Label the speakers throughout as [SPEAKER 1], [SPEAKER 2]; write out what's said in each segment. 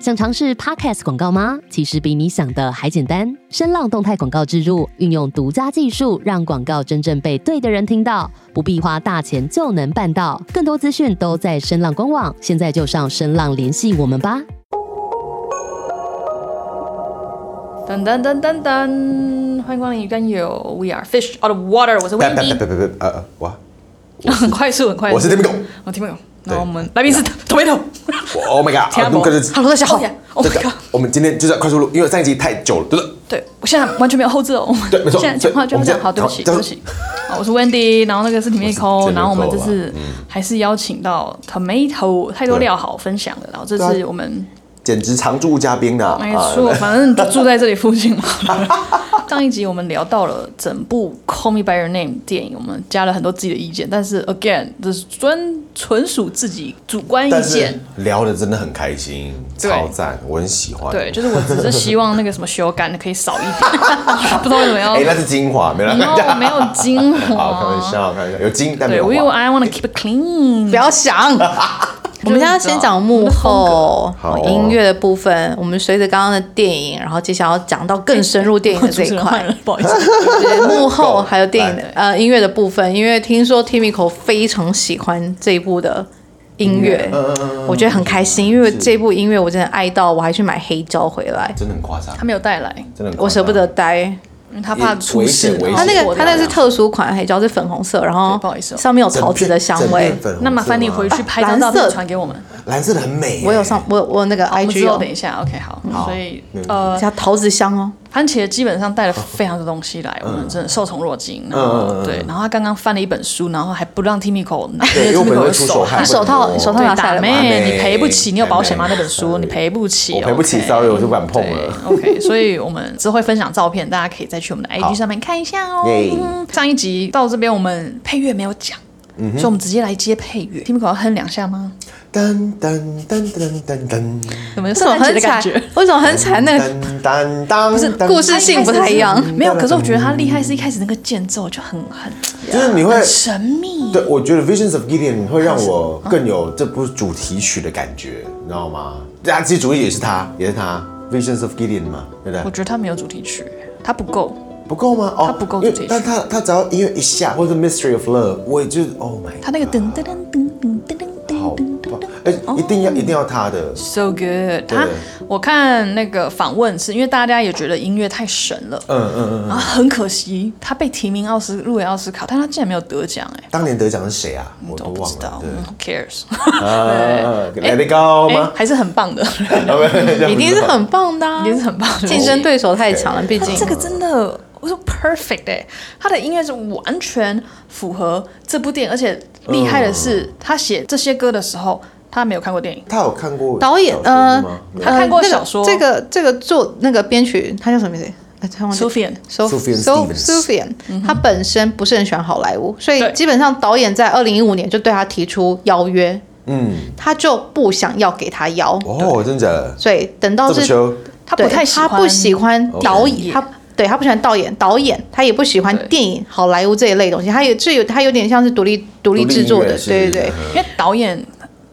[SPEAKER 1] 想尝试 Podcast 广告吗？其实比你想的还简单。声浪动态广告植入，运用独家技术，让广告真正被对的人听到，不必花大钱就能办到。更多资讯都在声浪官网，现在就上声浪联系我们吧。
[SPEAKER 2] 噔噔噔噔噔，欢迎光临鱼干友，We are fish out of water，我是
[SPEAKER 3] 别别别
[SPEAKER 2] Wendy，
[SPEAKER 3] 别别别呃我
[SPEAKER 2] 很快速很快速，哦
[SPEAKER 3] 我是 Timmy 狗，
[SPEAKER 2] 我听不懂。
[SPEAKER 3] 对
[SPEAKER 2] 然后我们来宾是 Tomato，
[SPEAKER 3] 我 Oh my God，
[SPEAKER 2] 听
[SPEAKER 3] 啊
[SPEAKER 2] 不
[SPEAKER 3] 可
[SPEAKER 2] 懂
[SPEAKER 3] 是。
[SPEAKER 2] Hello，大家好，Oh
[SPEAKER 3] 真
[SPEAKER 2] my
[SPEAKER 3] 的
[SPEAKER 2] god，，
[SPEAKER 3] 我们今天就是要快速录，因为上一集太久了，对不对？
[SPEAKER 2] 对我现在完全没有后置哦，我们
[SPEAKER 3] 对没错
[SPEAKER 2] 现在讲话就要这样，好，对不
[SPEAKER 3] 对我们
[SPEAKER 2] 起
[SPEAKER 3] 现在
[SPEAKER 2] 对不起，好，我是 Wendy，然后那个是 Tomato，
[SPEAKER 3] 这边
[SPEAKER 2] 然后我们
[SPEAKER 3] 够
[SPEAKER 2] 这
[SPEAKER 3] 了嗯
[SPEAKER 2] 次还是邀请到 Tomato，太多料好分享了，然后这
[SPEAKER 3] 对
[SPEAKER 2] 次
[SPEAKER 3] 啊
[SPEAKER 2] 我们
[SPEAKER 3] 简直常驻嘉宾呐！
[SPEAKER 2] 没
[SPEAKER 3] 啊
[SPEAKER 2] 错，反 正就住在这里附近嘛。 上一集我们聊到了整部《Call Me by Your Name》电影，我们加了很多自己的意见，但是 again，这是专纯属自己主观意
[SPEAKER 3] 但是
[SPEAKER 2] 见。
[SPEAKER 3] 聊的真的很开心，
[SPEAKER 2] 对
[SPEAKER 3] 超赞，我很喜欢。
[SPEAKER 2] 对，就是我只是希望那个什么修改的可以少一点， 不知道为什么要
[SPEAKER 3] 哎，。那是精华，没有啦
[SPEAKER 2] 然后没有精
[SPEAKER 3] 好，开
[SPEAKER 2] 华，
[SPEAKER 3] 玩笑，开玩笑， 有精但没
[SPEAKER 2] 对
[SPEAKER 3] 有啊
[SPEAKER 2] ，We
[SPEAKER 3] 华。
[SPEAKER 2] I want to keep it clean
[SPEAKER 4] 不。要 想。我们现在先讲幕后
[SPEAKER 3] 好哦
[SPEAKER 4] 音乐的部分，我们随着刚刚的电影，然后接下来要讲到更深入电影的 这
[SPEAKER 2] 主持
[SPEAKER 4] 一
[SPEAKER 2] 人
[SPEAKER 4] 块
[SPEAKER 2] 换，了，不好意思。
[SPEAKER 4] 对幕后还有电影的
[SPEAKER 3] 来
[SPEAKER 4] 呃音乐的部分，因为听说 Timiko 非常喜欢这一部的音乐，我觉得很开心，因为这部音乐我真的爱到，我还去买黑胶回来，
[SPEAKER 3] 真的很夸张
[SPEAKER 2] 他，没有带来，
[SPEAKER 3] 真的很夸张
[SPEAKER 4] 我舍不得。呆。
[SPEAKER 2] 因为他怕出事。
[SPEAKER 3] 危险危险
[SPEAKER 4] 它那
[SPEAKER 2] 然后
[SPEAKER 4] 个
[SPEAKER 2] 我
[SPEAKER 4] 它那个是
[SPEAKER 2] 带来
[SPEAKER 4] 特殊款黑胶，是粉红色，然后
[SPEAKER 2] 对不好意思哦
[SPEAKER 4] 上面有桃子的香
[SPEAKER 3] 整片
[SPEAKER 4] 味
[SPEAKER 3] 整。片粉红色
[SPEAKER 2] 那麻烦你
[SPEAKER 3] 吗
[SPEAKER 2] 回去拍张
[SPEAKER 4] 蓝
[SPEAKER 2] 照片
[SPEAKER 4] 色
[SPEAKER 2] 传给我们。
[SPEAKER 3] 蓝色的很美耶。
[SPEAKER 4] 我有上，我有我有那个
[SPEAKER 2] 我们
[SPEAKER 4] IG
[SPEAKER 2] 之后
[SPEAKER 4] 有
[SPEAKER 2] 等一下，OK，好。
[SPEAKER 4] 嗯
[SPEAKER 2] 所以
[SPEAKER 3] 没问题
[SPEAKER 2] 呃，
[SPEAKER 4] 加桃子香哦。
[SPEAKER 2] 番茄基本上带了非常多东西来，我们
[SPEAKER 3] 嗯
[SPEAKER 2] 真的受宠若惊。然后对，然后他刚刚翻了一本书，然后还不让 Timiko 拿，
[SPEAKER 3] 哎对，因为我
[SPEAKER 2] Timiko
[SPEAKER 3] 本 人
[SPEAKER 2] 有
[SPEAKER 3] 会出手汗，哦
[SPEAKER 2] 汗。
[SPEAKER 4] 手套
[SPEAKER 3] 会很
[SPEAKER 4] 手套
[SPEAKER 3] 多
[SPEAKER 4] 拿
[SPEAKER 2] 对，
[SPEAKER 4] 下来
[SPEAKER 2] 打
[SPEAKER 4] 了吗
[SPEAKER 2] 妹，
[SPEAKER 3] 妹
[SPEAKER 2] 你赔不起，你有保险吗？
[SPEAKER 3] 妹
[SPEAKER 2] 那本书你赔不起，
[SPEAKER 4] 哦
[SPEAKER 3] 我赔不起
[SPEAKER 2] OK
[SPEAKER 3] sorry，我就不敢碰
[SPEAKER 2] 对
[SPEAKER 3] 了
[SPEAKER 2] OK，所以我们只会分享照片，大家可以再去我们的 IG 上面看一下哦。
[SPEAKER 3] 耶
[SPEAKER 2] 嗯上一集到这边我们配乐没有讲，
[SPEAKER 3] 嗯
[SPEAKER 2] 所以我们直接来接配乐。Timiko 要哼两下吗？
[SPEAKER 3] 噔噔噔噔噔噔。
[SPEAKER 2] 有没有
[SPEAKER 4] 为什
[SPEAKER 2] 圣诞
[SPEAKER 4] 么
[SPEAKER 2] 节
[SPEAKER 4] 很
[SPEAKER 2] 的感
[SPEAKER 4] 惨
[SPEAKER 2] 觉？？
[SPEAKER 4] 为什么很惨？那个
[SPEAKER 3] 噔噔噔，不
[SPEAKER 4] 是故事性不太一样
[SPEAKER 3] 嗯
[SPEAKER 2] 没有，可是我觉得他厉害是一开始那个间奏就很很
[SPEAKER 3] 就是你会
[SPEAKER 2] 很神秘。
[SPEAKER 3] 嗯对，我觉得《Visions of Gideon》会让我更有这部主题曲的感觉，你知道吗？对啊，其实主意也是他，也是他，《Visions of Gideon》嘛，对不
[SPEAKER 2] 我
[SPEAKER 3] 对？
[SPEAKER 2] 觉得他没有主题曲，他不够。
[SPEAKER 3] 不够吗？哦，
[SPEAKER 2] 它不够
[SPEAKER 3] 因为
[SPEAKER 2] 主题曲
[SPEAKER 3] 但他他只要音乐一下，或者《Mystery of Love》，我也就是 Oh my，
[SPEAKER 2] 他那个
[SPEAKER 3] God，
[SPEAKER 2] 噔噔噔噔噔噔噔
[SPEAKER 3] 好
[SPEAKER 2] 噔噔
[SPEAKER 3] 棒
[SPEAKER 2] 噔，
[SPEAKER 3] 哎，一定要一定要他的，
[SPEAKER 2] ，so good。他我看那个访问是因为大家也觉得音乐太神了，
[SPEAKER 3] 嗯嗯嗯嗯。
[SPEAKER 2] 然后很可惜他被提名奥斯入围奥斯卡，但他竟然没有得奖哎。
[SPEAKER 3] 当年得奖是谁啊？我都
[SPEAKER 2] 嗯我不
[SPEAKER 3] 忘
[SPEAKER 2] 知
[SPEAKER 3] 了
[SPEAKER 2] 道。，Who cares？
[SPEAKER 3] 啊，Let It Go
[SPEAKER 2] 哎
[SPEAKER 3] 吗，？
[SPEAKER 2] 还是很棒 的，
[SPEAKER 4] 一定是很棒的啊，
[SPEAKER 2] 也是很棒的。
[SPEAKER 4] 竞争对手太强了，毕竟
[SPEAKER 2] 这个真的，我说 perfect 哎、他的音乐是完全符合这部电影，而且厉害的是，
[SPEAKER 3] 嗯
[SPEAKER 2] 他写这些歌的时候，他没有看过电影，
[SPEAKER 3] 他有看过
[SPEAKER 4] 导演
[SPEAKER 3] 小说
[SPEAKER 4] 呃
[SPEAKER 3] 吗，没有
[SPEAKER 2] 他
[SPEAKER 4] 呃
[SPEAKER 2] 看过
[SPEAKER 4] 那个
[SPEAKER 2] 小说
[SPEAKER 4] 这个这个作那个编曲他叫什么名字？哎，突然
[SPEAKER 3] 嗯
[SPEAKER 4] 忘记
[SPEAKER 2] Sufjan 嗯
[SPEAKER 3] Sufjan
[SPEAKER 4] Sof-
[SPEAKER 3] Stevens
[SPEAKER 4] Sufjan，他本身不是很喜欢好莱坞，所以
[SPEAKER 2] 对
[SPEAKER 4] 基本上导演在二零一五年就对他提出邀约，
[SPEAKER 3] 嗯，
[SPEAKER 4] 他就不想要给他邀，
[SPEAKER 3] 哦，真假的？
[SPEAKER 4] 所以等到
[SPEAKER 3] 这么
[SPEAKER 4] 是
[SPEAKER 3] 秋，
[SPEAKER 2] 他不
[SPEAKER 4] 对
[SPEAKER 2] 太喜欢，
[SPEAKER 4] 他不喜欢
[SPEAKER 3] 哦
[SPEAKER 4] 导
[SPEAKER 2] 电影
[SPEAKER 4] 演，他对他不喜欢导演，导演他也不喜欢
[SPEAKER 2] 对
[SPEAKER 4] 电影好莱坞这一类东西，他也这有他有点像是独立独立制作的，
[SPEAKER 3] 是
[SPEAKER 4] 对对对。
[SPEAKER 2] 因为导演。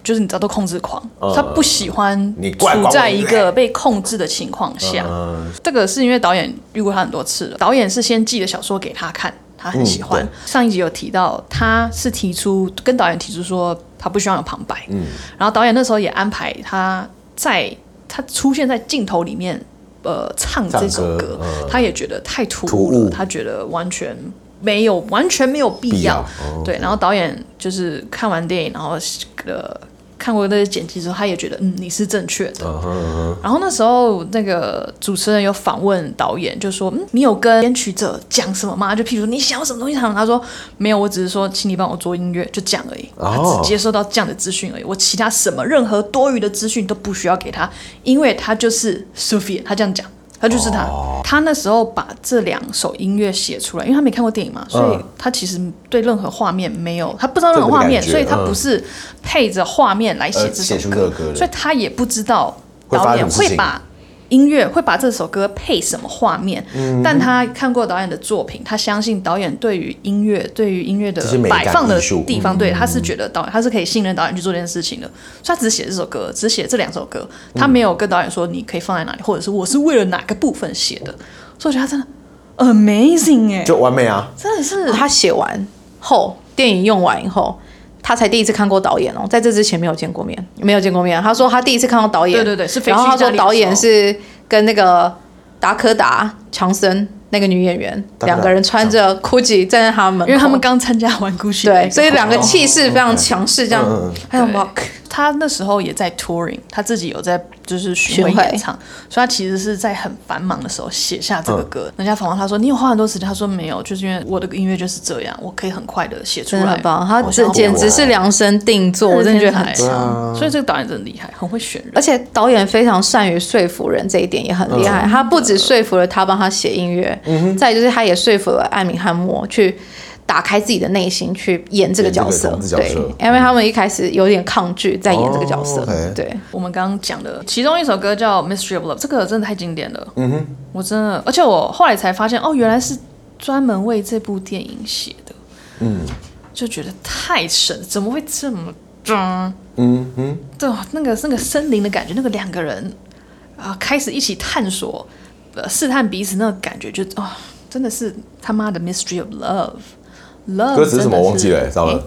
[SPEAKER 2] 就是你知道，都控制狂，
[SPEAKER 3] 嗯
[SPEAKER 2] 他不喜欢
[SPEAKER 3] 你怪
[SPEAKER 2] 处
[SPEAKER 3] 管我
[SPEAKER 2] 在一
[SPEAKER 3] 对
[SPEAKER 2] 个被控制的情况下。
[SPEAKER 3] 嗯，
[SPEAKER 2] 这个是因为导演遇过他很多次了，导演是先寄的小说给他看，他很喜欢。
[SPEAKER 3] 嗯
[SPEAKER 2] 上一集有提到，他是提出跟导演提出说他不希望有旁白，
[SPEAKER 3] 嗯
[SPEAKER 2] 然后导演那时候也安排他在他出现在镜头里面，呃，唱这首
[SPEAKER 3] 唱歌
[SPEAKER 2] 歌，
[SPEAKER 3] 嗯
[SPEAKER 2] 他也觉得太突
[SPEAKER 3] 突
[SPEAKER 2] 兀了，
[SPEAKER 3] 兀
[SPEAKER 2] 他觉得完全。没有，完全没有必要。
[SPEAKER 3] 必要哦
[SPEAKER 2] 对，然后导演就是看完电影，然后呃看过那些剪辑之后，他也觉得嗯你是正确的，
[SPEAKER 3] 嗯
[SPEAKER 2] 然后那时候那个主持人有访问导演，就说：“嗯，你有跟编曲者讲什么吗？就譬如说你想要什么东西，他他说没有，我只是说请你帮我做音乐，就这样而已。
[SPEAKER 3] 哦
[SPEAKER 2] 他只接收到这样的资讯而已，我其他什么任何多余的资讯都不需要给他，因为他就是 Sophie，他这样讲。”他就是他
[SPEAKER 3] 哦
[SPEAKER 2] 他那时候把这两首音乐写出来，因为他没看过电影嘛，所以
[SPEAKER 3] 嗯
[SPEAKER 2] 他其实对任何画面没有，他不知道任何画面，
[SPEAKER 3] 这个
[SPEAKER 2] 所以
[SPEAKER 3] 感觉嗯
[SPEAKER 2] 他不是配着画面来写
[SPEAKER 3] 呃
[SPEAKER 2] 这
[SPEAKER 3] 写
[SPEAKER 2] 首
[SPEAKER 3] 出这
[SPEAKER 2] 歌
[SPEAKER 3] 个歌，的
[SPEAKER 2] 所以他也不知道
[SPEAKER 3] 会发
[SPEAKER 2] 导
[SPEAKER 3] 生
[SPEAKER 2] 演
[SPEAKER 3] 什么事
[SPEAKER 2] 会
[SPEAKER 3] 情
[SPEAKER 2] 把音乐会把这首歌配什么画面，
[SPEAKER 3] 嗯
[SPEAKER 2] 但他看过导演的作品，他相信导演对于音乐，对于音乐的
[SPEAKER 3] 这些美感
[SPEAKER 2] 摆放的
[SPEAKER 3] 艺术嗯
[SPEAKER 2] 地方，对，他是觉得导演他是可以信任导演去做这件事情的，所以他只写这首歌，只写这两首歌，他没有跟导演说你可以放在哪里，或者是我是为了哪个部分写的，所以我觉得他真的 amazing 哎、
[SPEAKER 3] 嗯就完美啊！
[SPEAKER 2] 真的是
[SPEAKER 4] 他写完后，电影用完以后，他才第一次看过导演哦，在这之前没有见过面，没有见过面。他说他第一次看到导演，
[SPEAKER 2] 对对对是飞去
[SPEAKER 4] 然后他
[SPEAKER 2] 意大
[SPEAKER 4] 说
[SPEAKER 2] 利的时候
[SPEAKER 4] 导演是跟那个达科达强森那个女演员
[SPEAKER 3] 达科达
[SPEAKER 4] 两个人穿着 GUCCI 站在他们，
[SPEAKER 2] 因为他们。刚参加完《孤星》那
[SPEAKER 4] 对，
[SPEAKER 2] 个
[SPEAKER 4] 所以两个
[SPEAKER 2] 活动
[SPEAKER 4] 气势非常强势，这样。哎
[SPEAKER 3] 嗯嗯嗯
[SPEAKER 4] 还有
[SPEAKER 2] 对
[SPEAKER 4] Mark，
[SPEAKER 2] 他那时候也在 touring，他自己有在就是巡回
[SPEAKER 4] 巡回
[SPEAKER 2] 演唱，所以他其实是在很繁忙的时候写下这个
[SPEAKER 4] 嗯
[SPEAKER 2] 歌。人家访问他说：“你有花很多时间？”他说：“没有，就是因为我的音乐就是这样，我可以很快的写出
[SPEAKER 4] 真
[SPEAKER 2] 来。”
[SPEAKER 4] 的很棒，他
[SPEAKER 3] 我
[SPEAKER 4] 这
[SPEAKER 3] 想
[SPEAKER 4] 简
[SPEAKER 3] 我
[SPEAKER 4] 直是量身定做，我真的觉得很
[SPEAKER 2] 强、
[SPEAKER 3] 啊
[SPEAKER 2] 所以这个导演真的厉害，很会选人。
[SPEAKER 4] 而且导演非常善于说服人，这一点也很厉
[SPEAKER 3] 嗯
[SPEAKER 4] 害。他不止说服了他帮他写音乐，再就是他也说服了艾米和莫去打开自己的内心去演这个角色。
[SPEAKER 3] 演这个角
[SPEAKER 4] 对
[SPEAKER 3] 色，
[SPEAKER 4] 因为他们一开始有点抗拒在演这个角色。
[SPEAKER 3] 哦，OK
[SPEAKER 4] 对，
[SPEAKER 2] 我们刚刚讲的其中一首歌叫《Mystery of Love》，这个真的太经典了。嗯哼，我真的，而且我后来才发现，哦，原来是专门为这部电影写的。嗯，就觉得太神，怎么会这么装？
[SPEAKER 3] 嗯嗯，
[SPEAKER 2] 对，那个那个森林的感觉，那个两个人啊、开始一起探索、呃、试探彼此那个感觉就，啊、真的是他妈的 mystery of love。Love
[SPEAKER 3] 歌词是什
[SPEAKER 2] 嗯真
[SPEAKER 3] 么
[SPEAKER 2] 的
[SPEAKER 3] 我忘记了，欸糟了。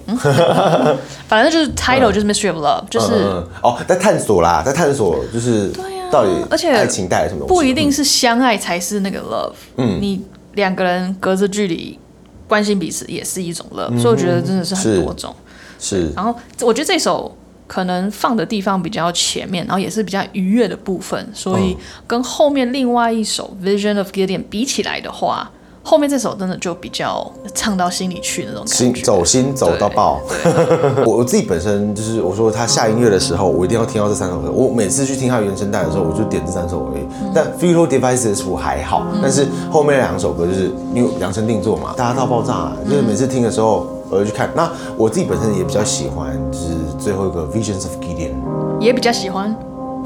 [SPEAKER 2] 反正就是 title 就是 mystery of love，就是、
[SPEAKER 3] 嗯嗯哦，在探索啦，在探索，就是
[SPEAKER 2] 对啊
[SPEAKER 3] 到底
[SPEAKER 2] 而且
[SPEAKER 3] 爱情带来什么东西？
[SPEAKER 2] 不一定是相爱才是那个 love。嗯，你两个人隔着距离关心彼此也是一种 love，、所以我觉得真的是很多种。
[SPEAKER 3] 嗯是
[SPEAKER 2] 然后我觉得这首可能放的地方比较前面，然后也是比较愉悦的部分，所以
[SPEAKER 3] 嗯
[SPEAKER 2] 跟后面另外一首《Vision of Gideon》比起来的话，后面这首真的就比较唱到心里去那种感
[SPEAKER 3] 心
[SPEAKER 2] 觉。
[SPEAKER 3] 走心走到爆。 我我自己本身就是，我说他下音乐的时候，我一定要听到这三首歌。我每次去听他原声带的时候，我就点这三首而已。
[SPEAKER 2] 嗯
[SPEAKER 3] 但 f u t u r Devices 我还好，但是后面两首歌就是因为量身定做嘛，
[SPEAKER 2] 嗯
[SPEAKER 3] 大家到爆炸啊，就是每次听的时候。我就去看，那我自己本身也比较喜欢，就是最后一个 Visions of Gideon。
[SPEAKER 2] 也比较喜欢。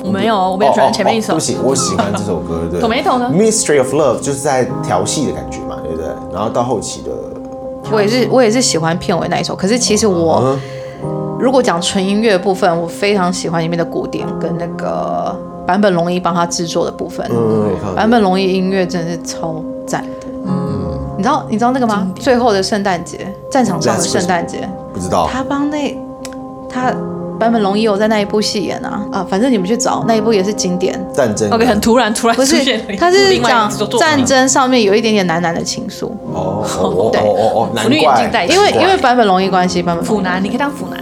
[SPEAKER 2] 我没有，我没有喜
[SPEAKER 3] 哦
[SPEAKER 2] 欢
[SPEAKER 3] 哦
[SPEAKER 2] 前面一
[SPEAKER 3] 哦
[SPEAKER 2] 首
[SPEAKER 3] 对不。起，我喜欢这首歌。对
[SPEAKER 2] Tomato 呢
[SPEAKER 3] ？Mystery of Love 就是在调戏的感觉嘛，对不对？然后到后期的，
[SPEAKER 4] 我也是，我也是喜欢片尾那一首。可是其
[SPEAKER 3] 嗯
[SPEAKER 4] 实我、如果讲纯音乐的部分，我非常喜欢里面的古典跟那个坂本龙一帮他制作的部分。
[SPEAKER 3] 嗯，我看到
[SPEAKER 4] 坂本龙一音乐真的是超赞的。你知道你知道那个吗？最后的圣诞节，战场上的圣诞节，
[SPEAKER 3] 不知道。
[SPEAKER 4] 他帮那他坂本龙一有在那一部戏演啊啊，反正你们去找那一部也是经典。
[SPEAKER 3] 战争
[SPEAKER 2] OK，很突然，突然
[SPEAKER 4] 不
[SPEAKER 2] 出
[SPEAKER 4] 是
[SPEAKER 2] 现了一，部
[SPEAKER 4] 他是
[SPEAKER 2] 另外一
[SPEAKER 4] 讲
[SPEAKER 2] 部作品
[SPEAKER 4] 战争上面有一点点男男的情愫，
[SPEAKER 3] 哦哦哦
[SPEAKER 4] 对嗯
[SPEAKER 3] 哦哦，难
[SPEAKER 2] 福利眼镜戴
[SPEAKER 3] 怪，
[SPEAKER 2] 起
[SPEAKER 4] 因为因为坂本龙一关系，坂本龙
[SPEAKER 2] 腐
[SPEAKER 4] 一
[SPEAKER 2] 男，你可以当腐男，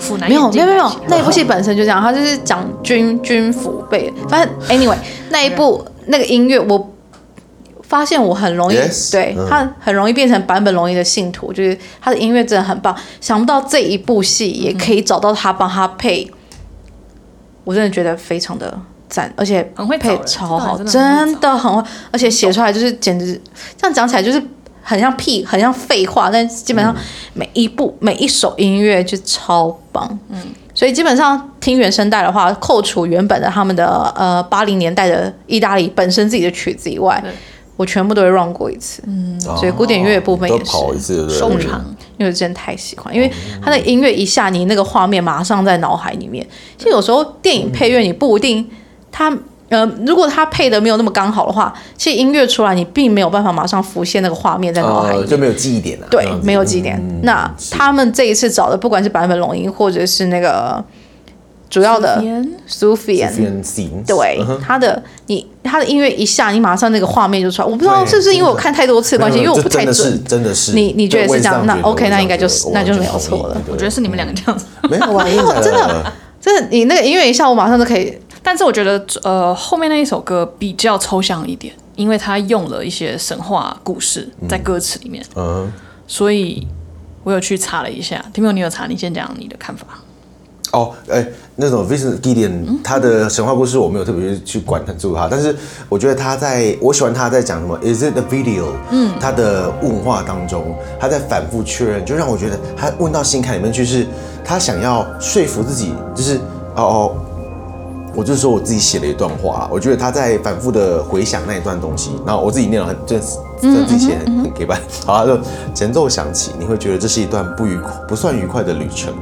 [SPEAKER 2] 腐男
[SPEAKER 4] 没有
[SPEAKER 2] 眼
[SPEAKER 4] 没
[SPEAKER 2] 镜
[SPEAKER 4] 有没有
[SPEAKER 2] 戴起来
[SPEAKER 4] 那一部戏本身就这样，他就是讲军军服被，反正 anyway 那一部那个音乐我发现我很容易
[SPEAKER 3] Yes，
[SPEAKER 4] 对、
[SPEAKER 3] 嗯
[SPEAKER 4] 他很容易变成坂本龙一的信徒，就是他的音乐真的很棒，想不到这一部戏
[SPEAKER 2] 嗯
[SPEAKER 4] 也可以找到他帮他配，我真的觉得非常的赞，而且
[SPEAKER 2] 很会找
[SPEAKER 4] 配
[SPEAKER 2] 人
[SPEAKER 4] 超好，
[SPEAKER 2] 这导演真的很会找
[SPEAKER 4] 真的很会，而且写出来就是简直这样讲起来就是很像屁，很像废话，但基本上每一部、每一首音乐就超棒，嗯。所以基本上听原声带的话，扣除原本的他们的呃八零年代的意大利本身自己的曲子以外
[SPEAKER 2] 对，
[SPEAKER 4] 我全部都会 run 过一次，
[SPEAKER 3] 嗯
[SPEAKER 4] 所以古典乐的部分
[SPEAKER 3] 哦都
[SPEAKER 4] 也是，
[SPEAKER 3] 跑一次，对不对？
[SPEAKER 2] 收藏。
[SPEAKER 4] 因为真的太喜欢，因为它的音乐一下，你那个画面马上在脑海里面。其实有时候电影配乐你不一定，它呃，如果它配的没有那么刚好的话，其实音乐出来你并没有办法马上浮现那个画面在脑海里
[SPEAKER 3] 哦，
[SPEAKER 4] 面。
[SPEAKER 3] 就没有记忆点了。
[SPEAKER 4] 对
[SPEAKER 3] 这，样子嗯
[SPEAKER 4] 没有几点。那他们这一次找的，不管是版本龙一或者是那个主要的
[SPEAKER 2] 年
[SPEAKER 4] Sufian，
[SPEAKER 3] Sufjan Singh
[SPEAKER 4] 对
[SPEAKER 3] 嗯哼
[SPEAKER 4] 他的你他的音乐一下，你马上那个画面就出来。我不知道
[SPEAKER 3] 对
[SPEAKER 4] 是不是因为我看太多次的关系，因为我不
[SPEAKER 3] 这
[SPEAKER 4] 太
[SPEAKER 3] 真的是
[SPEAKER 4] 准。
[SPEAKER 3] 真的是。
[SPEAKER 4] 你你觉得
[SPEAKER 3] 对我也
[SPEAKER 4] 是这样那
[SPEAKER 3] 觉得
[SPEAKER 4] OK，
[SPEAKER 3] 我也这
[SPEAKER 4] 那
[SPEAKER 3] 样
[SPEAKER 4] 应该就
[SPEAKER 3] 觉得
[SPEAKER 4] 是那就没有
[SPEAKER 3] 完全同
[SPEAKER 4] 错
[SPEAKER 3] 意
[SPEAKER 4] 了
[SPEAKER 3] 对
[SPEAKER 2] 我觉得是你们两个这样子。
[SPEAKER 3] 没有，啊
[SPEAKER 4] 哇，真的，真的，你那个音乐一下，我马上就可以。
[SPEAKER 2] 但是我觉得，呃，后面那一首歌比较抽象一点，因为它用了一些神话故事在歌词里面，
[SPEAKER 3] 嗯，
[SPEAKER 2] 所以我有去查了一下。听没有？你有查？你先讲你的看法。
[SPEAKER 3] 哦，哎，那种 Vincent Gideon 他的神话故事我没有特别去管很住他，但是我觉得他在我喜欢他在讲什么 Is it a video？嗯，他的问话当中，他在反复确认，就让我觉得他问到心坎里面去，是他想要说服自己，就是哦哦，我就说我自己写了一段话啦，我觉得他在反复的回想那一段东西，然后我自己念了很，真是真的自己写得很很给白。好啦，就前奏响起，你会觉得这是一段不愉快、不算愉快的旅程。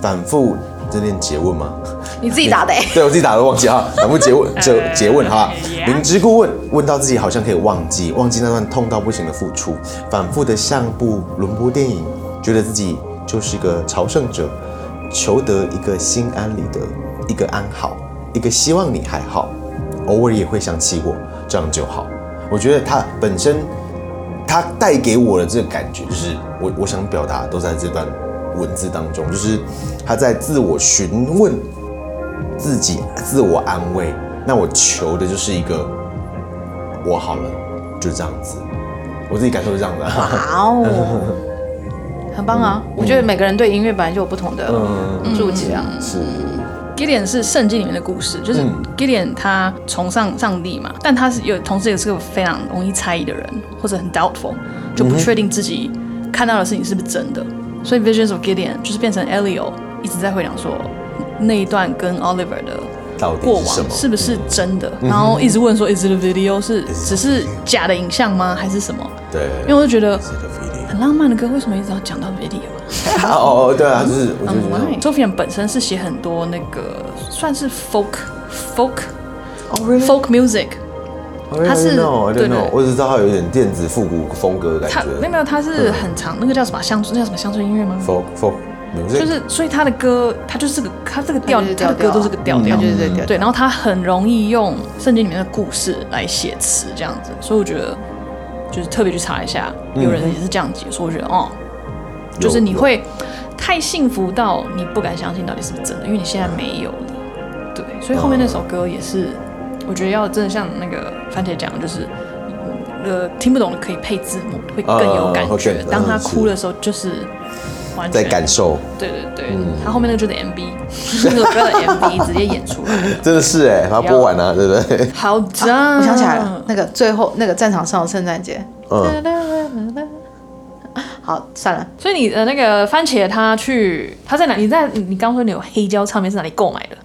[SPEAKER 3] 反复这念诘问吗？
[SPEAKER 4] 你自己打的、
[SPEAKER 2] 嗯
[SPEAKER 4] 欸，
[SPEAKER 3] 对我自己打的忘记啊，反复诘问诘诘问哈，明知故问，问到自己好像可以忘记，忘记那段痛到不行的付出，反复的像部轮播电影，觉得自己就是个朝圣者，求得一个心安理得，一个安好，一个希望你还好，偶尔也会想起我，这样就好。我觉得它本身，它带给我的这个感觉，就是我我想表达都在这段文字当中，就是他在自我询问自己自我安慰。那我求的就是一个我好了，就这样子。我自己感受是这样的、啊
[SPEAKER 4] 哇哦，
[SPEAKER 2] 嗯
[SPEAKER 4] 很棒啊！我觉得每个人对音乐本来就有不同的
[SPEAKER 3] 嗯
[SPEAKER 4] 注解啊。
[SPEAKER 3] 是
[SPEAKER 2] Gideon 是圣经里面的故事，就是
[SPEAKER 3] 嗯
[SPEAKER 2] Gideon 他崇尚上帝嘛，但他是有同时也是个非常容易猜疑的人，或者很 doubtful，就
[SPEAKER 3] 嗯
[SPEAKER 2] 不确定自己看到的事情是不是真的。所以 Visions of Gideon 就是变成 Elio 一直在回想说那一段跟 Oliver 的
[SPEAKER 3] 到底
[SPEAKER 2] 过
[SPEAKER 3] 是什
[SPEAKER 2] 往
[SPEAKER 3] 么？嗯
[SPEAKER 2] 是不是真的，然后一直问说 Is the video 是只是假的影像吗，还是什么？
[SPEAKER 3] 对，
[SPEAKER 2] 因为我就觉得
[SPEAKER 3] 是个 feeling
[SPEAKER 2] 很浪漫的歌，为什么一直要讲到 video 啊？
[SPEAKER 3] 哦哦，对
[SPEAKER 2] 嗯
[SPEAKER 3] 啊，就是我就觉得
[SPEAKER 2] Why？周 n 本身是写很多那个算是 folk folk folk music，他是
[SPEAKER 3] 哦，对
[SPEAKER 2] 对
[SPEAKER 3] 对
[SPEAKER 2] 对，
[SPEAKER 3] 我只知道他有一点电子复古风格的
[SPEAKER 2] 他
[SPEAKER 3] 感
[SPEAKER 2] 没
[SPEAKER 3] 觉嗯
[SPEAKER 2] 有没有，他是很长，那个叫什么乡村，那叫什么乡村音乐吗？
[SPEAKER 3] ，folk folk
[SPEAKER 2] 就
[SPEAKER 3] music，
[SPEAKER 2] 是所以他的歌，他就是个他这个调，
[SPEAKER 4] 它就是
[SPEAKER 2] 他的
[SPEAKER 4] 调
[SPEAKER 2] 歌
[SPEAKER 4] 调啊
[SPEAKER 2] 都是个调调，
[SPEAKER 4] 它就是这个
[SPEAKER 2] 对，然后他很容易用圣经里面的故事来写词这样子，所以我觉得就是特别去查一下，有
[SPEAKER 3] 嗯
[SPEAKER 2] 人也是这样解说，我觉得哦，就是你
[SPEAKER 3] 有
[SPEAKER 2] 会太幸福到你不敢相信到底是不是真的，因为你现在没有了，对，所以后面那首歌也是，我觉得要真的像那个番茄讲的，就是。嗯呃，听不懂的可以配字幕，会更有感
[SPEAKER 3] 啊会
[SPEAKER 2] 觉。
[SPEAKER 3] 更
[SPEAKER 2] 当他
[SPEAKER 3] 嗯
[SPEAKER 2] 哭
[SPEAKER 3] 是
[SPEAKER 2] 的时候，就是完
[SPEAKER 3] 在
[SPEAKER 2] 全
[SPEAKER 3] 感嗯受，
[SPEAKER 2] 对对对，他后面那个就是 MV，就是那首歌的 MV 直接演出来了。
[SPEAKER 3] 真的是哎，把它播完了，对不 对？
[SPEAKER 2] 好的，
[SPEAKER 4] 我想起来了，，那个最后那个战场上的圣诞节，
[SPEAKER 3] 嗯，
[SPEAKER 4] 好，算了，
[SPEAKER 2] 所以你呃的那个番茄，他去他在哪？你在你刚说你有黑胶唱片是哪里购买的？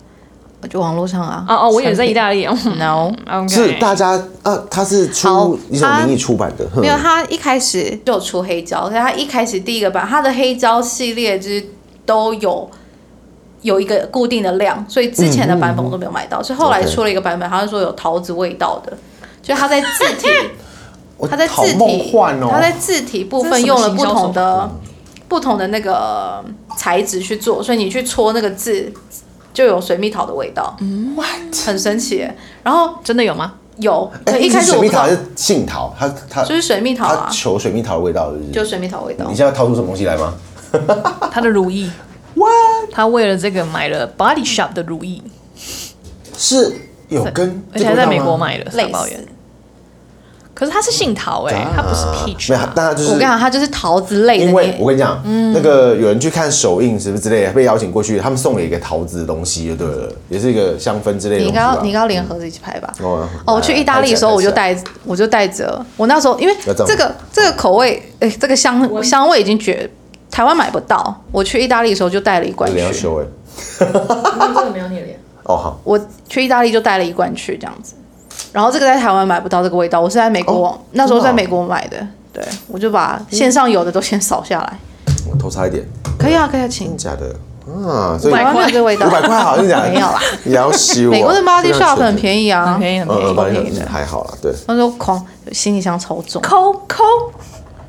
[SPEAKER 4] 我就网络上啊。
[SPEAKER 2] 哦哦，我也在意 大利。嗯
[SPEAKER 4] No，
[SPEAKER 2] OK，
[SPEAKER 3] 是大家啊，他是
[SPEAKER 4] 好
[SPEAKER 3] 出一种
[SPEAKER 4] 它
[SPEAKER 3] 名义出版的，哼
[SPEAKER 4] 没有，他一开始就有出黑胶，所以他一开始第一个版，他的黑胶系列就是都有有一个固定的量，所以之前的版本我都没有买到，所以后来
[SPEAKER 3] OK
[SPEAKER 4] 出了一个版本，他就说有桃子味道的，就是他在字体，
[SPEAKER 3] 我
[SPEAKER 4] 他在
[SPEAKER 3] 好
[SPEAKER 4] 字
[SPEAKER 3] 梦
[SPEAKER 4] 体，
[SPEAKER 3] 幻哦，
[SPEAKER 4] 他在字体部
[SPEAKER 2] 这
[SPEAKER 4] 分
[SPEAKER 2] 是什么
[SPEAKER 4] 用了
[SPEAKER 2] 行
[SPEAKER 4] 不
[SPEAKER 2] 销手
[SPEAKER 4] 同的不同的那个材质去做，所以你去搓那个字就有水蜜桃的味道，嗯很神奇耶。然后
[SPEAKER 2] 真的有吗？
[SPEAKER 4] 有，
[SPEAKER 3] 哎
[SPEAKER 4] 一开始
[SPEAKER 3] 水
[SPEAKER 4] 我不
[SPEAKER 3] 蜜
[SPEAKER 4] 知道
[SPEAKER 3] 桃还，是杏桃，他他
[SPEAKER 4] 就是水蜜桃
[SPEAKER 3] 他
[SPEAKER 4] 啊，
[SPEAKER 3] 求水蜜桃的味道，是不？
[SPEAKER 4] 就是水蜜桃味道
[SPEAKER 3] 你现。在要掏出什么东西来吗？
[SPEAKER 2] 他的如意。他为了这个买了 Body Shop 的如意，
[SPEAKER 3] 是有跟，
[SPEAKER 2] 而且还在美国买的，
[SPEAKER 4] 类
[SPEAKER 2] 三包
[SPEAKER 4] 似
[SPEAKER 2] 元。可是它是杏桃哎，它不是 peach，
[SPEAKER 3] 没有
[SPEAKER 2] 啊，
[SPEAKER 3] 但他就
[SPEAKER 4] 我跟你
[SPEAKER 3] 是。
[SPEAKER 4] 讲，它就是桃子类的。嗯
[SPEAKER 3] 因为
[SPEAKER 4] 你
[SPEAKER 3] 我跟你讲，那个有人去看首映是不是之类的，被邀请过去，他们送了一个桃子的东西，就对了，也是一个香氛之类的东
[SPEAKER 4] 你应
[SPEAKER 3] 西
[SPEAKER 4] 该
[SPEAKER 3] 吧。
[SPEAKER 4] 要你应该要连盒子一起拍吧。
[SPEAKER 3] 哦
[SPEAKER 4] 哦，我去意大利的时候我就，带我就带着，我那时候因为
[SPEAKER 3] 要这样
[SPEAKER 4] 这个这个口味，哎，这个香香味已经绝。台湾买不到，我去意大利的时候就带了一罐
[SPEAKER 3] 脸要
[SPEAKER 4] 去。
[SPEAKER 3] 修哎。
[SPEAKER 2] 这个没有你的脸。
[SPEAKER 3] 哦好，
[SPEAKER 4] 我去意大利就带了一罐去这样子，然后这个在台湾买不到这个味道，我是在美国、
[SPEAKER 3] 哦
[SPEAKER 4] 那时候
[SPEAKER 3] 真的
[SPEAKER 4] 在
[SPEAKER 3] 哦
[SPEAKER 4] 美国买的，对，我就把线上有的都先扫下来。
[SPEAKER 3] 我偷擦一点，
[SPEAKER 4] 可以啊，可以啊，请
[SPEAKER 3] 真。假的啊？所以
[SPEAKER 4] 台湾没有这个味道
[SPEAKER 3] 五，百块好像假的，
[SPEAKER 4] 没有啦。
[SPEAKER 3] 你要洗我。
[SPEAKER 4] 美国的 Body Shop 很
[SPEAKER 3] 宜，
[SPEAKER 4] 便宜啊，
[SPEAKER 2] 很便宜很
[SPEAKER 3] 嗯
[SPEAKER 2] 便宜
[SPEAKER 3] 嗯，
[SPEAKER 4] 超
[SPEAKER 3] Body
[SPEAKER 4] 便宜
[SPEAKER 3] Shop
[SPEAKER 4] 的。
[SPEAKER 3] 还好啦，对。
[SPEAKER 4] 那时候狂行李箱超重，
[SPEAKER 2] 抠抠，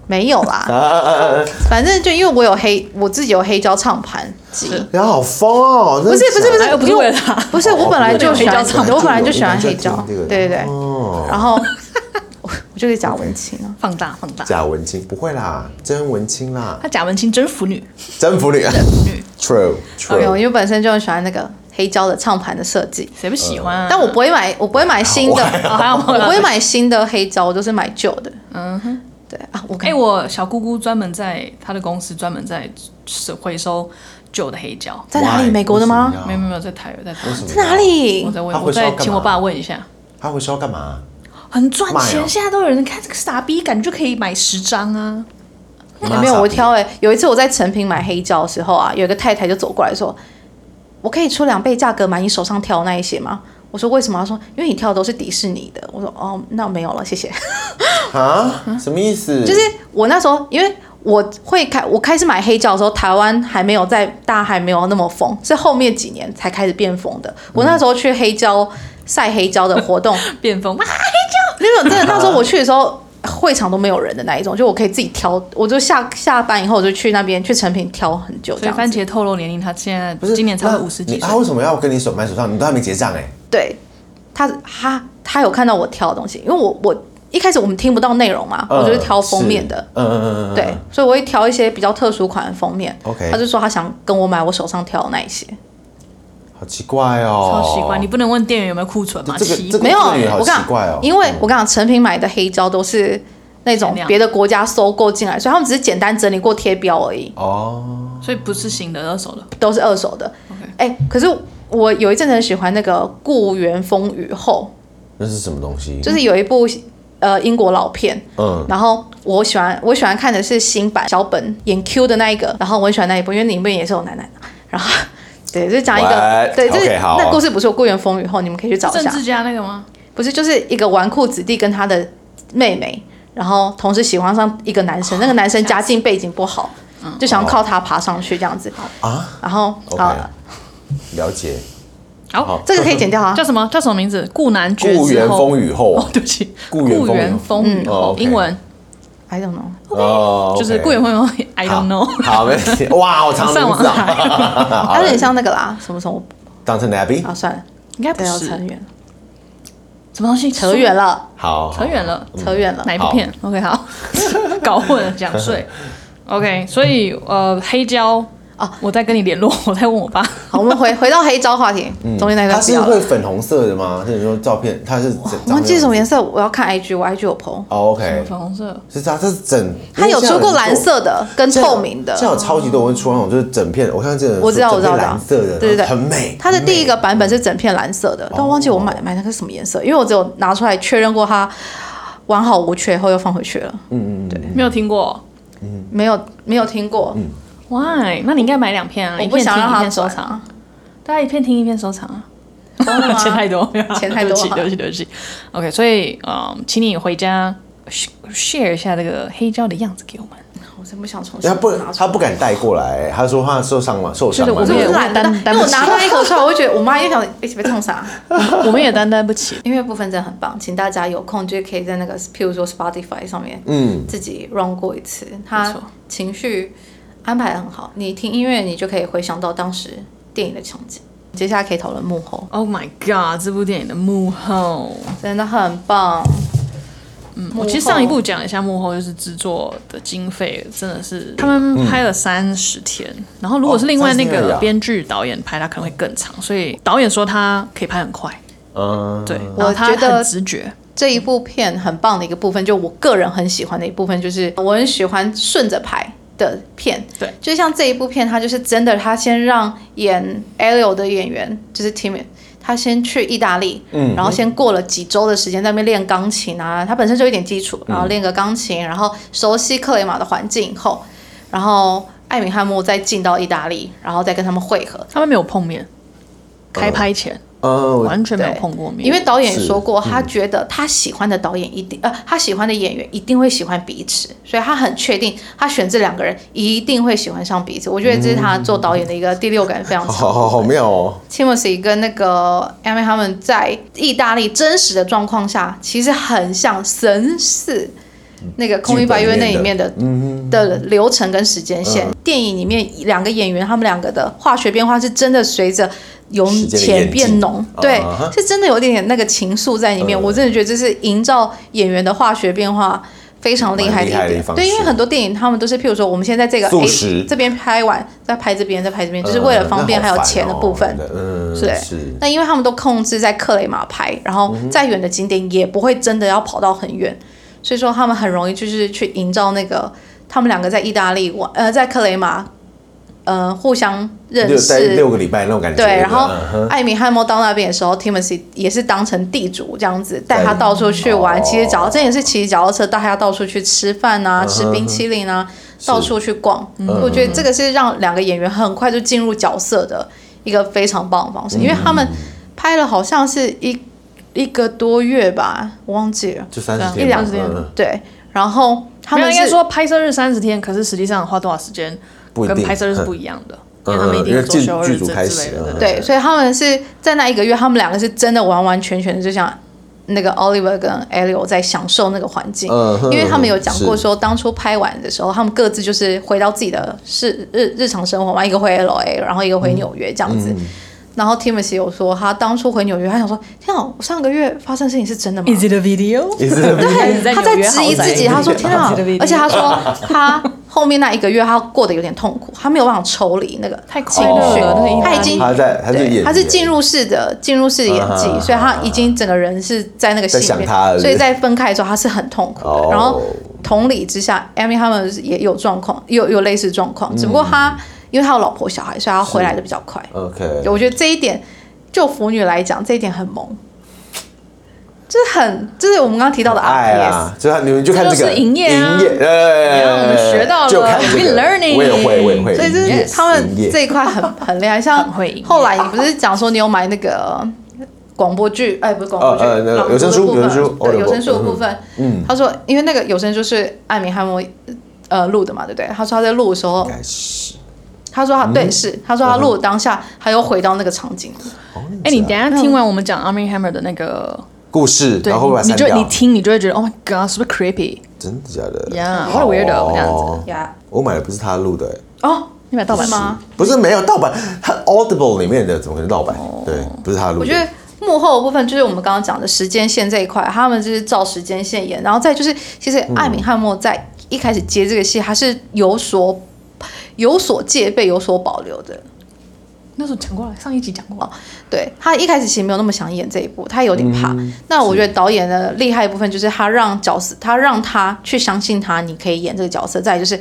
[SPEAKER 4] 没有啦，
[SPEAKER 3] 啊啊啊啊！啊
[SPEAKER 4] 反正就因为我有黑，我自己有黑胶唱盘机，
[SPEAKER 3] 你好疯哦！不
[SPEAKER 4] 不是不是不
[SPEAKER 2] 哎
[SPEAKER 4] 是，
[SPEAKER 2] 不是
[SPEAKER 4] 因
[SPEAKER 2] 为了它
[SPEAKER 4] 不是我本来就喜欢
[SPEAKER 2] 黑胶唱，
[SPEAKER 4] 我本来就喜欢黑胶，对对对，
[SPEAKER 3] 哦，
[SPEAKER 4] 然后 我我就是贾文清啊，
[SPEAKER 2] 放大放大。
[SPEAKER 3] 假文青不会啦，真文青啦，
[SPEAKER 2] 他贾文清真腐女，
[SPEAKER 3] 真腐 女。True
[SPEAKER 4] 没有，
[SPEAKER 3] True，
[SPEAKER 4] 因为本身就很喜欢那个黑胶的唱盘的设计，
[SPEAKER 2] 谁不喜欢
[SPEAKER 3] 呃
[SPEAKER 2] 啊？
[SPEAKER 4] 但我不会买，我不会买新的，
[SPEAKER 2] 哦还有我
[SPEAKER 4] 我不会买新的黑胶，我都是买旧的。嗯哼，对啊，我
[SPEAKER 2] 哎、
[SPEAKER 4] 看
[SPEAKER 2] 我小姑姑专门在她的公司专门在是回收旧的黑胶，
[SPEAKER 4] 在哪里？美国的吗？
[SPEAKER 3] 哦
[SPEAKER 2] 没有没有没有在台在台湾，
[SPEAKER 3] 在
[SPEAKER 4] 在哪？里
[SPEAKER 2] 我？在问
[SPEAKER 3] 她
[SPEAKER 2] 我
[SPEAKER 3] 回收
[SPEAKER 2] 在
[SPEAKER 3] 要干嘛
[SPEAKER 2] 请我爸问一下，
[SPEAKER 3] 他回收要干嘛？
[SPEAKER 2] 很赚
[SPEAKER 3] 卖
[SPEAKER 2] 钱，
[SPEAKER 3] 哦
[SPEAKER 2] 现在都有人看这个傻逼，感觉就可以买十张啊，
[SPEAKER 4] 欸没有，我挑哎、有一次我在成品买黑胶的时候啊，有一个太太就走过来说：“我可以出两倍价格买你手上跳的那一些吗？”我说：“为什么？”他说：“因为你跳的都是迪士尼的。”我说：“哦，那没有了，谢 谢。”
[SPEAKER 3] 啊？什么意思？
[SPEAKER 4] 嗯就是我那时候，因为我会开，我开始买黑胶的时候，台湾还没有在，大家还没有那么疯，是后面几年才开始变疯的。我那时候去黑胶晒黑胶的活动，
[SPEAKER 2] 变疯，
[SPEAKER 3] 啊
[SPEAKER 4] 那种真的，那时候我去的时候，会场都没有人的那一种，就我可以自己挑，我就下下班以后我就去那边去成品挑很久这
[SPEAKER 2] 所以
[SPEAKER 4] 样
[SPEAKER 2] 番
[SPEAKER 4] 子。
[SPEAKER 2] 茄透露年龄，他现在
[SPEAKER 3] 不是
[SPEAKER 2] 今年才
[SPEAKER 3] 那
[SPEAKER 2] 五十几
[SPEAKER 3] 你
[SPEAKER 2] 岁
[SPEAKER 3] 啊？。为什么要跟你手买手上？你都还没结账哎。
[SPEAKER 4] 对，他他他有看到我挑的东西，因为我我一开始我们听不到内容嘛，哦我就是挑封面的。
[SPEAKER 3] 嗯是嗯嗯嗯嗯。
[SPEAKER 4] 对，所以我会挑一些比较特殊款的封面。
[SPEAKER 3] OK 哦
[SPEAKER 4] 他就说他想跟我买我手上挑的那一些，
[SPEAKER 3] 好奇怪哦。
[SPEAKER 2] 超奇怪，你不能问店员有没有库存吗？
[SPEAKER 3] 这个
[SPEAKER 2] 奇
[SPEAKER 3] 这个
[SPEAKER 4] 没有，
[SPEAKER 3] 这个也好
[SPEAKER 4] 我跟你
[SPEAKER 3] 奇怪哦
[SPEAKER 4] 讲，因为我跟你讲，成品买的黑胶都是那种
[SPEAKER 2] 限量
[SPEAKER 4] 别的国家收购进来，所以他们只是简单整理过贴标而已，
[SPEAKER 3] 哦，
[SPEAKER 2] 所以不是新的二手的，
[SPEAKER 4] 都是二手的。哎、可是我有一阵子很喜欢那个《故园风雨后
[SPEAKER 3] 那是什么东西》，？
[SPEAKER 4] 就是有一部呃英国老片，
[SPEAKER 3] 嗯，
[SPEAKER 4] 然后我喜欢我喜欢看的是新版小本演 Q 的那一个，然后我很喜欢那一部，因为里面也是有奶奶的。然后 对，就是讲一个
[SPEAKER 3] What？
[SPEAKER 4] 对，就是
[SPEAKER 3] OK，好
[SPEAKER 4] 那故事不是《故园风雨后》，你们可以去找一
[SPEAKER 2] 政
[SPEAKER 4] 下。
[SPEAKER 2] 治家那个吗？
[SPEAKER 4] 不是，就是一个纨绔子弟跟他的妹妹，然后同时喜欢上一个男生，那个男生家境背景不好，就想要靠他爬上去这样子。
[SPEAKER 3] 啊
[SPEAKER 4] 然后
[SPEAKER 3] ，OK，
[SPEAKER 4] 好，
[SPEAKER 3] 了解。
[SPEAKER 2] 好
[SPEAKER 3] 好，
[SPEAKER 4] 这个可以剪掉啊
[SPEAKER 2] 哦叫。什么？叫什么名字？顾南爵
[SPEAKER 3] 故
[SPEAKER 2] 之
[SPEAKER 3] 园
[SPEAKER 2] 后。
[SPEAKER 3] 风雨后
[SPEAKER 2] 哦，对不起，
[SPEAKER 3] 故园风雨
[SPEAKER 2] 故园风雨
[SPEAKER 3] 嗯哦
[SPEAKER 2] 后，
[SPEAKER 3] ，OK
[SPEAKER 2] 英文
[SPEAKER 4] I don't know。
[SPEAKER 3] 哦
[SPEAKER 2] 就是
[SPEAKER 3] ，OK
[SPEAKER 2] 故园风雨后，I
[SPEAKER 3] 好
[SPEAKER 2] don't know。
[SPEAKER 3] 好，没问题。哇，好长的
[SPEAKER 2] 上
[SPEAKER 3] 名
[SPEAKER 2] 网
[SPEAKER 3] 字啊。
[SPEAKER 2] 查，
[SPEAKER 4] 它
[SPEAKER 2] 哦
[SPEAKER 4] 有点像那个啦，什么什么
[SPEAKER 3] Downton Abbey，
[SPEAKER 4] 啊，算了，
[SPEAKER 2] 应该不
[SPEAKER 4] 对，要
[SPEAKER 2] 是
[SPEAKER 4] 扯远了，
[SPEAKER 2] 什么东西，
[SPEAKER 4] 扯远了，
[SPEAKER 3] 好，
[SPEAKER 2] 扯远了，
[SPEAKER 3] 嗯
[SPEAKER 4] 扯远了。
[SPEAKER 2] 哪一部片？OK，好， 搞混了，想睡。OK，所以呃，黑胶
[SPEAKER 4] 啊，
[SPEAKER 2] 我在跟你联络， 我在问我爸。
[SPEAKER 4] 好，我们回回到黑胶话题，中间那
[SPEAKER 3] 它
[SPEAKER 4] 段不
[SPEAKER 3] 是
[SPEAKER 4] 要
[SPEAKER 3] 会
[SPEAKER 4] 了。
[SPEAKER 3] 粉红色的吗？是你说照片，它是整
[SPEAKER 4] 我忘记什么颜
[SPEAKER 3] 色
[SPEAKER 4] 色，我要看 IG，我 IG 有 PO，
[SPEAKER 3] 哦
[SPEAKER 2] 粉
[SPEAKER 3] ？OK，
[SPEAKER 2] 红色，
[SPEAKER 3] 是它，它是整，
[SPEAKER 4] 它有出过蓝色
[SPEAKER 3] 的。
[SPEAKER 4] 的跟透明的
[SPEAKER 3] 现。在有超级多人会出那种就是整片，我看这个
[SPEAKER 4] 我知道我知道
[SPEAKER 3] 蓝色的，
[SPEAKER 4] 对对对
[SPEAKER 3] 很美。哦
[SPEAKER 4] 它的第一个版本是整片蓝色的，但我忘记我买买那个什么颜色，因为我只有拿出来确认过它完好无缺以后又放回去了，
[SPEAKER 2] 没有听过。
[SPEAKER 4] 没有没有听过，
[SPEAKER 3] 嗯
[SPEAKER 2] Why？那你应该买两片啊，
[SPEAKER 4] 我
[SPEAKER 2] 一
[SPEAKER 4] 不
[SPEAKER 2] 片
[SPEAKER 4] 想
[SPEAKER 2] 听
[SPEAKER 4] 让
[SPEAKER 2] 一
[SPEAKER 4] 它
[SPEAKER 2] 片收
[SPEAKER 4] 转
[SPEAKER 2] 藏，
[SPEAKER 4] 啊。
[SPEAKER 2] 大家一片听一片收藏啊。
[SPEAKER 4] 真的吗
[SPEAKER 2] 钱太多，没有啊
[SPEAKER 4] 钱太多
[SPEAKER 2] 对不起，对不起，对不起。OK，所以嗯，请你回家 sh- share 一下这个黑胶的样子给我们。
[SPEAKER 4] 我真不想重新
[SPEAKER 3] 他不
[SPEAKER 4] 拿出来，
[SPEAKER 3] 他不敢带过来，他说怕受伤嘛，受伤
[SPEAKER 2] 是的我
[SPEAKER 3] 嘛
[SPEAKER 4] 我
[SPEAKER 2] 们也
[SPEAKER 4] 是懒得
[SPEAKER 2] 担
[SPEAKER 4] 拿，
[SPEAKER 2] 担
[SPEAKER 4] 因为
[SPEAKER 2] 不
[SPEAKER 4] 我
[SPEAKER 2] 起
[SPEAKER 4] 拿那一口出来，我会 觉得我妈又想一起被冲 傻。
[SPEAKER 2] 我们也担待不起。
[SPEAKER 4] 音乐部分真的很棒，请大家有空就可以在那个，譬如说 Spotify 上面，
[SPEAKER 3] 嗯，
[SPEAKER 4] 自己 run 过一次，他
[SPEAKER 2] 错
[SPEAKER 4] 情绪安排的很好，你听音乐你就可以回想到当时电影的场景。接下来可以讨论幕后。
[SPEAKER 2] Oh my god！这部电影的幕后，
[SPEAKER 4] 真的很棒。嗯，
[SPEAKER 2] 哦我其实上一部讲一下幕后，就是制作的经费真的是他们拍了三十天，然后如果是另外那
[SPEAKER 3] 嗯哦30天而已
[SPEAKER 2] 个
[SPEAKER 3] 啊
[SPEAKER 2] 编剧导演拍，他可能会更长，所以导演说他可以拍很快，
[SPEAKER 3] 嗯，
[SPEAKER 2] 对，
[SPEAKER 4] 我
[SPEAKER 2] 然后他
[SPEAKER 4] 觉得
[SPEAKER 2] 很直觉，
[SPEAKER 4] 这一部片很棒的一个部分，就我个人很喜欢的一部分，就是我很喜欢顺着拍的片。
[SPEAKER 2] 对，
[SPEAKER 4] 就像这一部片，它就是真的，他先让演 Elio 的演员就是 Timmy。他先去意大利，嗯，然后先过了几周的时间在那边练钢琴啊，他本身就有一点基础，然后练个钢琴，然后熟悉克雷马的环境以后，然后艾米汉默再进到意大利，然后再跟他们会合，
[SPEAKER 2] 他们没有碰面，开拍前
[SPEAKER 3] 嗯，我
[SPEAKER 2] 完全没有
[SPEAKER 4] 对
[SPEAKER 2] 碰过面，
[SPEAKER 4] 因为导演也
[SPEAKER 3] 是
[SPEAKER 4] 说过，他觉得他喜欢的导演一定、呃，他喜欢的演员一定会喜欢彼此，所以他很确定他选这两个人一定会喜欢上彼此。我觉得这是他做导演的一个第六感非常
[SPEAKER 3] 啊好
[SPEAKER 4] 强。
[SPEAKER 3] 好好好妙哦，
[SPEAKER 4] Timothy 跟那个 Amy 他们在意大利真实的状况下，其实很像神似那
[SPEAKER 3] 嗯
[SPEAKER 4] 个《空余白月》那里面的的流程跟时间
[SPEAKER 3] 嗯
[SPEAKER 4] 线。电影里面两个演员他们两个的化学变化是真的随着由
[SPEAKER 3] 时间的演
[SPEAKER 4] 浅
[SPEAKER 3] 进
[SPEAKER 4] 变浓，
[SPEAKER 3] 啊
[SPEAKER 4] 对
[SPEAKER 3] 哈，嗯
[SPEAKER 4] 是真的有一点点那个情愫在里面。我真的觉得这是营造演员的化学变化。非常厉害的一
[SPEAKER 3] 蛮厉害的一
[SPEAKER 4] 点，
[SPEAKER 3] 方
[SPEAKER 4] 对，因为
[SPEAKER 3] 式
[SPEAKER 4] 很多电影他们都是，譬如说我们现在这个
[SPEAKER 3] 素食
[SPEAKER 4] A 这边拍完，再拍这边，再拍这边，就是为了方便还有钱的部分。
[SPEAKER 3] 哦嗯，
[SPEAKER 4] 对
[SPEAKER 3] 是，嗯
[SPEAKER 4] 那因为他们都控制在克雷马拍，然后再远的景点也不会真的要跑到很远，所以说他们很容易就是去营造那个他们两个在意大利玩，呃，在克雷马，呃，互相认
[SPEAKER 3] 六待
[SPEAKER 4] 识
[SPEAKER 3] 六。个礼拜那种感觉，
[SPEAKER 4] 对，然后
[SPEAKER 3] 嗯哼
[SPEAKER 4] 艾米汉默到那边的时候，Timothy 也是当成地主这样子，带他到处去玩，
[SPEAKER 3] 哦
[SPEAKER 4] 骑着脚，这也是骑脚踏车带他到处去吃饭
[SPEAKER 3] 嗯
[SPEAKER 4] 啊，吃冰淇淋啊，到处去逛。我觉得这个是让两个演员很快就进入角色的一个非常棒的
[SPEAKER 3] 嗯
[SPEAKER 4] 方式，因为他们拍了好像是一一个多月吧，我忘记了，
[SPEAKER 3] 就三十
[SPEAKER 4] 啊一
[SPEAKER 3] 天吧，
[SPEAKER 4] 两
[SPEAKER 2] 十天
[SPEAKER 3] 嗯
[SPEAKER 4] 对，然后他
[SPEAKER 2] 他们
[SPEAKER 4] 们
[SPEAKER 2] 应该
[SPEAKER 4] 是
[SPEAKER 2] 说拍摄日三十天，可是实际上花多少时间
[SPEAKER 3] 不一
[SPEAKER 2] 跟
[SPEAKER 3] 定
[SPEAKER 2] 拍摄日是
[SPEAKER 3] 嗯
[SPEAKER 2] 不一样的，因
[SPEAKER 3] 嗯
[SPEAKER 2] 为他们一定要
[SPEAKER 3] 因为
[SPEAKER 2] 做
[SPEAKER 3] 剧
[SPEAKER 2] 休日
[SPEAKER 3] 剧组
[SPEAKER 2] 之
[SPEAKER 3] 开
[SPEAKER 2] 之类
[SPEAKER 3] 始
[SPEAKER 2] 的。
[SPEAKER 3] 嗯
[SPEAKER 2] 对
[SPEAKER 4] 对，所以他们是在那一个月，他们两个是真的完完全全的，就像那个 Oliver 跟 Elio 在享受那个环境，
[SPEAKER 3] 嗯哼
[SPEAKER 4] 因为他们有讲过
[SPEAKER 3] 是
[SPEAKER 4] 说，当初拍完的时候，他们各自就是回到自己的是日日常生活嘛，一个回 LA，然后一个
[SPEAKER 3] 嗯
[SPEAKER 4] 回纽约这样子。然后 Timothy 有说，他当初回纽约，他想说，天啊，我上个月发生的事情是真的吗？
[SPEAKER 2] it a video？
[SPEAKER 3] 也是
[SPEAKER 4] 对，他在质疑自己，他说：“天啊！”而且他说他后面那一个月他过得有点痛苦，他没有办法抽离那个
[SPEAKER 2] 太
[SPEAKER 4] 情
[SPEAKER 2] 快乐
[SPEAKER 4] 绪
[SPEAKER 2] 了那个意大利
[SPEAKER 4] 他已经
[SPEAKER 3] 他在他是
[SPEAKER 4] 对
[SPEAKER 3] 演
[SPEAKER 4] 他是进入式的进入式的演技
[SPEAKER 3] 啊，
[SPEAKER 4] 所以他已经整个人是在那个戏
[SPEAKER 3] 在
[SPEAKER 4] 里
[SPEAKER 3] 想
[SPEAKER 4] 面
[SPEAKER 3] 他了，
[SPEAKER 4] 所以在分开的时候他是很痛苦
[SPEAKER 3] 哦
[SPEAKER 4] 的。然后同理之下，Amy 他们也有状况，有有类似状
[SPEAKER 3] 嗯
[SPEAKER 4] 况，只不过他因为他有老婆小孩，所以他回来的比较快。
[SPEAKER 3] OK，
[SPEAKER 4] 对我觉得这一点，就腐女来讲，这一点很萌，就是很，就是我们刚刚提到的 R
[SPEAKER 3] 爱
[SPEAKER 4] P S，、
[SPEAKER 3] 啊，就看你们就看这
[SPEAKER 2] 这就
[SPEAKER 3] 个
[SPEAKER 2] 是营业啊
[SPEAKER 3] 营业，哎，
[SPEAKER 2] 我们学到了
[SPEAKER 3] 就看这
[SPEAKER 2] we
[SPEAKER 3] 个，
[SPEAKER 2] learning
[SPEAKER 3] 我也会，我也会，
[SPEAKER 4] 所以就
[SPEAKER 3] 营业
[SPEAKER 4] 是他
[SPEAKER 3] 营
[SPEAKER 4] 们
[SPEAKER 3] 业
[SPEAKER 4] 这一块很很厉害。像
[SPEAKER 2] 很会赢
[SPEAKER 4] 后来你不是讲说你有买那个广播剧，哎，不是广播剧，
[SPEAKER 3] 哦呃那个
[SPEAKER 4] 朗读的
[SPEAKER 3] 有声书
[SPEAKER 4] 部分
[SPEAKER 3] 有声书哦有
[SPEAKER 4] 对有声书的部分，
[SPEAKER 3] 嗯，
[SPEAKER 4] 他说因为那个有声书是艾米汉默呃录的嘛，对不对？他说他在录的时候
[SPEAKER 3] 应，该是
[SPEAKER 4] 他说他
[SPEAKER 3] 嗯
[SPEAKER 4] 对是，他说他录的当下，他又回到那个场景，
[SPEAKER 2] 哎，你等一下听完我们讲 Army Hammer 的那个，
[SPEAKER 3] 故事，
[SPEAKER 2] 对
[SPEAKER 3] 然后会把它
[SPEAKER 2] 你
[SPEAKER 3] 删
[SPEAKER 2] 就
[SPEAKER 3] 掉
[SPEAKER 2] 你，听你就会觉得 Oh my God，是不是 creepy？
[SPEAKER 3] 真的假的
[SPEAKER 2] Yeah，
[SPEAKER 3] 好
[SPEAKER 2] what a weirdo，这样子
[SPEAKER 4] 呀，
[SPEAKER 3] 我买的不是他录的，哎
[SPEAKER 4] 哦，
[SPEAKER 2] 你买盗版
[SPEAKER 4] 是吗？
[SPEAKER 3] 不是没有盗版，他 Audible 里面的怎么可能盗版？对，不是他录的。
[SPEAKER 4] 我觉得幕后的部分就是我们刚刚讲的时间线这一块，他们就是照时间线演，然后再就是其实艾米汉默在一开始接这个戏，他是有所有所戒备、有所保留的。
[SPEAKER 2] 那时候讲过了，上一集讲过了。
[SPEAKER 4] 对他一开始其实没有那么想演这一部，他有点怕。那我觉得导演的厉害的部分就是他让角色，他让他去相信他，你可以演这个角色。再来就是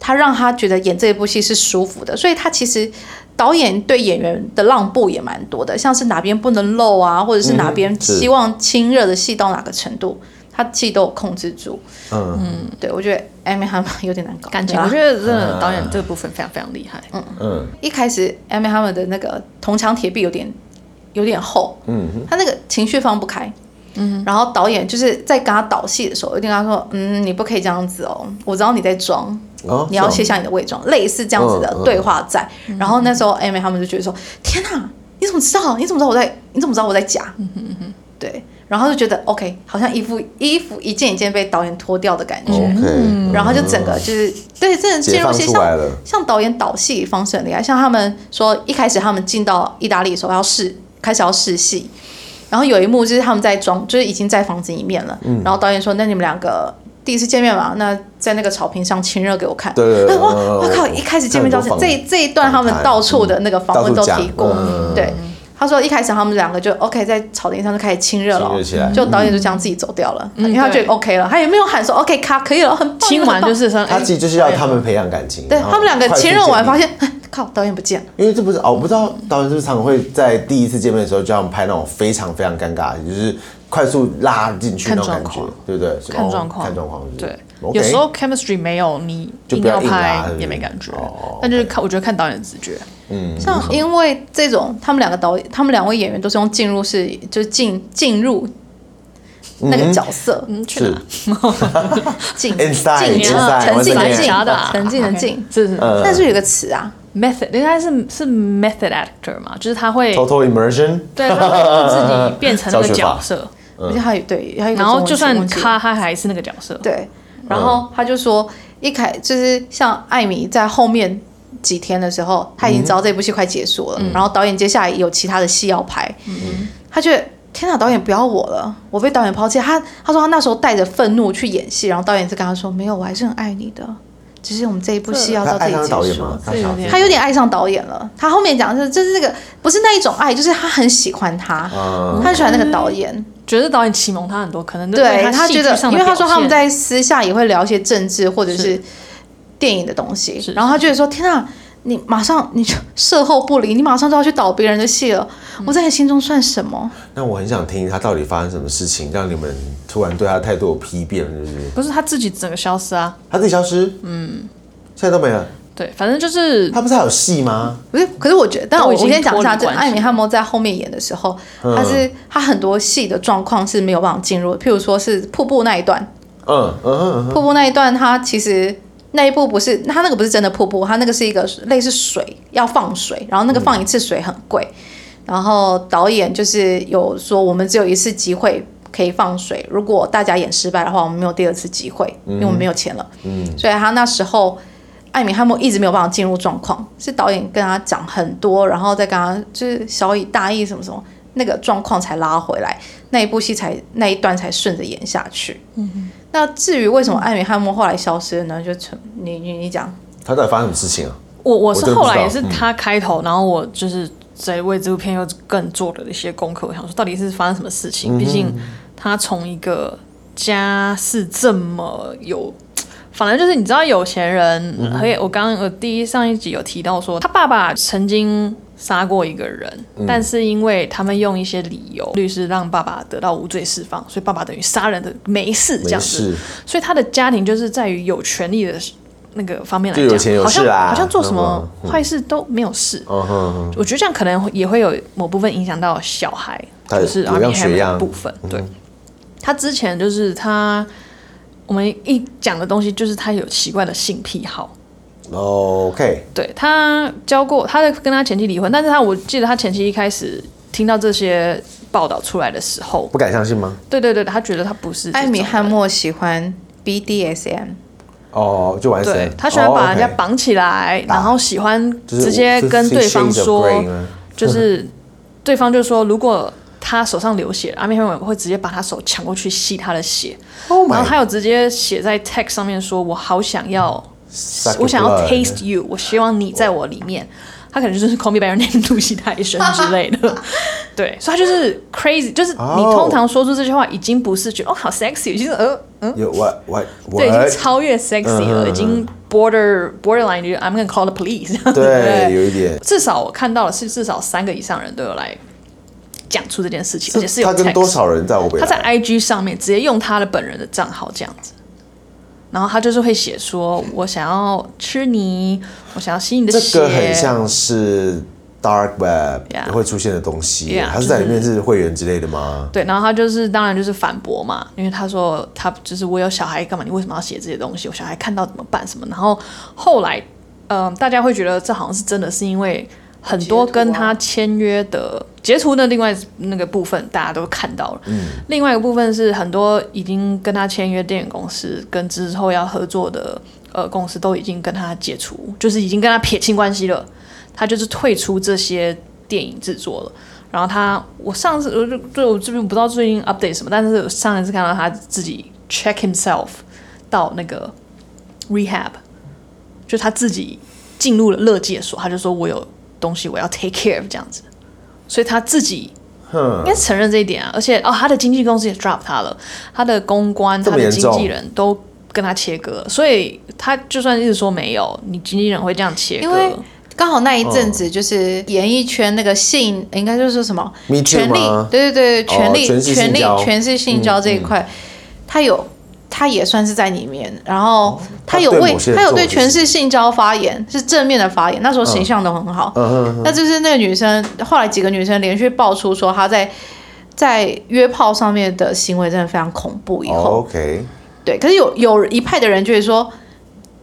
[SPEAKER 4] 他让他觉得演这一部戏是舒服的，所以他其实导演对演员的让步也蛮多的，像是哪边不能漏啊，或者是哪边
[SPEAKER 3] 是
[SPEAKER 4] 希望亲热的戏到哪个程度，他自己都有控制住。
[SPEAKER 3] 嗯
[SPEAKER 4] 对我觉得艾米还有点难搞，
[SPEAKER 2] 感情，
[SPEAKER 4] 对啊
[SPEAKER 2] 我觉得真的导演这部分非常非常厉害。
[SPEAKER 3] 嗯
[SPEAKER 4] 一开始 Amy 他们的那个铜墙铁壁有点有点厚，
[SPEAKER 3] 嗯，
[SPEAKER 4] 他那个情绪放不开，嗯，然后导演就是在跟他导戏的时候，有点跟他说，嗯，你不可以这样子哦，我知道你在装，
[SPEAKER 3] 哦
[SPEAKER 4] 你要
[SPEAKER 3] 是
[SPEAKER 4] 卸
[SPEAKER 3] 哦
[SPEAKER 4] 下你的伪装，类似这样子的
[SPEAKER 3] 嗯嗯
[SPEAKER 4] 对话在。然后那时候 Amy 他们就觉得说，天哪，你怎么知道？你怎么知道我在？你怎么知道我在假？对，然后就觉得 OK，好像衣服衣服一件一件被导演脱掉的感觉。
[SPEAKER 3] OK，
[SPEAKER 4] 嗯
[SPEAKER 3] 嗯
[SPEAKER 4] 然后就整个就是对，真的进入戏
[SPEAKER 3] 解放出来了
[SPEAKER 4] 像像导演导戏方式很厉害，像他们说一开始他们进到意大利的时候要试开始要试戏，然后有一幕就是他们在装，就是已经在房子里面了，
[SPEAKER 3] 嗯
[SPEAKER 4] 然后导演说：“那你们两个。”第一次见面嘛，那在那个草坪上亲热给我看。
[SPEAKER 3] 对对对
[SPEAKER 4] 哎哇，
[SPEAKER 3] 嗯
[SPEAKER 4] 我靠！一开始见面
[SPEAKER 3] 看
[SPEAKER 4] 就
[SPEAKER 3] 很多
[SPEAKER 4] 这
[SPEAKER 3] 访
[SPEAKER 4] 这一段他们
[SPEAKER 3] 访谈
[SPEAKER 4] 到处的那个访问
[SPEAKER 3] 到
[SPEAKER 4] 都
[SPEAKER 3] 处讲
[SPEAKER 4] 提过
[SPEAKER 3] 嗯，
[SPEAKER 4] 对。他说一开始他们两个就 OK 在草坪上就开始亲热了
[SPEAKER 3] 亲
[SPEAKER 4] 哦
[SPEAKER 3] 热起来，
[SPEAKER 4] 就导演就这样自己走掉了，因为他觉
[SPEAKER 2] 嗯对
[SPEAKER 4] 得 OK 了，他也没有喊说 OK 卡可以了，很棒
[SPEAKER 2] 亲完就。
[SPEAKER 4] 很棒
[SPEAKER 2] 是说，
[SPEAKER 3] 他
[SPEAKER 2] 哎
[SPEAKER 3] 其实就是要他们培养感情。
[SPEAKER 4] 对
[SPEAKER 3] 然后
[SPEAKER 4] 他们两个
[SPEAKER 3] 哦快速
[SPEAKER 4] 亲热
[SPEAKER 3] 建
[SPEAKER 4] 完
[SPEAKER 3] 立
[SPEAKER 4] 发，现， 哎靠，导演不见了。
[SPEAKER 3] 因为这不是哦，我不知道导演是不是常会在第一次见面的时候就让我们拍那种非常非常尴尬，就是快速拉进去那种
[SPEAKER 2] 看
[SPEAKER 3] 感
[SPEAKER 2] 状
[SPEAKER 3] 觉
[SPEAKER 2] 况，
[SPEAKER 3] 对不对？
[SPEAKER 2] 看
[SPEAKER 3] 哦
[SPEAKER 2] 状况，
[SPEAKER 3] 看状况是不是。
[SPEAKER 2] 对，
[SPEAKER 3] OK
[SPEAKER 2] 有时候 chemistry 没有，你
[SPEAKER 3] 就
[SPEAKER 2] 硬
[SPEAKER 3] 不要
[SPEAKER 2] 要
[SPEAKER 3] 硬拉
[SPEAKER 2] 拍
[SPEAKER 3] 是不是
[SPEAKER 2] 也没感觉
[SPEAKER 3] 哦，
[SPEAKER 2] 那就是看我觉得看导演的直觉。
[SPEAKER 3] 嗯
[SPEAKER 4] 像因为这种，他们两个导演，他们两位演员都是用进入式，就是进进入那个角色，
[SPEAKER 2] 嗯，去
[SPEAKER 3] 是
[SPEAKER 2] 哪？
[SPEAKER 4] 进
[SPEAKER 2] 嗯
[SPEAKER 3] Inside，
[SPEAKER 4] 进
[SPEAKER 3] inside，
[SPEAKER 4] 沉浸
[SPEAKER 3] 完
[SPEAKER 4] 的
[SPEAKER 3] 全
[SPEAKER 4] 进
[SPEAKER 2] 假的 啊，
[SPEAKER 3] 嗯
[SPEAKER 4] 沉浸的进
[SPEAKER 2] OK，。是是
[SPEAKER 4] 但是有个词啊，
[SPEAKER 2] method，应该是是 method actor 嘛，就是他会
[SPEAKER 3] total immersion，
[SPEAKER 2] 对，他会自己变成那
[SPEAKER 3] 教
[SPEAKER 2] 个
[SPEAKER 3] 学法
[SPEAKER 2] 角色，
[SPEAKER 3] 嗯
[SPEAKER 4] 而且还有对，还有一个
[SPEAKER 2] 然
[SPEAKER 4] 中
[SPEAKER 2] 后
[SPEAKER 4] 文
[SPEAKER 2] 就
[SPEAKER 4] 词
[SPEAKER 2] 算
[SPEAKER 4] 忘记了
[SPEAKER 2] 他他还是那个角色。
[SPEAKER 4] 对，
[SPEAKER 3] 嗯
[SPEAKER 4] 然后他就说，一开就是像艾米在后面几天的时候，他已经知
[SPEAKER 3] 嗯
[SPEAKER 4] 道这部戏快结束了，然后导演接下来有其他的戏要拍，
[SPEAKER 3] 嗯
[SPEAKER 4] 他觉得天哪，导演不要我了，我被导演抛弃。他他说他那时候带着愤怒去演戏，然后导演是跟他说，没有，我还是很爱你的，只是我们这一部戏要
[SPEAKER 3] 他
[SPEAKER 4] 到这
[SPEAKER 3] 爱
[SPEAKER 4] 里
[SPEAKER 3] 上
[SPEAKER 4] 结
[SPEAKER 3] 导演
[SPEAKER 4] 束。
[SPEAKER 3] 吗？他
[SPEAKER 2] 这有
[SPEAKER 3] 想
[SPEAKER 2] 点
[SPEAKER 4] 他有点爱上导演了。他后面讲的是，就是那个不是那一种爱，就是他很喜欢他，
[SPEAKER 3] 嗯
[SPEAKER 4] 他很喜欢那个导演。
[SPEAKER 2] 觉得导演启蒙他很多，可能
[SPEAKER 4] 对
[SPEAKER 2] 他
[SPEAKER 4] 他
[SPEAKER 2] 戏
[SPEAKER 4] 觉
[SPEAKER 2] 剧
[SPEAKER 4] 得，
[SPEAKER 2] 上
[SPEAKER 4] 因
[SPEAKER 2] 的
[SPEAKER 4] 为他说他们
[SPEAKER 2] 表现
[SPEAKER 4] 在私下也会聊一些政治或者是电影的东西，然后他觉得说：“天啊，你马上你就 售后不理，你马上就要去导别人的戏了，
[SPEAKER 2] 嗯
[SPEAKER 4] 我在你心中算什么
[SPEAKER 3] 那我很想听他到底发生什么事情，让你们突然对他态度有批变，是不是？
[SPEAKER 2] 不是他自己整个消失啊，
[SPEAKER 3] 他自己消失，嗯，现在都没了，
[SPEAKER 2] 对，反正就是
[SPEAKER 3] 他不是还有戏吗？
[SPEAKER 4] 不是，可是我觉得，但
[SPEAKER 2] 都
[SPEAKER 4] 我
[SPEAKER 2] 已经
[SPEAKER 4] 我先讲一
[SPEAKER 2] 脱
[SPEAKER 4] 下，
[SPEAKER 2] 离
[SPEAKER 4] 就
[SPEAKER 2] 关系
[SPEAKER 4] 艾米汉默在后面演的时候，
[SPEAKER 3] 嗯
[SPEAKER 4] 他是他很多戏的状况是没有办法进入的，譬如说是瀑布那一段，
[SPEAKER 3] 嗯嗯嗯嗯
[SPEAKER 4] 瀑布那一段，它其实那一部不是它那个不是真的瀑布，它那个是一个类似水要放水，然后那个放一次水很贵，然后导演就是有说我们只有一次机会可以放水，如果大家演失败的话，我们没有第二次机会，因为我们没有钱了。嗯，所以他那时候。艾米汉默一直没有办法进入状况，是导演跟他讲很多，然后再跟他就是小以大意什么什么，那个状况才拉回来，那一部戏才那一段才顺着演下去。那至于为什么艾米汉默后来消失了呢？就成你你你讲，
[SPEAKER 3] 他到底发生什么事情啊？
[SPEAKER 2] 我我是
[SPEAKER 3] 真的不
[SPEAKER 2] 后
[SPEAKER 3] 知
[SPEAKER 2] 来
[SPEAKER 3] 道
[SPEAKER 2] 也是
[SPEAKER 3] 嗯
[SPEAKER 2] 他开头，然后我就是在为这部片又更做了一些功课，我想说到底是发生什么事
[SPEAKER 3] 嗯
[SPEAKER 2] 情？毕竟他从一个家世这么有。反正就是你知道有钱人，
[SPEAKER 3] 嗯
[SPEAKER 2] 而且我刚刚我第一上一集有提到说，他爸爸曾经杀过一个人，
[SPEAKER 3] 嗯
[SPEAKER 2] 但是因为他们用一些理由，律师让爸爸得到无罪释放，所以爸爸等于杀人的没事这
[SPEAKER 3] 没
[SPEAKER 2] 样子
[SPEAKER 3] 事。，
[SPEAKER 2] 所以他的家庭就是在于有权利的那个方面来
[SPEAKER 3] 就
[SPEAKER 2] 讲，
[SPEAKER 3] 有钱有
[SPEAKER 2] 好像
[SPEAKER 3] 势啦
[SPEAKER 2] 好像做什么
[SPEAKER 3] 嗯
[SPEAKER 2] 坏事都没有事。
[SPEAKER 3] 嗯哼，
[SPEAKER 2] 我觉得这样可能也会有某部分影响到小孩，
[SPEAKER 3] 他
[SPEAKER 2] 就是
[SPEAKER 3] 有样
[SPEAKER 2] Army
[SPEAKER 3] 学
[SPEAKER 2] Hammer
[SPEAKER 3] 样嗯
[SPEAKER 2] 的部分。对，他之前就是他，我们一讲的东西就是他有奇怪的性癖好。
[SPEAKER 3] 嗯 OK，
[SPEAKER 2] 对他教过他在跟他前妻离婚，但是他我记得他前妻一开始听到这些报道出来的时候，
[SPEAKER 3] 不敢相信吗？
[SPEAKER 2] 对对对，他觉得他不是这
[SPEAKER 4] 艾米
[SPEAKER 2] 种
[SPEAKER 4] 汉
[SPEAKER 2] 人
[SPEAKER 4] 默喜欢 BDSM，
[SPEAKER 3] 哦，就玩
[SPEAKER 2] 对
[SPEAKER 3] 神，
[SPEAKER 2] 他喜欢把人家
[SPEAKER 3] 哦，OK
[SPEAKER 2] 绑起来，
[SPEAKER 3] 打
[SPEAKER 2] 然后喜欢
[SPEAKER 3] 就是
[SPEAKER 2] 直接跟对方
[SPEAKER 3] Fifty Shades of
[SPEAKER 2] 说，
[SPEAKER 3] Grey 吗
[SPEAKER 2] 就是对方就说，如果他手上流血，阿米黑人会直接把他手抢过去吸他的血，
[SPEAKER 3] ，Oh
[SPEAKER 2] 然后
[SPEAKER 3] my
[SPEAKER 2] 他有直接写在 text 上面说，我好想要，
[SPEAKER 3] Suck
[SPEAKER 2] 我想要
[SPEAKER 3] blood
[SPEAKER 2] taste you，我希望你在我里面。他可能就是 call me by your name 露西泰生之类的，对，所以他就是 crazy，就是你
[SPEAKER 3] 哦
[SPEAKER 2] 通常说出这句话已经不是觉得哦好 sexy，就是呃嗯
[SPEAKER 3] 有 what what
[SPEAKER 2] 对，已经
[SPEAKER 3] what？
[SPEAKER 2] 超越 sexy
[SPEAKER 3] 嗯嗯
[SPEAKER 2] 了，
[SPEAKER 3] 嗯
[SPEAKER 2] 已经 border borderline，就是 I'm gonna call the police 。
[SPEAKER 3] 对，有一点。
[SPEAKER 2] 至少我看到的是，至少三个以上人都有来讲出这件事情，而且是有
[SPEAKER 3] 他跟
[SPEAKER 2] text
[SPEAKER 3] 多少人在我北
[SPEAKER 2] 他在
[SPEAKER 3] 来？
[SPEAKER 2] IG 上面直接用他的本人的账号这样子，然后他就是会写说，我想要吃你，我想要吸你的
[SPEAKER 3] 这
[SPEAKER 2] 血，
[SPEAKER 3] 个很像是 dark web
[SPEAKER 2] Yeah
[SPEAKER 3] 会出现的东西，
[SPEAKER 2] Yeah，
[SPEAKER 3] 他是在里面是会员之类的吗？
[SPEAKER 2] 对，然后他就是当然就是反驳嘛，因为他说他就是我有小孩干嘛？你为什么要写这些东西？我小孩看到怎么办什么？然后后来，嗯、大家会觉得这好像是真的，是因为很多
[SPEAKER 4] 截图啊
[SPEAKER 2] 跟他签约的截图的另外那个部分大家都看到了，嗯，另外一个部分是很多已经跟他签约电影公司跟之后要合作的呃公司都已经跟他解除，就是已经跟他撇清关系了。他就是退出这些电影制作了。然后他，我上次我就对我这边不知道最近 update 什么，但是我上一次看到他自己 check himself 到那个 rehab，就他自己进入了乐界所，他就说我有东西我要 take care of 这样子，所以他自己应
[SPEAKER 3] 哼，
[SPEAKER 2] 该承认这一点啊。而且哦，他的经纪公司也 drop 他了，他的公关、
[SPEAKER 3] 这
[SPEAKER 2] 他
[SPEAKER 3] 么严
[SPEAKER 2] 的经
[SPEAKER 3] 重
[SPEAKER 2] 纪人都跟他切割了，所以他就算一直说没有，你经纪人会这样切割，
[SPEAKER 4] 因为刚好那一阵子就是演艺圈那个性，应该就是说什么
[SPEAKER 3] Me too
[SPEAKER 4] 权力
[SPEAKER 3] 吗，
[SPEAKER 4] 对对对，
[SPEAKER 3] 哦
[SPEAKER 4] 权力、
[SPEAKER 3] 权势性
[SPEAKER 4] 权力
[SPEAKER 3] 交嗯
[SPEAKER 4] 权势性交这一块，他有他也算是在里面，然后他
[SPEAKER 3] 他
[SPEAKER 4] 有
[SPEAKER 3] 哦对
[SPEAKER 4] 为
[SPEAKER 3] 某些人
[SPEAKER 4] 他有
[SPEAKER 3] 做
[SPEAKER 4] 对
[SPEAKER 3] 的事情
[SPEAKER 4] 权势性交发言，是正面的发言，那时候形象都很好，
[SPEAKER 3] 嗯哼，
[SPEAKER 4] 那就是那个女生，后来几个女生连续爆出说她在在约炮上面的行为真的非常恐怖。以
[SPEAKER 3] 哦
[SPEAKER 4] 后，
[SPEAKER 3] OK，
[SPEAKER 4] 对，可是有有一派的人就会说，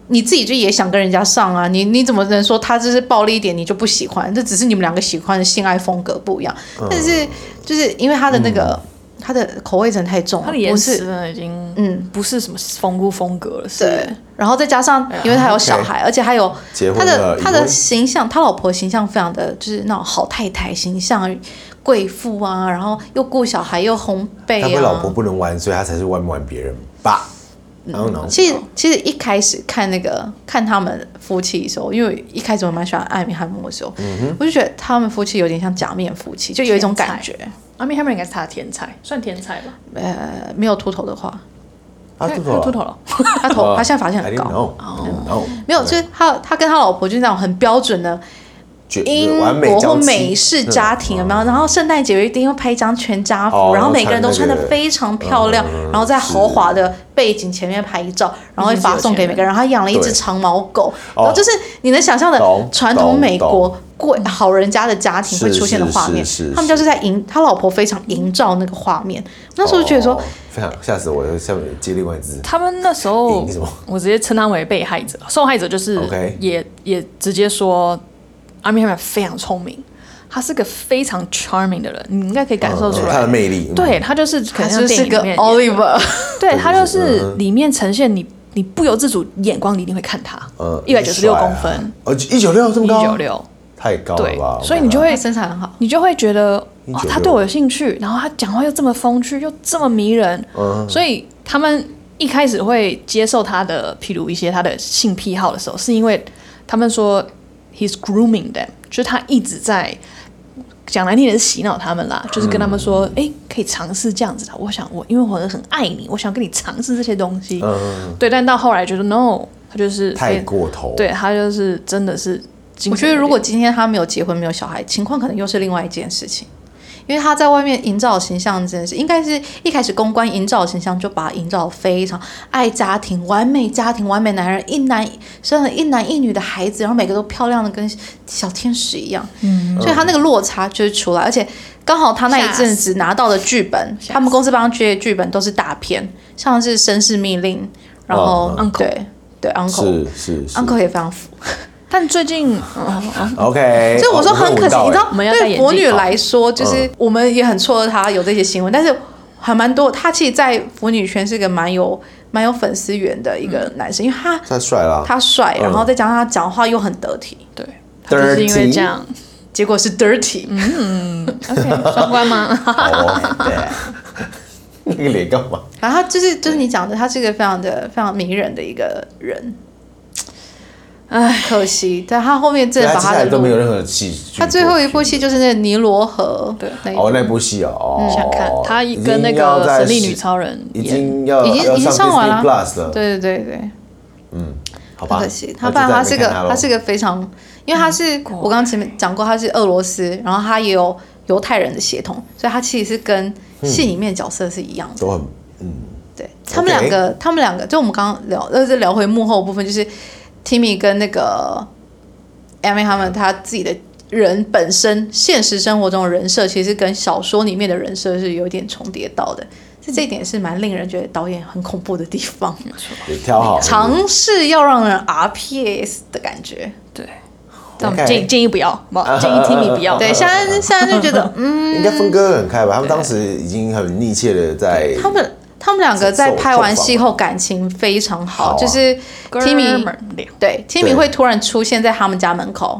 [SPEAKER 4] 你自己就也想跟人家上啊，你你怎么能说他就是暴力一点你就不喜欢？这只是你们两个喜欢的性爱风格不一样。
[SPEAKER 3] 嗯
[SPEAKER 4] 但是就是因为他的那个、他的口味真的太重
[SPEAKER 2] 他
[SPEAKER 4] 了
[SPEAKER 2] 的，言
[SPEAKER 4] 不
[SPEAKER 3] 哦
[SPEAKER 2] 辞
[SPEAKER 4] 是
[SPEAKER 2] 真的已经
[SPEAKER 4] 嗯
[SPEAKER 2] 不是什么风姑风格了，是啊
[SPEAKER 4] 对，然后再加上因为他有小孩，而且还有
[SPEAKER 3] 结
[SPEAKER 4] 他
[SPEAKER 3] 婚
[SPEAKER 4] 的
[SPEAKER 3] 了，已
[SPEAKER 4] 他
[SPEAKER 3] 婚
[SPEAKER 4] 的形象，他老婆形象非常的就是那种好太太形象，贵妇啊，然后又顾小孩又烘焙
[SPEAKER 2] 哎
[SPEAKER 3] 他
[SPEAKER 4] 啊。
[SPEAKER 3] 会老婆不能玩，所以他才是玩不玩别人吧？I
[SPEAKER 2] 嗯
[SPEAKER 3] don't know。
[SPEAKER 4] 其实其实一开始看那个看他们夫妻的时候，因为一开始我蛮喜欢艾米汉默的时候，
[SPEAKER 3] 嗯
[SPEAKER 4] 我就觉得他们夫妻有点像假面夫妻，就有一种感觉。
[SPEAKER 2] 阿米啊 Hammer 应该是他的天才，算天才吧？
[SPEAKER 4] 呃，没有秃头的话，
[SPEAKER 3] 他
[SPEAKER 2] 他他
[SPEAKER 3] 秃头啊
[SPEAKER 2] 秃头
[SPEAKER 3] 了，
[SPEAKER 2] 了，
[SPEAKER 4] 哦 他头他现在发现
[SPEAKER 3] 哦 I
[SPEAKER 4] 很
[SPEAKER 3] didn't
[SPEAKER 4] 高，哦
[SPEAKER 3] know，I didn't know，
[SPEAKER 4] 没有，就是他他跟他老婆就是那种很标准的
[SPEAKER 3] 绝
[SPEAKER 4] 英
[SPEAKER 3] 完美
[SPEAKER 4] 国
[SPEAKER 3] 交嗯
[SPEAKER 4] 或
[SPEAKER 3] 织
[SPEAKER 4] 美式家庭有没有？然后圣诞节一定会拍一张全家福，
[SPEAKER 3] 哦
[SPEAKER 4] 然后每个人都
[SPEAKER 3] 穿
[SPEAKER 4] 穿
[SPEAKER 3] 那
[SPEAKER 4] 的
[SPEAKER 3] 个嗯
[SPEAKER 4] 非常漂亮，然后在豪华的背景前面拍照，然后会发送给每个人。然后他养了一
[SPEAKER 3] 对
[SPEAKER 4] 只长毛狗，
[SPEAKER 3] 哦
[SPEAKER 4] 然后就是你能想象的
[SPEAKER 3] 懂
[SPEAKER 4] 传统
[SPEAKER 3] 懂
[SPEAKER 4] 美国
[SPEAKER 3] 懂
[SPEAKER 4] 贵好人家的家庭会
[SPEAKER 3] 是
[SPEAKER 4] 出现的
[SPEAKER 3] 是
[SPEAKER 4] 画面
[SPEAKER 3] 是是，
[SPEAKER 4] 他们就是在营，他老婆非常营造那个画面。那时候就觉得说
[SPEAKER 3] 哦，非常吓死我了，下面接另外一只，
[SPEAKER 2] 他们那时候
[SPEAKER 3] 赢什么，
[SPEAKER 2] 我直接称他为被害者，受害者就是
[SPEAKER 3] OK
[SPEAKER 2] 也也直接说，阿米尔非常聪明，他是个非常 charming 的人，你应该可以感受出
[SPEAKER 3] 嗯它
[SPEAKER 2] 来。
[SPEAKER 3] 哦的魅力，
[SPEAKER 2] 对他就是可
[SPEAKER 4] 他
[SPEAKER 2] 能
[SPEAKER 4] 是
[SPEAKER 2] 像
[SPEAKER 4] 不
[SPEAKER 2] 电
[SPEAKER 4] 是
[SPEAKER 2] 影里
[SPEAKER 4] 个
[SPEAKER 2] 面演，
[SPEAKER 4] Oliver？
[SPEAKER 2] 对他
[SPEAKER 3] 就
[SPEAKER 2] 就是是
[SPEAKER 3] 嗯
[SPEAKER 2] 里面呈现你你不由自主眼光你一定会看他，
[SPEAKER 3] 嗯，
[SPEAKER 2] 一百九十六
[SPEAKER 3] 帅啊
[SPEAKER 2] 公分，，
[SPEAKER 3] 哦，一九六这么
[SPEAKER 2] 一
[SPEAKER 3] 高，
[SPEAKER 2] 九，六，
[SPEAKER 3] 太高了
[SPEAKER 2] 对
[SPEAKER 3] 吧？，
[SPEAKER 2] 所以你就
[SPEAKER 3] 会
[SPEAKER 2] 会
[SPEAKER 4] 身材很好，
[SPEAKER 2] 你就会觉得
[SPEAKER 3] 196
[SPEAKER 2] 哦，他对我有兴趣，然后他讲话又这么风趣，又这么迷人，
[SPEAKER 3] 嗯
[SPEAKER 2] 所以他们一开始会接受他的，譬如一些他的性癖好的时候，是因为他们说 he's grooming them，就是他一直在。讲难听点是洗脑他们啦，
[SPEAKER 3] 嗯
[SPEAKER 2] 就是跟他们说，哎、可以尝试这样子的。啊我想我因为我很爱你，我想跟你尝试这些东西。
[SPEAKER 3] 嗯
[SPEAKER 2] 对，但到后来觉得 no，他就是
[SPEAKER 3] 太过头，
[SPEAKER 2] 对他就是真的是精神有点。
[SPEAKER 4] 我觉得如果今天他没有结婚没有小孩，情况可能又是另外一件事情，因为他在外面营造形象这件事，应该是一开始公关营造形象就把他营造得非常爱家庭、完美家庭、完美男人，一男生了一男一女的孩子，然后每个都漂亮的跟小天使一样，嗯，所以他那个落差就是出来，而且刚好他那一阵子拿到的剧本，
[SPEAKER 2] 吓死
[SPEAKER 4] 他们公司帮他接的剧本都是大片，像是《绅士命令》，然后、
[SPEAKER 2] 嗯嗯
[SPEAKER 4] 对对 Uncle
[SPEAKER 3] 是是是
[SPEAKER 4] Uncle 也非常符
[SPEAKER 2] 但最近，嗯嗯嗯
[SPEAKER 3] ，OK，
[SPEAKER 4] 所以我说
[SPEAKER 3] 哦
[SPEAKER 4] 很可惜，
[SPEAKER 3] 我
[SPEAKER 4] 你
[SPEAKER 3] 闻
[SPEAKER 4] 知
[SPEAKER 3] 到嗯
[SPEAKER 4] 道
[SPEAKER 3] 了，
[SPEAKER 2] 我们要戴眼
[SPEAKER 4] 对
[SPEAKER 2] 镜
[SPEAKER 4] 腐女来说，就是我们也很错愕她有这些新闻，但是还蛮多。他其实，在腐女圈是个蛮有蛮有粉丝缘的一个男生，因为他
[SPEAKER 3] 太帅了，
[SPEAKER 4] 他帅，
[SPEAKER 3] 嗯
[SPEAKER 4] 然后再加上他讲话又很得体，
[SPEAKER 2] 对，他就是因为这样。
[SPEAKER 4] 结果是 dirty，
[SPEAKER 2] 嗯 OK，双关吗？
[SPEAKER 3] 哦，对，那个脸干嘛？
[SPEAKER 4] 然后他就是就是你讲的，他是一个非常的非常迷人的一个人。唉，可惜，但他后面真
[SPEAKER 3] 对他
[SPEAKER 4] 的把
[SPEAKER 3] 接
[SPEAKER 4] 他
[SPEAKER 3] 下来
[SPEAKER 4] 的
[SPEAKER 3] 都
[SPEAKER 4] 路
[SPEAKER 3] 没有任何戏剧作品，
[SPEAKER 4] 他最后一部戏就是那个尼罗河，
[SPEAKER 2] 对
[SPEAKER 4] 那一嗯部
[SPEAKER 3] 哦，那部戏哦哦，
[SPEAKER 2] 想看他
[SPEAKER 3] 已经
[SPEAKER 2] 跟那
[SPEAKER 3] 要
[SPEAKER 2] 个
[SPEAKER 3] 在
[SPEAKER 2] 神力
[SPEAKER 3] 十
[SPEAKER 2] 女超人
[SPEAKER 3] 已
[SPEAKER 2] 演，
[SPEAKER 3] 经要
[SPEAKER 4] 已经
[SPEAKER 3] 要
[SPEAKER 4] 已经上
[SPEAKER 3] Disney
[SPEAKER 4] 完了
[SPEAKER 3] Plus 了，，
[SPEAKER 4] 对对对对。
[SPEAKER 3] 好吧，
[SPEAKER 4] 很可惜，
[SPEAKER 3] 那
[SPEAKER 4] 他
[SPEAKER 3] 就
[SPEAKER 4] 不然
[SPEAKER 3] 再也没
[SPEAKER 4] 他是
[SPEAKER 3] 看
[SPEAKER 4] 个
[SPEAKER 3] 咯
[SPEAKER 4] 他是个非常，因为他是我刚刚前面讲过，他是俄罗斯，然后他也有犹太人的血统，所以他其实是跟
[SPEAKER 3] 嗯
[SPEAKER 4] 戏里面角色是一样的。
[SPEAKER 3] 都很
[SPEAKER 4] 对他们两个，他们两个，就我们刚刚聊，呃，是聊回幕后部分，就是 Timmy 跟那个 Amy 他们他自己的人本身现实生活中的人设，其实跟小说里面的人设是有点重叠到的，所以这一点是蛮令人觉得导演很恐怖的地方，
[SPEAKER 3] 也挑好，
[SPEAKER 4] 尝试要让人 RPS 的感觉。
[SPEAKER 2] 对。但我们建议建议不要，好不好？建 议 Timmy 不要。
[SPEAKER 4] 对，现在
[SPEAKER 3] 呃
[SPEAKER 4] 现在就觉 得，嗯，
[SPEAKER 3] 应该分割得很开吧？他们当时已经很密切的在，
[SPEAKER 4] 他们他们两个在拍完戏后感情非常好，
[SPEAKER 3] 好啊
[SPEAKER 4] 就是 Timmy
[SPEAKER 2] 两
[SPEAKER 4] 对 Timmy
[SPEAKER 3] 对
[SPEAKER 4] 会突然出现在他们家门口，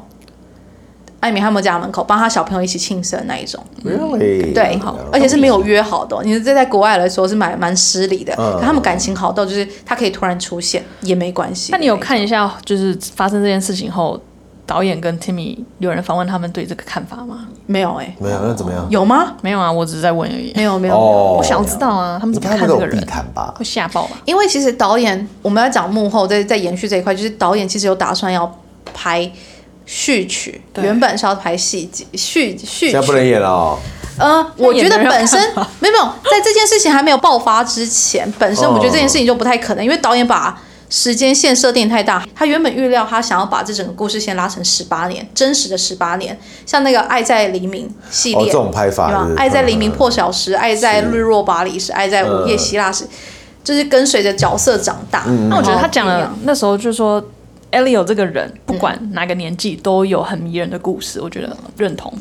[SPEAKER 4] 艾米他们家门口帮他小朋友一起庆生那一种，
[SPEAKER 3] Really？
[SPEAKER 4] 对
[SPEAKER 3] 好，
[SPEAKER 4] 而且是没有约好的哦，你这在国外来说是蛮蛮失礼的，
[SPEAKER 3] 嗯
[SPEAKER 4] 可他们感情好到就是他可以突然出现也没关系。
[SPEAKER 2] 那你有看一下，就是发生这件事情后，导演跟 Timmy 有人访问他们对这个看法吗？
[SPEAKER 4] 没有？哎，
[SPEAKER 3] 没有那怎么样？
[SPEAKER 4] 有吗？
[SPEAKER 2] 没有啊，我只是在问而已。
[SPEAKER 4] 没有没有没有。
[SPEAKER 3] 哦，
[SPEAKER 2] 我想知道啊，他们
[SPEAKER 3] 应
[SPEAKER 2] 怎么
[SPEAKER 3] 该
[SPEAKER 2] 看
[SPEAKER 3] 他们
[SPEAKER 2] 这
[SPEAKER 3] 都
[SPEAKER 2] 个
[SPEAKER 3] 有避
[SPEAKER 2] 人？
[SPEAKER 3] 谈吧？
[SPEAKER 2] 会吓爆吧？
[SPEAKER 4] 因为其实导演，我们要讲幕后，在在延续这一块，就是导演其实有打算要拍序曲，
[SPEAKER 2] 对
[SPEAKER 4] 原本是要拍戏集序序
[SPEAKER 3] 现在不能
[SPEAKER 4] 曲。
[SPEAKER 3] 演了哦，
[SPEAKER 4] 呃，我觉
[SPEAKER 2] 那
[SPEAKER 4] 得
[SPEAKER 2] 也没人
[SPEAKER 4] 本身没有没有，在这件事情还没有爆发之前，本身
[SPEAKER 3] 哦
[SPEAKER 4] 我觉得这件事情就不太可能，因为导演把时间线设定太大。他原本预料他想要把这整个故事线拉成十八年，真实的十八年，像那个《爱在黎明》系
[SPEAKER 3] 哦，
[SPEAKER 4] 列，
[SPEAKER 3] 这种拍法
[SPEAKER 4] 对吧
[SPEAKER 3] 是？嗯
[SPEAKER 4] 爱在黎明破晓时，爱在日落巴黎时，爱在午夜希腊时，就是跟随着角色长大。
[SPEAKER 2] 那
[SPEAKER 3] 嗯
[SPEAKER 4] 那
[SPEAKER 2] 我觉得他讲的那时候就说。Elio 这个人，不管哪个年纪都有很迷人的故事，我觉得认同，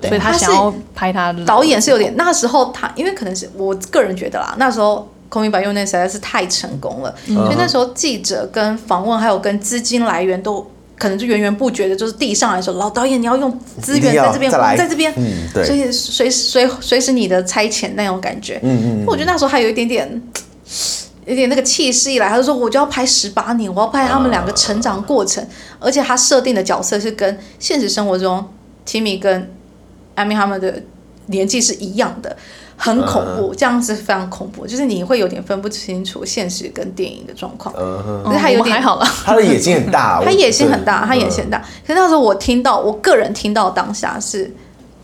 [SPEAKER 2] 所以他
[SPEAKER 4] 他是
[SPEAKER 2] 想要拍他的
[SPEAKER 4] 导演是有点那时候他，因为可能是我个人觉得啦，那时候。空明白用那实在是太成功了，
[SPEAKER 3] 嗯
[SPEAKER 4] 所以那时候记者跟访问还有跟资金来源都可能就源源不绝的，就是递上来说，老导演你要用资源
[SPEAKER 3] 一定要
[SPEAKER 4] 在这边，
[SPEAKER 3] 再来
[SPEAKER 4] 我们在这边，
[SPEAKER 3] 嗯对
[SPEAKER 4] 所以随随随时你的差遣那种感觉，
[SPEAKER 3] 嗯嗯
[SPEAKER 4] 我觉得那时候还有一点点，有点那个气势一来，他就说我就要拍十八年，我要拍他们两个成长过程，而且他设定的角色是跟现实生活中 Timmy 跟艾米他们的年纪是一样的。很恐怖，这样是非常恐怖，就是你会有点分不清楚现实跟电影的状
[SPEAKER 3] 嗯
[SPEAKER 4] 况。可是他有
[SPEAKER 2] 哦我们
[SPEAKER 4] 点
[SPEAKER 2] 还好了，
[SPEAKER 3] 他的野心很大，我
[SPEAKER 4] 他野心
[SPEAKER 3] 对嗯
[SPEAKER 4] 很大，他野心很大。可是那时候我听到，我个人听到当下是，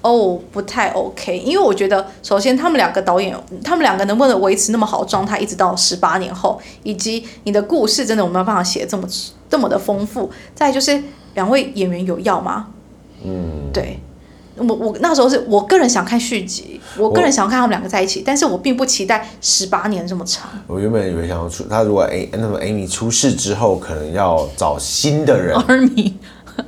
[SPEAKER 4] 哦，不太 OK，因为我觉得首先他们两个导演，他们两个能不能维持那么好的状态，一直到十八年后，以及你的故事真的有没有办法写得这么这么的丰富？再来就是两位演员有要吗？嗯，对。我我那时候是我个人想看续集，我个人想看他们两个在一起，但是我并不期待十八年这么长。
[SPEAKER 3] 我原本以为想要出，他如果 A 那么 Amy 出事之后，可能要找新的人。
[SPEAKER 2] Army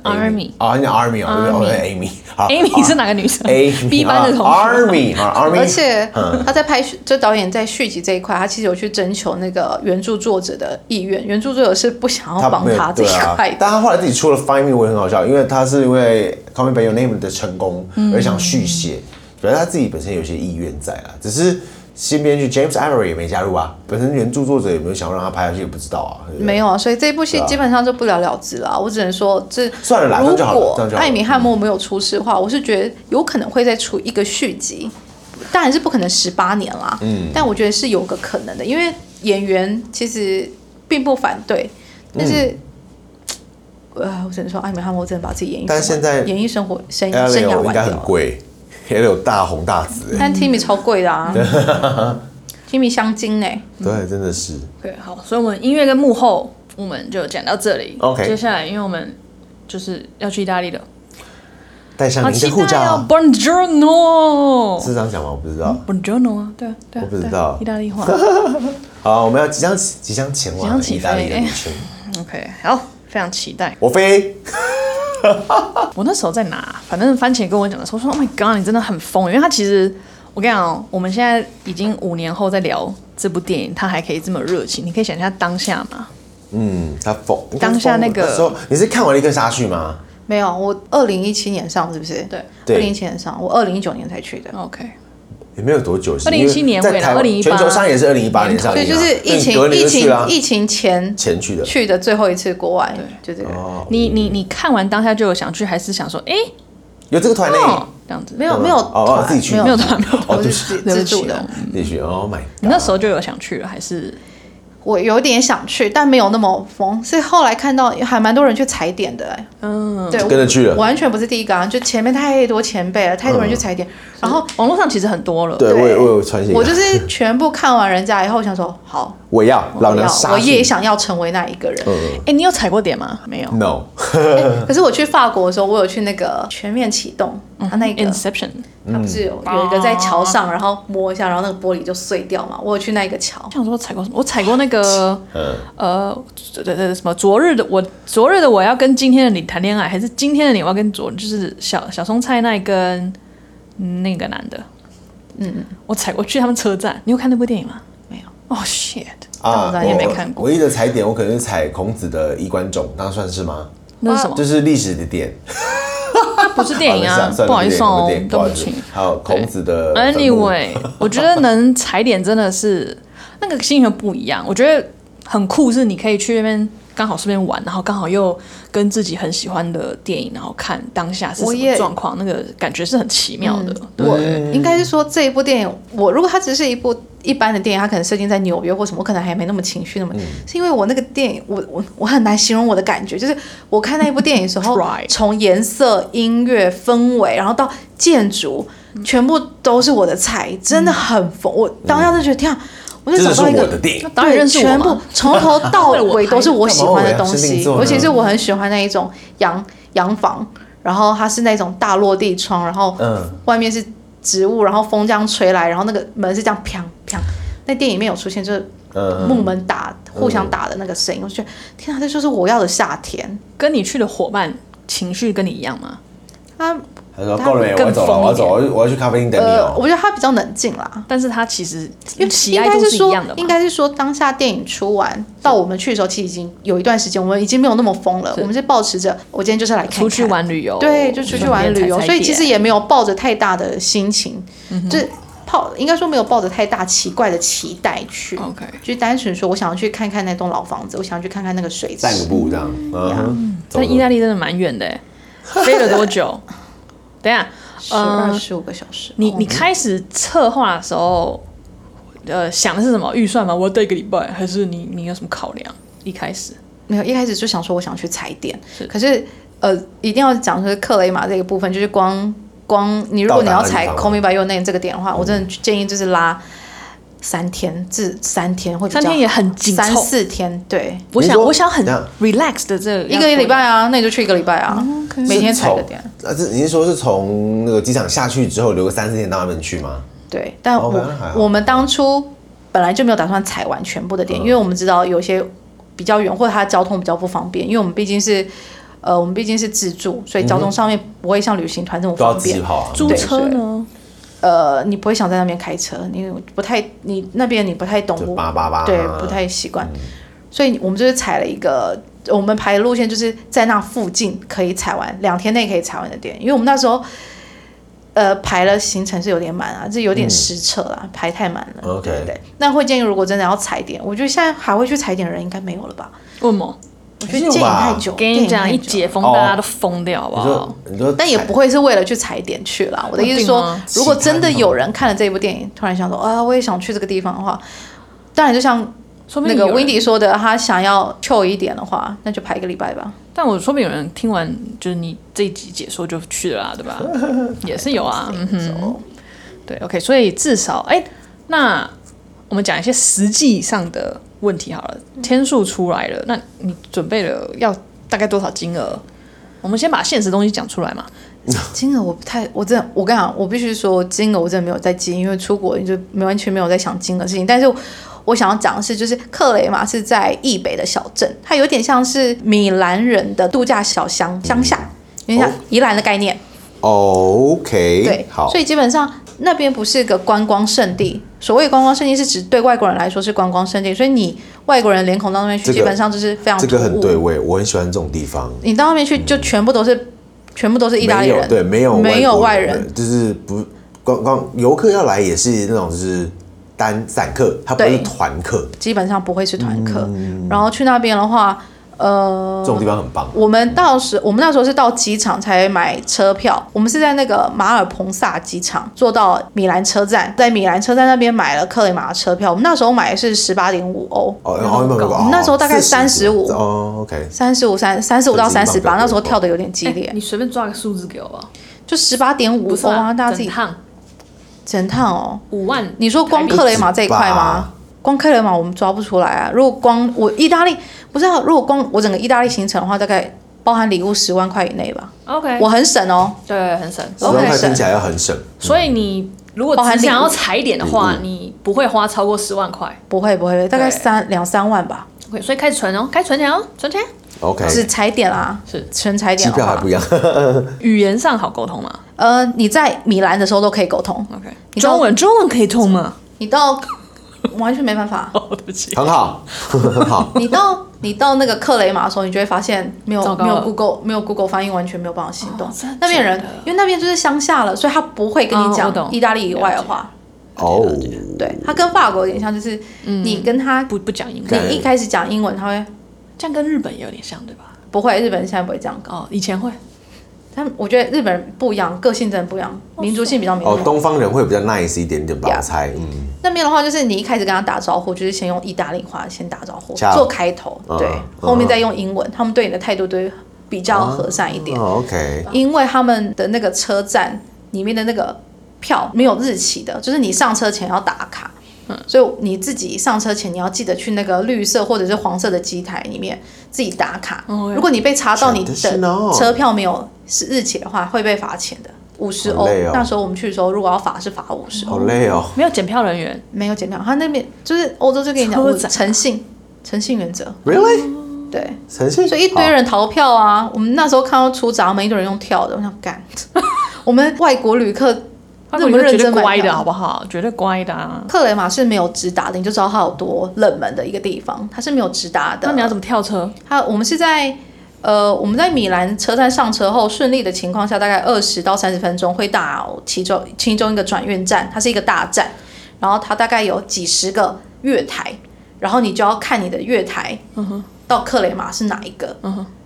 [SPEAKER 2] Army
[SPEAKER 3] 啊，你 Army 啊，对不对，Amy 好
[SPEAKER 2] Amy 是哪个女生
[SPEAKER 3] 哦 Amy
[SPEAKER 2] B 班的同
[SPEAKER 3] 啊
[SPEAKER 2] 学。
[SPEAKER 3] Army 啊，Army，嗯
[SPEAKER 4] 而且他在拍续，就导演在续集这一块，他其实有去征求那个原著作者的意愿，原著作者是不想要帮
[SPEAKER 3] 没有
[SPEAKER 4] 他这
[SPEAKER 3] 对
[SPEAKER 4] 一
[SPEAKER 3] 啊
[SPEAKER 4] 块，的。
[SPEAKER 3] 但他后来自己出了 Find Me，我也很好笑，因为他是因为 Call Me By Your Name 的成功而想续写，主要他自己本身有些意愿在啦，只是新编剧 James Avery 也没加入啊，本身原著作者有没有想要让他拍下去也不知道啊，对不对
[SPEAKER 4] 没有啊，所以这部戏
[SPEAKER 3] 对啊
[SPEAKER 4] 基本上就不了了之了。我只能说，这
[SPEAKER 3] 算了啦这
[SPEAKER 4] 如
[SPEAKER 3] 样就好了这
[SPEAKER 4] 果
[SPEAKER 3] 样就好了
[SPEAKER 4] 艾米汉默没有出事的话，我是觉得有可能会再出一个续集，当然是不可能十八年啦。嗯，但我觉得是有个可能的，因为演员其实并不反对，但是。
[SPEAKER 3] 嗯
[SPEAKER 4] 呃，我只能说，艾米汉默真的把自己演艺生活，
[SPEAKER 3] 但现在
[SPEAKER 4] 演艺生活生
[SPEAKER 3] ，L
[SPEAKER 4] 生涯
[SPEAKER 3] O 应
[SPEAKER 4] 完
[SPEAKER 3] 该
[SPEAKER 4] 掉
[SPEAKER 3] 很
[SPEAKER 4] 了。
[SPEAKER 3] 贵，L O 大红大紫，哎
[SPEAKER 4] 但 Timmy 超贵的 啊，Timmy 香精呢、
[SPEAKER 3] 对，真的是。
[SPEAKER 2] 对，好，所以我们音乐跟幕后我们就讲到这里。
[SPEAKER 3] OK
[SPEAKER 2] 接下来因为我们就是要去意大利了，
[SPEAKER 3] 带上
[SPEAKER 2] 好
[SPEAKER 3] 您的
[SPEAKER 2] 期
[SPEAKER 3] 护
[SPEAKER 2] 待哦
[SPEAKER 3] 照，啊
[SPEAKER 2] ！Buongiorno，Buongiorno
[SPEAKER 3] 是这样讲吗？我不知道。
[SPEAKER 2] 啊，对啊，对啊，
[SPEAKER 3] 我不知
[SPEAKER 2] 对啊
[SPEAKER 3] 道
[SPEAKER 2] 意大利 话。
[SPEAKER 3] 好，我们要即将即将前往
[SPEAKER 2] 即将起飞
[SPEAKER 3] 意大利的旅程。
[SPEAKER 2] OK，好，非常期待。
[SPEAKER 3] 我飞，
[SPEAKER 2] 我那时候在哪？反正番茄跟我讲的时候说，Oh my god，你真的很疯，因为他其实我跟你讲、哦，我们现在已经五年后在聊这部电影，他还可以这么热情，你可以想象当下嘛？
[SPEAKER 3] 嗯，他疯。应该
[SPEAKER 2] 当下
[SPEAKER 3] 疯了
[SPEAKER 2] 那个
[SPEAKER 3] 时候，你是看完了一个杀剧吗？
[SPEAKER 4] 没有，我二零一七年上是不是？
[SPEAKER 2] 对
[SPEAKER 4] 二
[SPEAKER 3] 对
[SPEAKER 4] 零一七年上，我二零一九年才去的。
[SPEAKER 2] OK，
[SPEAKER 3] 也没有多久，是
[SPEAKER 2] 2017
[SPEAKER 3] 因为
[SPEAKER 2] 年
[SPEAKER 3] 在
[SPEAKER 2] 尾了
[SPEAKER 3] 台湾
[SPEAKER 2] 2018
[SPEAKER 3] 全球上也是二零一八年上
[SPEAKER 4] 所
[SPEAKER 3] 映
[SPEAKER 4] 以
[SPEAKER 3] 啊，
[SPEAKER 4] 就是
[SPEAKER 3] 那
[SPEAKER 4] 疫
[SPEAKER 3] 你
[SPEAKER 4] 情
[SPEAKER 3] 隔，年
[SPEAKER 4] 疫
[SPEAKER 3] 就去啦
[SPEAKER 4] 情，疫情前
[SPEAKER 3] 啊前去的
[SPEAKER 4] 去的最后一次国外，就这个。
[SPEAKER 3] 哦，
[SPEAKER 2] 你你你看完当下就有想去，还是想说，哎、
[SPEAKER 3] 有这个团内
[SPEAKER 2] 哦，这样子？
[SPEAKER 4] 没
[SPEAKER 2] 有，
[SPEAKER 4] 有
[SPEAKER 3] 吗
[SPEAKER 4] 没有
[SPEAKER 3] 哦哦
[SPEAKER 4] 团
[SPEAKER 3] 自己去哦
[SPEAKER 4] 没有
[SPEAKER 2] 没有团，没有团。
[SPEAKER 4] 我
[SPEAKER 3] 对不
[SPEAKER 4] 是
[SPEAKER 3] 起
[SPEAKER 4] 自己自助
[SPEAKER 2] 对
[SPEAKER 4] 的
[SPEAKER 2] 不。
[SPEAKER 3] 也许，Oh my，
[SPEAKER 2] 你那时候就有想去了，还是
[SPEAKER 4] 我有点想去，但没有那么疯。是后来看到还蛮多人去踩点的、哎
[SPEAKER 2] 嗯？
[SPEAKER 4] 对，
[SPEAKER 3] 就跟着去了嗯
[SPEAKER 4] 我完全不是第一个啊，就前面太多前辈了，太多人去踩点，然
[SPEAKER 2] 然
[SPEAKER 4] 后
[SPEAKER 2] 后网络上其实很多了，
[SPEAKER 3] 对
[SPEAKER 4] 对
[SPEAKER 3] 我也我有穿鞋，
[SPEAKER 4] 我就是全部看完人家以后，想说好，
[SPEAKER 3] 我要 老
[SPEAKER 4] 我
[SPEAKER 3] 娘
[SPEAKER 4] 要
[SPEAKER 3] 杀嗯
[SPEAKER 4] 我也
[SPEAKER 3] 剧
[SPEAKER 4] 想要成为那一个人。哎
[SPEAKER 2] 哎、你有踩过点吗？没有。
[SPEAKER 3] ，No，
[SPEAKER 4] 可是我去法国的时候，我有去那个全面启动，它
[SPEAKER 3] 嗯
[SPEAKER 4] 那个
[SPEAKER 2] Inception，
[SPEAKER 4] 它不是有有一个在桥上，然后摸一下，然后那个玻璃就碎掉嘛。我有去那个桥，
[SPEAKER 2] 想说踩过什么？我踩过那个
[SPEAKER 3] 嗯，
[SPEAKER 2] 呃，这这这什么？昨日的我，昨日的我要跟今天的你谈恋爱，还是今天的你我要跟昨就是小小松菜奈跟嗯那个男的？嗯，我踩过去他们车站。你有看那部电影吗？
[SPEAKER 4] 没有。
[SPEAKER 2] 哦、shit，
[SPEAKER 3] 啊
[SPEAKER 4] 当然也
[SPEAKER 2] 没看过
[SPEAKER 3] 我唯一的踩点，我可能是踩孔子的衣冠冢，那算是吗？
[SPEAKER 2] 那是什么？
[SPEAKER 3] 就是历史的点，
[SPEAKER 2] 那不是电影
[SPEAKER 3] 好
[SPEAKER 2] 啊
[SPEAKER 3] 那算，了
[SPEAKER 2] 不好意思哦，
[SPEAKER 3] 有
[SPEAKER 2] 对
[SPEAKER 3] 点不好
[SPEAKER 2] 不
[SPEAKER 3] 意思
[SPEAKER 2] 起。
[SPEAKER 3] 还有孔子的坟墓
[SPEAKER 2] Anyway，我 觉得能踩点真的是那个心情不一样。我觉得很酷，是你可以去那边刚好顺便玩，然后刚好又跟自己很喜欢的电影，然后看当下是
[SPEAKER 4] 我
[SPEAKER 2] 什
[SPEAKER 4] 也
[SPEAKER 2] 么状况，那个感觉是很奇妙的。对
[SPEAKER 4] 我
[SPEAKER 3] 嗯
[SPEAKER 4] 应该是说这一部电影，我如果它只是一部一般的电影，它可能设定在纽约或什么，我可能还没那么情绪那
[SPEAKER 3] 嗯
[SPEAKER 4] 么。是因为我那个电影，我我我很难形容我的感觉，就是我看那一部电影的 时候
[SPEAKER 2] Right，
[SPEAKER 4] 从颜色、音乐、氛围，然后到建筑，全部都是我的菜，真的很疯。我当下就觉得天啊，我就
[SPEAKER 3] 这
[SPEAKER 4] 找
[SPEAKER 3] 就是
[SPEAKER 4] 到一
[SPEAKER 3] 我
[SPEAKER 4] 个
[SPEAKER 3] 的电影，
[SPEAKER 2] 导演认识我
[SPEAKER 4] 全部
[SPEAKER 2] 吗？
[SPEAKER 4] 从头到尾都是我喜欢 的
[SPEAKER 3] 干
[SPEAKER 4] 东
[SPEAKER 3] 嘛我要生
[SPEAKER 4] 西，
[SPEAKER 3] 病做呢
[SPEAKER 4] 尤其是我很喜欢那一种洋洋房，然后它是那种大落地窗，然后
[SPEAKER 3] 嗯
[SPEAKER 4] 外面是植物，然后风这样吹来，然后那个门是这样砰砰。那电影里面有出现，就是
[SPEAKER 3] 嗯，
[SPEAKER 4] 木门打、互相打的那个声音，我就觉得天啊，这就是我要的夏天。
[SPEAKER 2] 跟你去的伙伴情绪跟你一样吗？
[SPEAKER 4] 他
[SPEAKER 3] 他说够了没？我
[SPEAKER 2] 更
[SPEAKER 3] 要走了，
[SPEAKER 2] 疯一
[SPEAKER 3] 我要走，
[SPEAKER 2] 点
[SPEAKER 3] 我要我要去咖啡厅等你
[SPEAKER 4] 呃，
[SPEAKER 3] 哦。
[SPEAKER 4] 我觉得他比较冷静啦，
[SPEAKER 2] 但是他其实
[SPEAKER 4] 因为
[SPEAKER 2] 喜
[SPEAKER 4] 应
[SPEAKER 2] 爱
[SPEAKER 4] 该
[SPEAKER 2] 度
[SPEAKER 4] 是
[SPEAKER 2] 是一
[SPEAKER 4] 说
[SPEAKER 2] 样的，
[SPEAKER 4] 应
[SPEAKER 2] 嘛。
[SPEAKER 4] 该是说当下电影出完到我们去的时候，其实已经有一段时间，我们已经没有那么疯了，
[SPEAKER 2] 是
[SPEAKER 4] 我们是保持着我今天就是来看看
[SPEAKER 2] 出去玩旅游，
[SPEAKER 4] 对，就出去玩旅游，
[SPEAKER 2] 顺便踩踩
[SPEAKER 4] 所以其实
[SPEAKER 2] 点嗯
[SPEAKER 4] 也没有抱着太大的心情，就是抱应该说没有抱着太大奇怪的期待去，
[SPEAKER 2] OK。
[SPEAKER 4] 就单纯说我想要去看看那栋老房子，我想要去看看那个水池
[SPEAKER 3] 散。个步这样，嗯哼，走
[SPEAKER 2] 但意大
[SPEAKER 3] 利
[SPEAKER 2] 利真的蛮远的欸，飞了多久？等一下，
[SPEAKER 4] 十二十五个小时。
[SPEAKER 2] 你
[SPEAKER 4] 哦
[SPEAKER 2] 你开始策划的时候，呃，想的是什么预算吗？我要带一个礼拜，还是你你有什么考量？一开始
[SPEAKER 4] 没有，一开始就想说我想去踩点，可是呃，一定要讲就是克雷马这个部分，就是光光你如果你要踩
[SPEAKER 3] 到达的地嗯方
[SPEAKER 4] Call Me by Your Name 这个点的话，我真的建议就是拉三天至三天会比较
[SPEAKER 2] 三天也很紧凑
[SPEAKER 4] 三四天对，
[SPEAKER 2] 我
[SPEAKER 3] 你
[SPEAKER 2] 想
[SPEAKER 3] 说
[SPEAKER 2] 我想很
[SPEAKER 3] 等下
[SPEAKER 2] relax 的这
[SPEAKER 4] 一个礼拜啊，那你就去一个礼拜啊，
[SPEAKER 2] 哦
[SPEAKER 4] 每天踩一个
[SPEAKER 3] 从
[SPEAKER 4] 点。
[SPEAKER 3] 啊，这你是说是从那个机场下去之后留个三四天到那边去吗？
[SPEAKER 4] 对，但
[SPEAKER 3] 哦
[SPEAKER 4] 我、
[SPEAKER 3] 那还好
[SPEAKER 4] 我们当初本来就没有打算踩完全部的
[SPEAKER 3] 嗯
[SPEAKER 4] 点，因为我们知道有些比较远，或者它交通比较不方便，因为我们毕竟是呃，我们毕竟是自助，所以交
[SPEAKER 3] 嗯
[SPEAKER 4] 通上面不会像旅行团这么
[SPEAKER 3] 都要
[SPEAKER 4] 方
[SPEAKER 3] 自己
[SPEAKER 4] 便。
[SPEAKER 3] 跑啊，
[SPEAKER 2] 租
[SPEAKER 4] 对
[SPEAKER 2] 车呢？
[SPEAKER 4] 呃，你不会想在那边开车，你不太你那边你不太懂
[SPEAKER 3] 就
[SPEAKER 4] 路，
[SPEAKER 3] 八八八啊
[SPEAKER 4] 对，不太习惯，所以我们就是踩了一个。我们排的路线就是在那附近可以踩完，两天内可以踩完的点，因为我们那时候，呃，排了行程是有点满啊，这有点失策啦，排太满了。
[SPEAKER 3] 嗯 OK
[SPEAKER 4] 对不对？那会建议如果真的要踩点，我觉得现在还会去踩点的人应该没有了吧？
[SPEAKER 2] 为什么？
[SPEAKER 4] 我觉
[SPEAKER 3] 还是
[SPEAKER 4] 得
[SPEAKER 3] 有
[SPEAKER 4] 电影
[SPEAKER 3] 吧
[SPEAKER 4] 太久，
[SPEAKER 2] 给你讲，
[SPEAKER 4] 电
[SPEAKER 2] 一
[SPEAKER 4] 影太久
[SPEAKER 2] 解封
[SPEAKER 3] 哦
[SPEAKER 2] 大家都疯掉，好不
[SPEAKER 3] 你
[SPEAKER 2] 好
[SPEAKER 3] 说？你说踩，
[SPEAKER 4] 但也不会是为了去踩点去啦。我的意思
[SPEAKER 2] 哦
[SPEAKER 4] 是说
[SPEAKER 2] 对吗，
[SPEAKER 4] 如果真的有人看了这部电影，突然想说啊，我也想去这个地方的话，当然就像
[SPEAKER 2] 说不
[SPEAKER 4] 那
[SPEAKER 2] 定
[SPEAKER 4] 个
[SPEAKER 2] 有人
[SPEAKER 4] Wendy 说的，他想要 chill 一点的话，那就排一个礼拜吧。
[SPEAKER 2] 但我说不定有人听完就是你这一集解说就去了、啊， 对吧？也是有
[SPEAKER 4] 哎
[SPEAKER 2] 啊，嗯哼，对，OK，所以至少哎、那我们讲一些实际上的问题好了，天数出来了，那你准备了要大概多少金额？我们先把现实东西讲出来嘛。
[SPEAKER 4] 金额我不太，我真的，我跟你讲，我必须说，金额我真的没有在记，因为出国你就没完全没有在想金额的事情。但是我我想要讲的是，就是克雷马是在易北的小镇，它有点像是米兰人的度假小乡乡下，有点像
[SPEAKER 3] 哦
[SPEAKER 4] 宜兰的概念。
[SPEAKER 3] OK，
[SPEAKER 4] 对，
[SPEAKER 3] 好，
[SPEAKER 4] 所以基本上那边不是个观光胜地。所谓观光胜地，是指对外国人来说是观光胜地，所以你外国人脸孔到那边去，
[SPEAKER 3] 这个
[SPEAKER 4] 基本上就是非常
[SPEAKER 3] 这个
[SPEAKER 4] 突
[SPEAKER 3] 很
[SPEAKER 4] 兀
[SPEAKER 3] 对味，我很喜欢这种地方。
[SPEAKER 4] 你到那边去就全部都是，全部都是意大利
[SPEAKER 3] 没
[SPEAKER 4] 人，
[SPEAKER 3] 有对，没有
[SPEAKER 4] 没有
[SPEAKER 3] 国
[SPEAKER 4] 外人，，
[SPEAKER 3] 对就是不光光游客要来也是那种就是单散客，他不是
[SPEAKER 4] 对
[SPEAKER 3] 团客，
[SPEAKER 4] 基本上不会是团客。
[SPEAKER 3] 嗯
[SPEAKER 4] 然后去那边的话，呃
[SPEAKER 3] 这，种地方很棒。
[SPEAKER 4] 我们到时我们那时候是到机场才买车票，我们是在那个马尔彭萨机场坐到米兰车站，在米兰车站那边买了克雷马的车票。我们那时候买的是十八点五欧，
[SPEAKER 3] 哦，然后没有没有，
[SPEAKER 4] 我们那时候大概35
[SPEAKER 3] 哦，OK，
[SPEAKER 4] 三十五三三十五到三
[SPEAKER 3] 这已
[SPEAKER 4] 十
[SPEAKER 3] 经蛮
[SPEAKER 4] 八，
[SPEAKER 3] 高
[SPEAKER 4] 那时候跳的有点激烈，
[SPEAKER 2] 哎你随便抓个数字给我吧，
[SPEAKER 4] 就十八点五
[SPEAKER 2] 不是
[SPEAKER 4] 欧啊，大家自己
[SPEAKER 2] 烫
[SPEAKER 4] 整趟哦。
[SPEAKER 2] 五万，
[SPEAKER 4] 你说光克雷马这一块吗？光克雷马我们抓不出来啊。如果光我意大利不是、啊，如果光我整个意大利行程的话，大概包含礼物十万块以内吧。
[SPEAKER 2] OK，
[SPEAKER 4] 我很省哦，
[SPEAKER 2] 对很省
[SPEAKER 3] 十万
[SPEAKER 4] ，OK，
[SPEAKER 3] 块
[SPEAKER 4] 省
[SPEAKER 3] 听起来要很省，
[SPEAKER 2] 所以你如果
[SPEAKER 4] 包含
[SPEAKER 2] 只想
[SPEAKER 4] 礼物
[SPEAKER 2] 要踩点的话
[SPEAKER 3] 礼，物
[SPEAKER 2] 你不会花超过十万块。
[SPEAKER 4] 不会不会，大概
[SPEAKER 2] 对
[SPEAKER 4] 三两三万吧，
[SPEAKER 2] OK，所以开始存哦，开始存钱哦，存钱。
[SPEAKER 3] OK，
[SPEAKER 4] 只踩点啦，
[SPEAKER 2] 是
[SPEAKER 4] 纯踩点
[SPEAKER 3] 哎机票
[SPEAKER 4] 的
[SPEAKER 3] 还
[SPEAKER 4] 话
[SPEAKER 3] 不一，样，
[SPEAKER 2] 语言上好沟通吗
[SPEAKER 4] 呃，你在米兰的时候都可以沟通，
[SPEAKER 2] ？OK，
[SPEAKER 4] 你知道
[SPEAKER 2] 中文中文可以通吗？
[SPEAKER 4] 你到完全没办法。
[SPEAKER 2] 哦，对不起，
[SPEAKER 3] 很好， 很好，
[SPEAKER 4] 你到你到那个克雷马的时候，你就会发现没有
[SPEAKER 2] 糟糕
[SPEAKER 4] 没有
[SPEAKER 2] 了
[SPEAKER 4] Google 没有 Google 翻译，完全没有办法行动。
[SPEAKER 2] 真的
[SPEAKER 4] 那边人
[SPEAKER 2] 假的
[SPEAKER 4] 因为那边就是乡下了，所以他不会跟你
[SPEAKER 2] 哦我
[SPEAKER 4] 讲
[SPEAKER 2] 懂
[SPEAKER 4] 意大利以外的话。
[SPEAKER 3] 哦，
[SPEAKER 4] 对，他跟法国有点像，就是你跟他、
[SPEAKER 2] 不不讲英
[SPEAKER 3] 对
[SPEAKER 2] 文，
[SPEAKER 4] 你一开始讲英文，他会
[SPEAKER 2] 这样跟日本也有点像，对吧？
[SPEAKER 4] 不会，日本人现在不会这样搞。
[SPEAKER 2] 哦，以前会，
[SPEAKER 4] 但我觉得日本人不一样，个性真的不一样，民族性比较明
[SPEAKER 3] 哦，
[SPEAKER 4] 显。
[SPEAKER 3] 东方人会比较 nice 一点点吧，
[SPEAKER 4] Yeah
[SPEAKER 3] 我猜，嗯，
[SPEAKER 4] 那边的话，就是你一开始跟他打招呼，就是先用意大利话先打招呼
[SPEAKER 3] Ciao
[SPEAKER 4] 做开头，
[SPEAKER 3] 嗯
[SPEAKER 4] 对，
[SPEAKER 3] 嗯
[SPEAKER 4] 后面再用英文，他们对你的态度都会比较和善一点。
[SPEAKER 3] 哦，OK，
[SPEAKER 4] 因为他们的那个车站里面的那个票没有日期的，就是你上车前要打卡。
[SPEAKER 2] 嗯
[SPEAKER 4] 所以你自己上车前，你要记得去那个绿色或者是黄色的机台里面自己打卡。
[SPEAKER 2] 哦
[SPEAKER 4] 如果你被查到你
[SPEAKER 3] 真的是
[SPEAKER 4] 的
[SPEAKER 3] 哦
[SPEAKER 4] 车票没有是日期的话，会被罚钱的，五十
[SPEAKER 3] 好
[SPEAKER 4] 欧。
[SPEAKER 3] 累哦
[SPEAKER 4] 那时候我们去的时候，如果要罚是罚五十
[SPEAKER 3] 好
[SPEAKER 4] 欧，
[SPEAKER 3] 累哦，
[SPEAKER 2] 没有检票人员，
[SPEAKER 4] 没有减票。他那边就是欧洲就跟你讲
[SPEAKER 2] 车
[SPEAKER 4] 我
[SPEAKER 2] 展
[SPEAKER 4] 诚信，诚信原则。
[SPEAKER 3] Really？哦
[SPEAKER 4] 对，
[SPEAKER 3] 诚信？
[SPEAKER 4] 所以一堆人逃票啊！我们那时候看到出闸门，一堆人用跳的，我想干。 我们外国旅客
[SPEAKER 2] 外
[SPEAKER 4] 那
[SPEAKER 2] 国
[SPEAKER 4] 么
[SPEAKER 2] 人
[SPEAKER 4] 认
[SPEAKER 2] 绝对
[SPEAKER 4] 真买
[SPEAKER 2] 乖的
[SPEAKER 4] 票
[SPEAKER 2] 好不好？绝对乖的啊。
[SPEAKER 4] 克雷马是没有直达的，你就知道它有多冷门的一个地方，它是没有直达的。
[SPEAKER 2] 那你要怎么跳车？
[SPEAKER 4] 它我们是在呃我们在米兰车站上车后顺利的情况下，大概二十到三十分钟会到其中其中一个转运站，它是一个大站，然后它大概有几十个月台，然后你就要看你的月台，到克雷马是哪一个。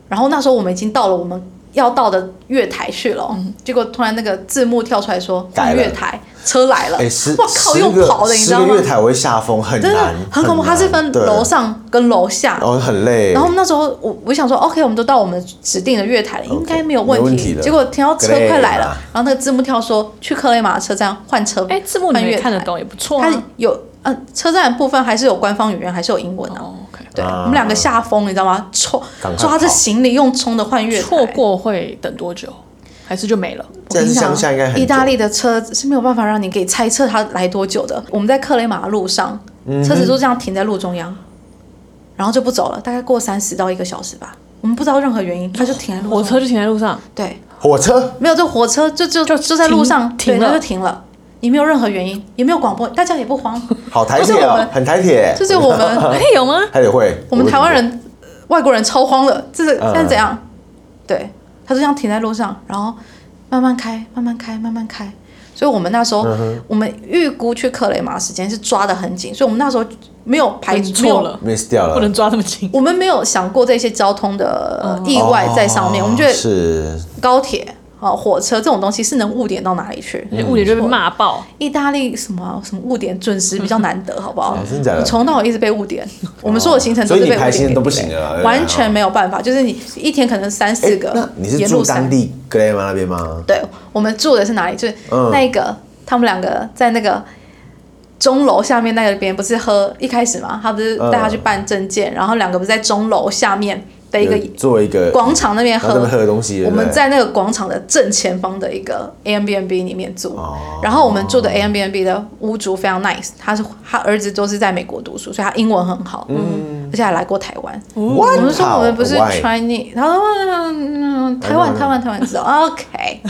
[SPEAKER 4] 然后那时候我们已经到了我们要到的月台去了哦、结果突然那个字幕跳出来说
[SPEAKER 3] 改
[SPEAKER 4] 换
[SPEAKER 3] 了
[SPEAKER 4] 月台，车来了，
[SPEAKER 3] 哎，十
[SPEAKER 4] 哇靠，
[SPEAKER 3] 十
[SPEAKER 4] 用
[SPEAKER 3] 个
[SPEAKER 4] 跑的，你知
[SPEAKER 3] 十
[SPEAKER 4] 道
[SPEAKER 3] 个
[SPEAKER 4] 吗
[SPEAKER 3] 月？台我会下风，很
[SPEAKER 4] 真的
[SPEAKER 3] 难，
[SPEAKER 4] 很恐怖，它是
[SPEAKER 3] 难
[SPEAKER 4] 分
[SPEAKER 3] 对
[SPEAKER 4] 楼上跟楼下，
[SPEAKER 3] 然后哦很累，
[SPEAKER 4] 然后那时候我我想说，OK，我们都到我们指定的月台了，应该没有问
[SPEAKER 3] 没问题
[SPEAKER 4] 题。
[SPEAKER 3] 的
[SPEAKER 4] 结果听到车快来
[SPEAKER 3] Great
[SPEAKER 4] 了
[SPEAKER 3] 啊，
[SPEAKER 4] 然后那个字幕跳说去克雷马车站换车，
[SPEAKER 2] 哎，字幕你
[SPEAKER 4] 换
[SPEAKER 2] 们
[SPEAKER 4] 月
[SPEAKER 2] 也
[SPEAKER 4] 台
[SPEAKER 2] 看得懂，也不错啊
[SPEAKER 4] 它。有呃车站的部分还是有官方语言，还是有英文的、
[SPEAKER 2] 哦，OK
[SPEAKER 4] 对、
[SPEAKER 3] 啊
[SPEAKER 4] 我们两个下风，你知道吗？冲
[SPEAKER 3] 赶快
[SPEAKER 4] 抓着
[SPEAKER 3] 跑
[SPEAKER 4] 行李用冲的换月台，
[SPEAKER 2] 错过会等多久？还是就没了？
[SPEAKER 3] 但是乡下应该很久
[SPEAKER 4] 意大利的车是没有办法让你可以猜测它来多久的。我们在克雷马路上，
[SPEAKER 3] 嗯
[SPEAKER 4] 车子就这样停在路中央，然后就不走了，大概过三十到一个小时吧。我们不知道任何原因，它就停在路
[SPEAKER 2] 火
[SPEAKER 4] 中
[SPEAKER 2] 车就停在路上，
[SPEAKER 4] 对，
[SPEAKER 3] 火车
[SPEAKER 4] 没有这火车就就就
[SPEAKER 2] 就
[SPEAKER 4] 在路
[SPEAKER 2] 停
[SPEAKER 4] 上
[SPEAKER 2] 停
[SPEAKER 4] 对，它
[SPEAKER 2] 了
[SPEAKER 4] 就停了，也没有任何原因，也没有广播，大家也 不慌，
[SPEAKER 3] 好台
[SPEAKER 4] 就是
[SPEAKER 3] 铁
[SPEAKER 4] 我
[SPEAKER 3] 哦
[SPEAKER 4] 们，
[SPEAKER 3] 很台铁，
[SPEAKER 4] 就是我们
[SPEAKER 2] 哎，有吗？
[SPEAKER 3] 台铁会，
[SPEAKER 4] 我们
[SPEAKER 3] 会
[SPEAKER 4] 台湾
[SPEAKER 3] 听
[SPEAKER 4] 人、呃外国人超慌了，这是
[SPEAKER 3] 嗯
[SPEAKER 4] 现在怎样？对，他就这样停在路上，然后慢慢开，慢慢开，慢慢开。所以我们那时候，
[SPEAKER 3] 嗯
[SPEAKER 4] 我们预估去克雷马时间是抓得很紧，所以我们那时候没有排
[SPEAKER 2] 你
[SPEAKER 4] 没有
[SPEAKER 2] 错了
[SPEAKER 3] 过，miss 掉了，
[SPEAKER 2] 不能抓这么 紧。
[SPEAKER 4] 我们没有想过这些交通的呃意外在上面，
[SPEAKER 3] 哦
[SPEAKER 4] 我们觉得
[SPEAKER 3] 是
[SPEAKER 4] 高铁。啊，火车这种东西是能误点到哪里去？
[SPEAKER 2] 物理就被骂爆，
[SPEAKER 4] 意大利什么啊什么误点准时比较难得，好不好
[SPEAKER 3] 哦？真的假的哦
[SPEAKER 4] 我从到我一直被误点，我们所有行程都
[SPEAKER 3] 所以
[SPEAKER 4] 是
[SPEAKER 3] 你
[SPEAKER 4] 被误
[SPEAKER 3] 排行
[SPEAKER 4] 点
[SPEAKER 3] 程都不行了对不对啊
[SPEAKER 4] 完全没有办法。就是你一天可能三四
[SPEAKER 3] 哎
[SPEAKER 4] 个
[SPEAKER 3] 那，你是
[SPEAKER 4] 沿
[SPEAKER 3] 住
[SPEAKER 4] 路三
[SPEAKER 3] 当。地格雷玛那边吗？
[SPEAKER 4] 对，我们住的是哪里？就是
[SPEAKER 3] 嗯
[SPEAKER 4] 那个他们两个在那个钟楼下面那边，不是喝一开始嘛，他不
[SPEAKER 3] 嗯
[SPEAKER 4] 是带他去办证件，然后两个不是在钟楼下面的一个
[SPEAKER 3] 有做一个
[SPEAKER 4] 广场那边喝
[SPEAKER 3] 然后在那边喝东西对
[SPEAKER 4] 我
[SPEAKER 3] 不对
[SPEAKER 4] 们在那个广场的正前方的一个 a m b n b 里面住，
[SPEAKER 3] 哦
[SPEAKER 4] 然后我们住的 a m b n b 的屋主非常 nice，他是他儿子都是在美国读书，所以他英文很好，嗯，而且还来过台湾。
[SPEAKER 3] What？
[SPEAKER 4] 我们说我们不是
[SPEAKER 3] 好，why？
[SPEAKER 4] Chinese，然后嗯，台湾台湾台湾知道哦 OK，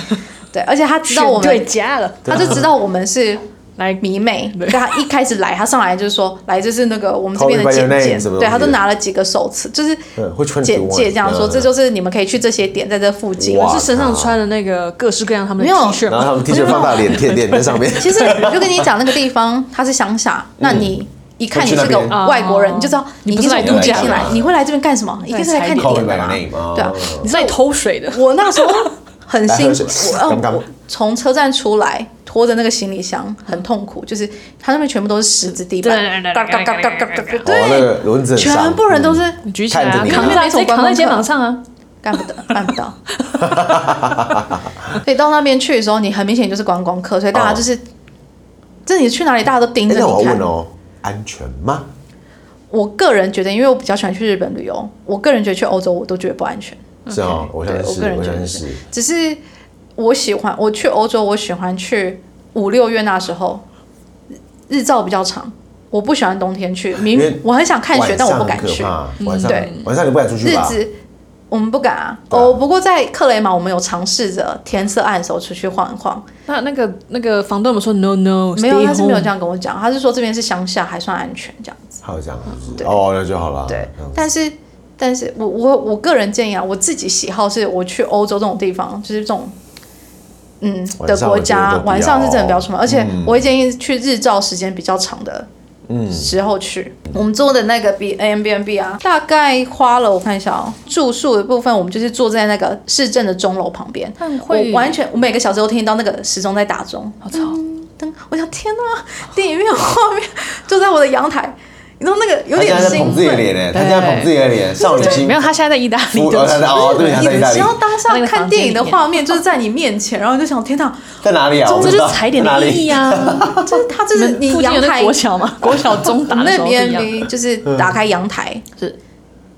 [SPEAKER 4] 对，而且他知道我
[SPEAKER 2] 对
[SPEAKER 4] 们，
[SPEAKER 2] 家了，
[SPEAKER 4] 他就知道我们是。
[SPEAKER 2] 来
[SPEAKER 4] 迷妹，
[SPEAKER 2] 对
[SPEAKER 4] 对他一开始来，他上来就是说，来这是那个我们这
[SPEAKER 3] Call
[SPEAKER 4] 边
[SPEAKER 3] me
[SPEAKER 4] 的
[SPEAKER 3] by
[SPEAKER 4] 简
[SPEAKER 3] your name，
[SPEAKER 4] 介
[SPEAKER 3] 什么，东西
[SPEAKER 4] 对，他都拿了几个手册，就是
[SPEAKER 3] 对会穿
[SPEAKER 4] 简介这样说，这就是是你们可以去这些点，在这附近。
[SPEAKER 3] 哇
[SPEAKER 2] 是身上穿的那个各式各样他们的
[SPEAKER 4] 没有
[SPEAKER 2] T 恤
[SPEAKER 3] 然后他
[SPEAKER 2] 吗
[SPEAKER 3] 们 T 恤放大脸贴脸在上面，
[SPEAKER 4] 其实就跟你讲那个地方，它是乡下，那你一看你是
[SPEAKER 3] 会去
[SPEAKER 4] 个
[SPEAKER 3] 那边
[SPEAKER 4] 外国人，你就知道你一定是
[SPEAKER 2] 你不是
[SPEAKER 3] 来
[SPEAKER 4] 定
[SPEAKER 3] 度假
[SPEAKER 4] 进
[SPEAKER 3] 的
[SPEAKER 4] 来，你会来这边干什么？一定是来看
[SPEAKER 2] 来踩
[SPEAKER 4] 点
[SPEAKER 3] 点的
[SPEAKER 4] 的嘛
[SPEAKER 3] 嘛。
[SPEAKER 4] 对啊，
[SPEAKER 2] 你在偷水的，
[SPEAKER 4] 我那时候很辛
[SPEAKER 3] 来喝
[SPEAKER 4] 苦
[SPEAKER 3] 水，
[SPEAKER 4] 我
[SPEAKER 3] 干不干
[SPEAKER 4] 呃我从车站出来，拖着那个行李箱很痛苦，就是它那边全部都是石子地板，
[SPEAKER 2] 对对对对
[SPEAKER 4] 嘎嘎嘎嘎嘎嘎
[SPEAKER 2] 对
[SPEAKER 3] 哦那个
[SPEAKER 4] 对，
[SPEAKER 3] 轮子很
[SPEAKER 4] 全
[SPEAKER 3] 伤
[SPEAKER 4] 部人都是
[SPEAKER 2] 你举起来啊，
[SPEAKER 3] 看着你
[SPEAKER 2] 扛在直接扛在肩膀上啊，
[SPEAKER 4] 干不得， 办不到。所以到那边去的时候，你很明显就是观光客，所以大家就是，这你去哪里，大家都盯
[SPEAKER 3] 哦哎
[SPEAKER 4] 着
[SPEAKER 3] 那我
[SPEAKER 4] 你
[SPEAKER 3] 要问
[SPEAKER 4] 看。
[SPEAKER 3] 哦，安全吗？
[SPEAKER 4] 我个人觉得，因为我比较喜欢去日本旅游，我个人觉得去欧洲我都觉得不安全。
[SPEAKER 3] 是哦，我相信
[SPEAKER 4] 对
[SPEAKER 3] 是，
[SPEAKER 4] 我个人
[SPEAKER 3] 我
[SPEAKER 4] 觉
[SPEAKER 3] 相
[SPEAKER 4] 得
[SPEAKER 3] 信是。
[SPEAKER 4] 只是我喜欢我去欧洲，我喜欢去五六月那时候，日日照比较长，我不喜欢冬天去。
[SPEAKER 3] 因为
[SPEAKER 4] 明我很想看雪，
[SPEAKER 3] 晚
[SPEAKER 4] 但我不
[SPEAKER 3] 上
[SPEAKER 4] 敢
[SPEAKER 3] 很可
[SPEAKER 4] 去。嗯
[SPEAKER 3] 怕晚上
[SPEAKER 4] 对
[SPEAKER 3] 晚上你不敢出去
[SPEAKER 4] 日
[SPEAKER 3] 吧？
[SPEAKER 4] 子我们不敢啊。
[SPEAKER 3] 对啊
[SPEAKER 4] 哦，不过在克雷马，我们有尝试着天色暗的时候出去晃一晃。
[SPEAKER 2] 那那个那个房东们说 no no，
[SPEAKER 3] 哦
[SPEAKER 4] 没有，
[SPEAKER 2] stay
[SPEAKER 4] 他是没有
[SPEAKER 2] home
[SPEAKER 4] 这样跟我讲，他是说这边是乡下，还算安全这样子。
[SPEAKER 3] 还有这样子
[SPEAKER 4] 对
[SPEAKER 3] 哦，那就好了。嗯
[SPEAKER 4] 对
[SPEAKER 3] 这样，子
[SPEAKER 4] 但是但是我我我个人建议啊，我自己喜好是我去欧洲这种地方，就是这种。嗯
[SPEAKER 3] 晚
[SPEAKER 4] 的
[SPEAKER 3] 上
[SPEAKER 4] 国
[SPEAKER 3] 我觉得
[SPEAKER 4] 家
[SPEAKER 3] 都不嗯
[SPEAKER 4] 晚上是真的不要
[SPEAKER 3] 要
[SPEAKER 4] 出门，而且我会建议去日照时间比较长的
[SPEAKER 3] 嗯
[SPEAKER 4] 时候去。我们做的那个 B M B N B 啊，大概花了我看一下哦，住宿的部分我们就是坐在那个市政的钟楼旁边，
[SPEAKER 2] 很会
[SPEAKER 4] 我完全我每个小时都听到那个时钟在打钟，
[SPEAKER 2] 好吵，
[SPEAKER 3] 嗯
[SPEAKER 4] 灯，我想天哪，电影院画面 就在我的阳台，你知道那个有
[SPEAKER 3] 他
[SPEAKER 4] 点
[SPEAKER 3] 现在在
[SPEAKER 4] 兴
[SPEAKER 3] 捧自己的脸呢，
[SPEAKER 4] 奋。
[SPEAKER 3] 他现在捧自己的脸，少女心
[SPEAKER 2] 没有，他现在在意大利
[SPEAKER 3] 服，
[SPEAKER 2] 对不
[SPEAKER 3] 哦
[SPEAKER 2] 起
[SPEAKER 3] 他在哦，对，他在意大
[SPEAKER 4] 只
[SPEAKER 3] 利，
[SPEAKER 4] 要当下
[SPEAKER 2] 那个
[SPEAKER 4] 看
[SPEAKER 2] 房间
[SPEAKER 4] 电影的
[SPEAKER 2] 里面
[SPEAKER 4] 画面就是在你面前，然后你就想天哪，
[SPEAKER 3] 在哪里啊？我不
[SPEAKER 2] 这
[SPEAKER 3] 知
[SPEAKER 2] 就
[SPEAKER 3] 道
[SPEAKER 2] 是踩点
[SPEAKER 3] 在哪
[SPEAKER 2] 的
[SPEAKER 3] 里
[SPEAKER 2] 意义 啊！
[SPEAKER 4] 就是它就
[SPEAKER 2] 你
[SPEAKER 4] 是
[SPEAKER 2] 们
[SPEAKER 4] 你
[SPEAKER 2] 附近
[SPEAKER 4] 阳
[SPEAKER 2] 有那
[SPEAKER 4] 台
[SPEAKER 2] 国小 吗？国小中啊打的时
[SPEAKER 4] 那嗯
[SPEAKER 2] 候是一样的。
[SPEAKER 4] B 就是打开阳台，
[SPEAKER 2] 是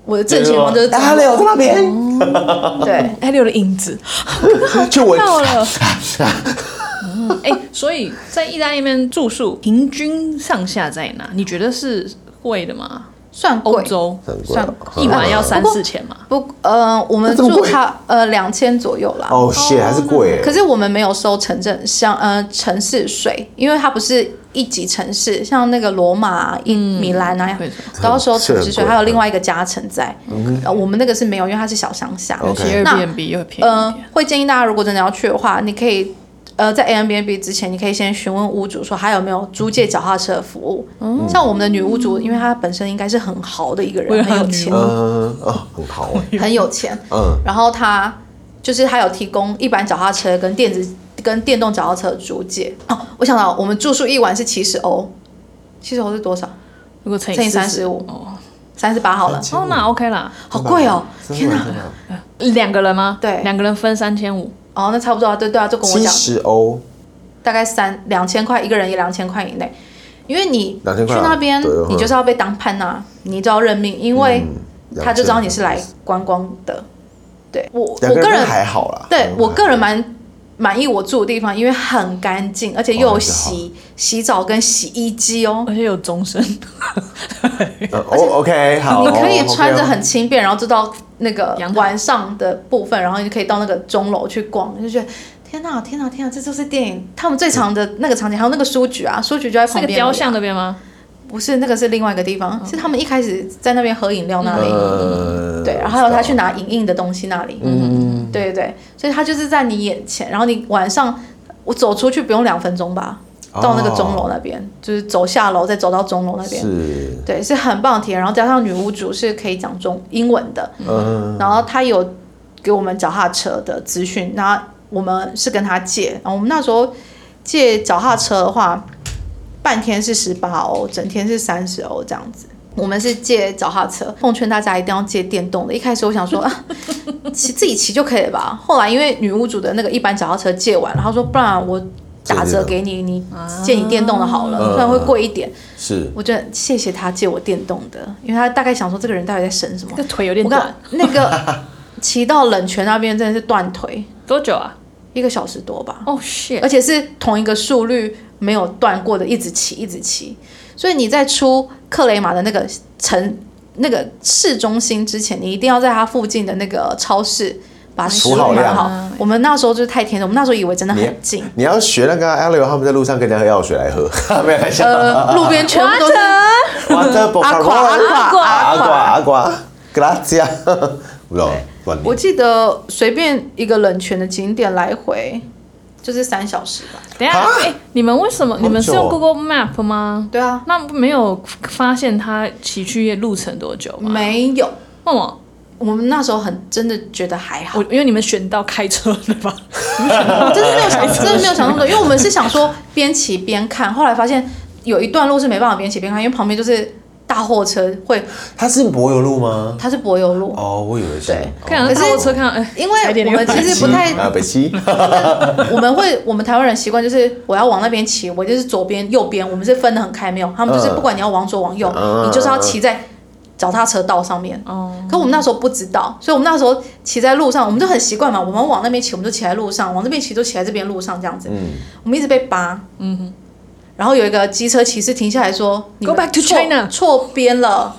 [SPEAKER 4] 我的正前方就是嗯
[SPEAKER 3] 哪里？我哎在那边，
[SPEAKER 4] 对，
[SPEAKER 2] 艾六的影 子
[SPEAKER 3] 就闻
[SPEAKER 2] 到了。哎、所以在意大利面住宿平均上下在哪？你觉得是贵的吗？
[SPEAKER 4] 算
[SPEAKER 2] 欧
[SPEAKER 4] 贵。
[SPEAKER 2] 洲
[SPEAKER 3] 很贵
[SPEAKER 4] 算
[SPEAKER 3] 啊
[SPEAKER 2] 一晚要三
[SPEAKER 4] 不过
[SPEAKER 2] 四千嘛？
[SPEAKER 4] 不，呃，我们
[SPEAKER 3] 这么
[SPEAKER 4] 住
[SPEAKER 3] 贵
[SPEAKER 4] 它呃两千左右啦。
[SPEAKER 3] 哦，shit，还是贵耶。
[SPEAKER 4] 可是我们没有收城镇像呃城市税，因为它不是一级城市，像那个罗马啊、一米兰啊
[SPEAKER 2] 会收，
[SPEAKER 4] 都要收城市
[SPEAKER 3] 是
[SPEAKER 4] 税，
[SPEAKER 3] 很贵嗯
[SPEAKER 4] 还有另外一个加成在。呃，我们那个是没有，因为它是小乡下。
[SPEAKER 3] OK
[SPEAKER 2] 其实
[SPEAKER 4] 那
[SPEAKER 2] Airbnb 又便宜一
[SPEAKER 4] 呃
[SPEAKER 2] 点。，
[SPEAKER 4] 会建议大家如果真的要去的话，你可以呃在 a m b n b 之前，你可以先询问屋主说还有没有租借脚踏车的服务。像我们的女屋主，因为她本身应该是很豪的一个
[SPEAKER 2] 我也
[SPEAKER 4] 人，很有
[SPEAKER 2] 很
[SPEAKER 4] 钱
[SPEAKER 2] 女，
[SPEAKER 3] 呃嗯，哦，很好哎，
[SPEAKER 4] 很有钱。
[SPEAKER 3] 嗯，
[SPEAKER 4] 然后她就是它有提供一般脚踏车跟电子跟电动脚踏车的租借。哦，我想到我们住宿一晚是七十欧，七十欧是多少？
[SPEAKER 2] 如果乘
[SPEAKER 4] 乘以
[SPEAKER 2] 以
[SPEAKER 4] 35
[SPEAKER 2] 哦，
[SPEAKER 4] 三十八好了，
[SPEAKER 2] 哦那 OK 啦。
[SPEAKER 4] 好贵哦！
[SPEAKER 3] 天哪，天哪
[SPEAKER 2] 两个人吗？
[SPEAKER 4] 对
[SPEAKER 2] 两个人分三千五。
[SPEAKER 4] 哦，那差不多啊，对对啊，就跟我
[SPEAKER 3] 七
[SPEAKER 4] 讲，
[SPEAKER 3] 十欧，
[SPEAKER 4] 大概三两千块，一个人也两千块以内。因为你
[SPEAKER 3] 2000
[SPEAKER 4] 去
[SPEAKER 3] 块啊
[SPEAKER 4] 那边
[SPEAKER 3] 对哦，嗯
[SPEAKER 4] 你就是要被当叛呐，你就要认命，因为他就知道你是来观光的。对我，我
[SPEAKER 3] 两个
[SPEAKER 4] 个
[SPEAKER 3] 人啊嗯
[SPEAKER 4] 人
[SPEAKER 3] 还好啦。
[SPEAKER 4] 对我个
[SPEAKER 3] 人
[SPEAKER 4] 人蛮满意我住的地方，因为很干净，而且
[SPEAKER 3] 哦
[SPEAKER 4] 又有洗、洗澡跟洗衣机哦。
[SPEAKER 2] 而且有终身，
[SPEAKER 3] 哦，OK，好，哦
[SPEAKER 4] 你可以
[SPEAKER 3] OK，
[SPEAKER 4] 穿着
[SPEAKER 3] OK
[SPEAKER 4] 很轻便，然后就到那个
[SPEAKER 2] 阳台
[SPEAKER 4] 晚上的部分，然后你就可以到那个钟楼去逛，你就觉得天哪，天哪，天哪，这就是电影他们最长的那个场景，还有那个书局啊，书局就 在
[SPEAKER 2] 是
[SPEAKER 4] 旁
[SPEAKER 2] 个
[SPEAKER 4] 边。
[SPEAKER 2] 雕像那边吗？
[SPEAKER 4] 不是那个是另外一个地方，是他们一开始在那边喝饮料那里，
[SPEAKER 3] 呃，
[SPEAKER 4] 对，然后还有他去拿影印的东西那里，嗯，对对对，所以他就是在你眼前，然后你晚上我走出去不用两分钟吧，
[SPEAKER 3] 哦
[SPEAKER 4] 到那个钟楼那边，就是走下楼再走到钟楼那边，
[SPEAKER 3] 是，
[SPEAKER 4] 对，是很棒的体验。然后加上女屋主是可以讲中英文的，
[SPEAKER 3] 嗯，
[SPEAKER 4] 然后她有给我们脚踏车的资讯，然后我们是跟她借，然后我们那时候借脚踏车的话，半天是十八欧，整天是三十欧这样子。我们是借脚踏车，奉劝大家一定要借电动的。一开始我想说， 啊、骑自己骑就可以了吧。后来因为女屋主的那个一般脚踏车借完了，她说不然我打折给你，你借你电动的好了，
[SPEAKER 3] 嗯
[SPEAKER 4] 虽然会贵一点。
[SPEAKER 3] 是，
[SPEAKER 4] 我觉得谢谢他借我电动的，因为他大概想说这个人到底在省什么
[SPEAKER 2] 这。个腿有点
[SPEAKER 4] 我看
[SPEAKER 2] 短，
[SPEAKER 4] 那个骑到冷泉那边真的是断腿，
[SPEAKER 2] 多久啊？
[SPEAKER 4] 一个小时多吧，
[SPEAKER 2] 哦
[SPEAKER 4] 而
[SPEAKER 2] shit，
[SPEAKER 4] 且是同一个速率没有断过的，一直骑一直骑。所以你在出克雷马的那个城那个市中心之前，你一定要在它附近的那个超市把食物
[SPEAKER 3] 储好
[SPEAKER 4] 买
[SPEAKER 3] 量
[SPEAKER 4] 好。我们那时候就是太天真，我们那时候以为真的
[SPEAKER 3] 你
[SPEAKER 4] 很近，
[SPEAKER 3] 你要学那个 a l i 他们在路上跟人家喝药水来喝， 没有开玩笑。
[SPEAKER 4] 呃，路边全部都是
[SPEAKER 3] 啊 Water por
[SPEAKER 4] 阿垮阿
[SPEAKER 3] favor，
[SPEAKER 4] 垮
[SPEAKER 3] 阿
[SPEAKER 4] 阿
[SPEAKER 3] 瓜
[SPEAKER 4] 垮。
[SPEAKER 3] 阿瓜，Gracias，不 知道管你
[SPEAKER 4] 我。记得随便一个冷泉的景点来回就是三小时吧。
[SPEAKER 2] 等一下，
[SPEAKER 3] 啊
[SPEAKER 2] 哎，你们为什么？
[SPEAKER 3] 久哦
[SPEAKER 2] 你们是用 Google Map 吗？
[SPEAKER 4] 对啊，
[SPEAKER 2] 那没有发现他崎岖路程多久吗？，
[SPEAKER 4] 没有，
[SPEAKER 2] 为什么？
[SPEAKER 4] 我们那时候很真的觉得还好
[SPEAKER 2] 我，因为你们选到开车的吧？
[SPEAKER 4] 我真的没有 想，真的没有想那么多，因为我们是想说边骑边看，后来发现有一段路是没办法边骑边看，因为旁边就是大货车会，
[SPEAKER 3] 它是柏油路吗？
[SPEAKER 4] 它是柏油路，
[SPEAKER 3] 哦，我以为是
[SPEAKER 4] 对。
[SPEAKER 2] 看
[SPEAKER 3] 哦
[SPEAKER 2] 到大货车看到，哎，
[SPEAKER 4] 因
[SPEAKER 2] 踩
[SPEAKER 4] 为
[SPEAKER 2] 点
[SPEAKER 4] 我们其实不太，
[SPEAKER 3] 啊，北西，
[SPEAKER 4] 我们会，我们台湾人习惯就是我要往那边骑，我就是左边、右边，我们是分得很开，没有，他们就是
[SPEAKER 3] 嗯
[SPEAKER 4] 不管你要往左往右，
[SPEAKER 3] 嗯
[SPEAKER 4] 你就是要骑在脚踏车道上面。
[SPEAKER 2] 哦，
[SPEAKER 4] 可我们那时候不知道，所以我们那时候骑在路上，我们就很习惯嘛，我们往那边骑，我们就骑在路上；往这边骑就骑在这边路上这样子。
[SPEAKER 3] 嗯，
[SPEAKER 4] 我们一直被扒，嗯然后有一个机车骑士停下来说你们
[SPEAKER 2] Go back to
[SPEAKER 4] 错
[SPEAKER 2] China
[SPEAKER 4] 错边了，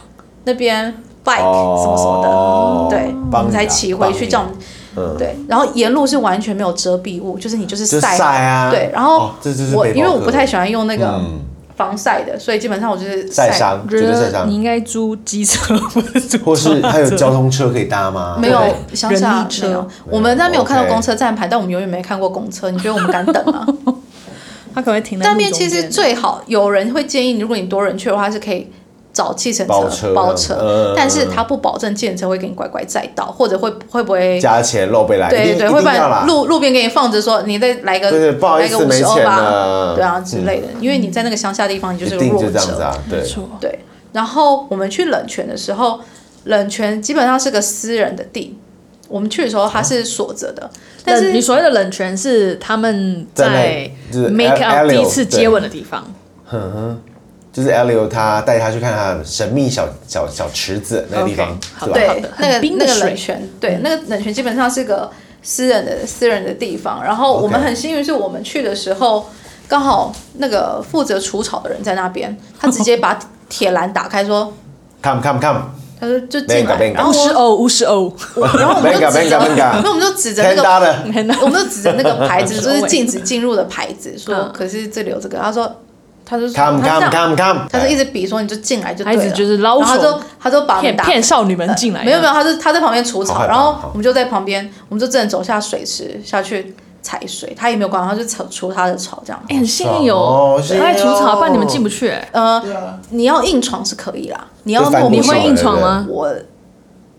[SPEAKER 4] 那边 bike 什么什么的，
[SPEAKER 3] 哦
[SPEAKER 4] 对，
[SPEAKER 3] 帮
[SPEAKER 4] 我们
[SPEAKER 3] 你
[SPEAKER 4] 才
[SPEAKER 3] 啊
[SPEAKER 4] 骑回
[SPEAKER 3] 帮
[SPEAKER 4] 去
[SPEAKER 3] 你
[SPEAKER 4] 这样。
[SPEAKER 3] 嗯
[SPEAKER 4] 对，然后沿路是完全没有遮蔽物，就是你就是
[SPEAKER 3] 就
[SPEAKER 4] 晒，
[SPEAKER 3] 晒啊
[SPEAKER 4] 对，然后
[SPEAKER 3] 哦这就是
[SPEAKER 4] 我
[SPEAKER 3] 背包
[SPEAKER 4] 因为我
[SPEAKER 3] 客
[SPEAKER 4] 不太喜欢用那个
[SPEAKER 3] 嗯
[SPEAKER 4] 防晒的，所以基本上我就是
[SPEAKER 3] 晒伤，
[SPEAKER 2] 觉
[SPEAKER 3] 绝对晒
[SPEAKER 2] 得
[SPEAKER 3] 伤
[SPEAKER 2] 你，应该租机车，不是租
[SPEAKER 3] 或是
[SPEAKER 2] 脚踏
[SPEAKER 3] 它有
[SPEAKER 2] 车
[SPEAKER 3] 交通车可以搭吗？
[SPEAKER 4] 没有
[SPEAKER 3] 对，
[SPEAKER 4] 想想
[SPEAKER 2] 人
[SPEAKER 4] 啊
[SPEAKER 2] 力车
[SPEAKER 4] 没有，我们那边有看到
[SPEAKER 3] OK
[SPEAKER 4] 公车站牌，但我们永远没看过公车。你觉得我们敢 等吗？
[SPEAKER 2] 他可能会停在
[SPEAKER 4] 那
[SPEAKER 2] 路
[SPEAKER 4] 边
[SPEAKER 2] 中
[SPEAKER 4] 其实
[SPEAKER 2] 间
[SPEAKER 4] 最好，有人会建议，如果你多人去的话，是可以找计程
[SPEAKER 3] 包
[SPEAKER 4] 车
[SPEAKER 3] 车
[SPEAKER 4] 包
[SPEAKER 3] 嗯
[SPEAKER 4] 车，但是他不保证计程车会给你乖乖载到，或者会会不会
[SPEAKER 3] 加钱露背来，一
[SPEAKER 4] 对
[SPEAKER 3] 定
[SPEAKER 4] 对，
[SPEAKER 3] 一
[SPEAKER 4] 会
[SPEAKER 3] 定
[SPEAKER 4] 不
[SPEAKER 3] 要啦
[SPEAKER 4] 然路路边给你放着说你再来个
[SPEAKER 3] 对对不好意思
[SPEAKER 4] 来个五十
[SPEAKER 3] 没
[SPEAKER 4] 二
[SPEAKER 3] 钱
[SPEAKER 4] 吧
[SPEAKER 3] 了，嗯
[SPEAKER 4] 对啊之类的，因为你在那个乡下地方，你
[SPEAKER 3] 一
[SPEAKER 4] 就是个
[SPEAKER 3] 定
[SPEAKER 4] 弱
[SPEAKER 3] 就这样子
[SPEAKER 4] 者。
[SPEAKER 3] 啊，对
[SPEAKER 2] 没，错，
[SPEAKER 4] 对，然后我们去冷泉的时候，冷泉基本上是个私人的地，我们去的时候它是锁着
[SPEAKER 3] 啊
[SPEAKER 4] 的，但
[SPEAKER 2] 冷你
[SPEAKER 4] 是
[SPEAKER 2] 所谓的冷泉是他们在
[SPEAKER 3] 在那就是
[SPEAKER 2] make
[SPEAKER 3] a-
[SPEAKER 2] up
[SPEAKER 3] alley，
[SPEAKER 2] 第一次接吻的地方，
[SPEAKER 3] 哼哼，就是 Elio 他带他去看他的神秘小小小池子那个地方
[SPEAKER 2] OK，，好
[SPEAKER 3] 是吧？
[SPEAKER 4] 对
[SPEAKER 2] 好的
[SPEAKER 4] 那
[SPEAKER 2] 很
[SPEAKER 4] 个
[SPEAKER 2] 冰的
[SPEAKER 4] 那个
[SPEAKER 2] 水
[SPEAKER 4] 冷泉，对那个冷泉基本上是个私人的私人的地方，然后我们
[SPEAKER 3] OK
[SPEAKER 4] 很幸运是我们去的时候刚好那个负责除草的人在那边，他直接把铁栏打开说。
[SPEAKER 3] Come come come，
[SPEAKER 4] 他说就进
[SPEAKER 3] Venga,
[SPEAKER 4] 来，
[SPEAKER 3] venga
[SPEAKER 4] 然
[SPEAKER 2] 五
[SPEAKER 4] 后
[SPEAKER 2] 十
[SPEAKER 4] 我
[SPEAKER 2] 欧，五十欧，
[SPEAKER 4] 我然后 我们就
[SPEAKER 3] Venga,
[SPEAKER 4] 指着，
[SPEAKER 3] venga, venga
[SPEAKER 4] 那 我们就指着那
[SPEAKER 3] 天
[SPEAKER 4] 个
[SPEAKER 3] 大的，
[SPEAKER 4] 我们就指着那个牌 子，就是
[SPEAKER 2] 我
[SPEAKER 4] 禁止进入的牌子，说
[SPEAKER 2] 嗯
[SPEAKER 4] 可是这里有这个，他说，他就说
[SPEAKER 3] Come,
[SPEAKER 4] 他
[SPEAKER 3] come,
[SPEAKER 4] 这样
[SPEAKER 3] come, come
[SPEAKER 4] 他就一直比说你就进来就对
[SPEAKER 2] 孩
[SPEAKER 4] 了，
[SPEAKER 2] 子就是捞手
[SPEAKER 4] 然后他就他就把门
[SPEAKER 2] 骗
[SPEAKER 4] 打
[SPEAKER 2] 骗少女们进来，
[SPEAKER 4] 没有没有，他就他在旁边除
[SPEAKER 3] 好
[SPEAKER 4] 草，
[SPEAKER 3] 哦害怕
[SPEAKER 4] 然后
[SPEAKER 3] 好
[SPEAKER 4] 我们就在旁边，我们就真的走下水池下去踩水，他也没有管，他就除除他的草这样。
[SPEAKER 2] 哎，很幸运
[SPEAKER 3] 哦
[SPEAKER 2] 有
[SPEAKER 3] 幸运
[SPEAKER 2] 他在除草，
[SPEAKER 3] 哦
[SPEAKER 2] 不然你们进不去，哎
[SPEAKER 4] 呃，你要硬闯是可以啦，你要
[SPEAKER 3] 哎就翻
[SPEAKER 4] 弄
[SPEAKER 3] 过
[SPEAKER 2] 你
[SPEAKER 3] 手
[SPEAKER 2] 会硬闯吗？
[SPEAKER 4] 我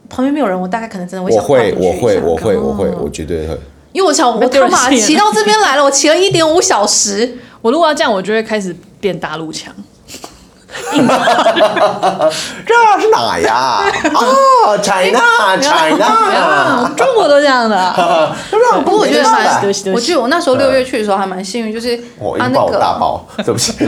[SPEAKER 4] 旁边没有人，我大概可能真的会
[SPEAKER 3] 我
[SPEAKER 4] 想跨出
[SPEAKER 3] 会，
[SPEAKER 4] 去
[SPEAKER 3] 我会，
[SPEAKER 4] 一下
[SPEAKER 3] 我会，我会，我绝对会。
[SPEAKER 4] 因为我想我
[SPEAKER 2] 丢
[SPEAKER 4] 的
[SPEAKER 2] 人
[SPEAKER 4] 马
[SPEAKER 2] 现眼
[SPEAKER 4] 骑到这边来了，我骑了一点五 小时，
[SPEAKER 2] 我如果要这样，我就会开始变大陆腔。
[SPEAKER 3] 这是哪呀？ 哦，China，China，啊
[SPEAKER 2] 中国都这样的啊、
[SPEAKER 3] 让
[SPEAKER 4] 不过我觉得
[SPEAKER 2] 没事
[SPEAKER 4] 蛮
[SPEAKER 2] 对不起对，不
[SPEAKER 4] 我
[SPEAKER 2] 起
[SPEAKER 4] 记得我那时候六月去的时候还蛮幸运，就是
[SPEAKER 3] 我
[SPEAKER 4] 他
[SPEAKER 3] 一
[SPEAKER 4] 那
[SPEAKER 3] 爆大
[SPEAKER 4] 个，
[SPEAKER 3] 爆，对不 起。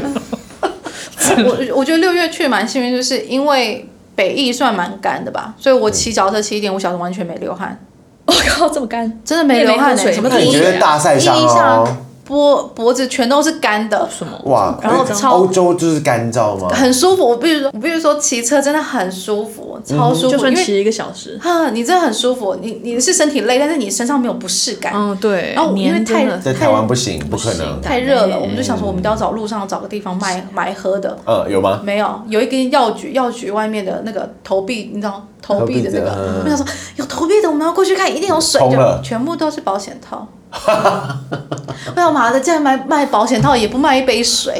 [SPEAKER 4] 我我觉得六月去蛮幸运，就是因为北翼算蛮干的吧，所以我骑脚踏车骑一点五小时完全没流汗，
[SPEAKER 2] 我靠，这么干，
[SPEAKER 4] 真的没流汗、
[SPEAKER 2] 你也没喝
[SPEAKER 4] 欸，
[SPEAKER 2] 水
[SPEAKER 4] 什么
[SPEAKER 3] 那
[SPEAKER 4] 第
[SPEAKER 3] 你
[SPEAKER 4] 一
[SPEAKER 3] 觉得大晒伤
[SPEAKER 4] 第一下
[SPEAKER 3] 哦？
[SPEAKER 4] 脖脖子全都是干的，
[SPEAKER 2] 什么？
[SPEAKER 3] 哇，
[SPEAKER 4] 然后
[SPEAKER 3] 哎
[SPEAKER 4] 超
[SPEAKER 3] 欧洲就是干燥吗？
[SPEAKER 4] 很舒服。我必须说，我必须说，骑车真的很舒服，超
[SPEAKER 2] 嗯
[SPEAKER 4] 舒
[SPEAKER 2] 就
[SPEAKER 4] 服，
[SPEAKER 2] 算
[SPEAKER 4] 因为
[SPEAKER 2] 骑一个小时。
[SPEAKER 4] 啊，你真的很舒服，你你是身体累，但是你身上没有不适感。
[SPEAKER 2] 嗯，对。
[SPEAKER 4] 然后因为
[SPEAKER 2] 黏真
[SPEAKER 4] 太
[SPEAKER 2] 的
[SPEAKER 3] 在台湾不行，不可能。
[SPEAKER 4] 太热了，
[SPEAKER 2] 嗯
[SPEAKER 4] 我们就想说，我们都要找路上找个地方卖买喝的。
[SPEAKER 3] 呃，有吗？
[SPEAKER 4] 没有，有一根药局，药局外面的那个投币，你知道投币的那
[SPEAKER 3] 投币的嗯
[SPEAKER 4] 个，我想说有投币的，我们要过去看，一定有水，
[SPEAKER 3] 通
[SPEAKER 4] 就
[SPEAKER 3] 了
[SPEAKER 4] 全部都是保险套。 哎呀妈的，竟然卖卖保险套，也不卖一 杯水。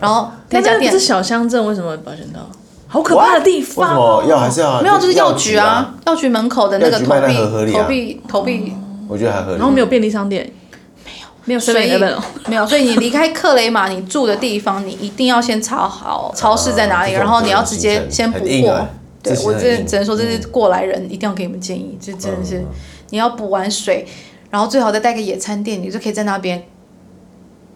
[SPEAKER 4] 然后那
[SPEAKER 2] 那
[SPEAKER 4] 家
[SPEAKER 2] 家
[SPEAKER 4] 店
[SPEAKER 2] 店是小乡镇，为什么保险套？好可怕的地
[SPEAKER 3] 为什
[SPEAKER 2] 方哦！
[SPEAKER 3] 么要还是要？
[SPEAKER 4] 没有，就是
[SPEAKER 3] 药
[SPEAKER 4] 药局啊，，药局门口的那个
[SPEAKER 3] 药局
[SPEAKER 4] 投
[SPEAKER 3] 卖得很合
[SPEAKER 4] 币，
[SPEAKER 3] 理啊
[SPEAKER 4] 投币，投币
[SPEAKER 3] 我觉得还合理。
[SPEAKER 2] 然后没有便利商店，没有，没有
[SPEAKER 4] 所以
[SPEAKER 2] seven eleven 哦。
[SPEAKER 4] 没有，所以你离开克雷马，你住的地方，你一定要先查好超市在哪里，
[SPEAKER 3] 啊这种
[SPEAKER 4] 然后你要直接先补
[SPEAKER 3] 很硬
[SPEAKER 4] 货
[SPEAKER 3] 啊。
[SPEAKER 4] 对
[SPEAKER 3] 这是
[SPEAKER 4] 我
[SPEAKER 3] 很
[SPEAKER 4] 这
[SPEAKER 3] 硬嗯
[SPEAKER 4] 只能说这是过来人一定要给你们建议，这真的是你要补完水，然后最好再带个野餐垫，你就可以在那边，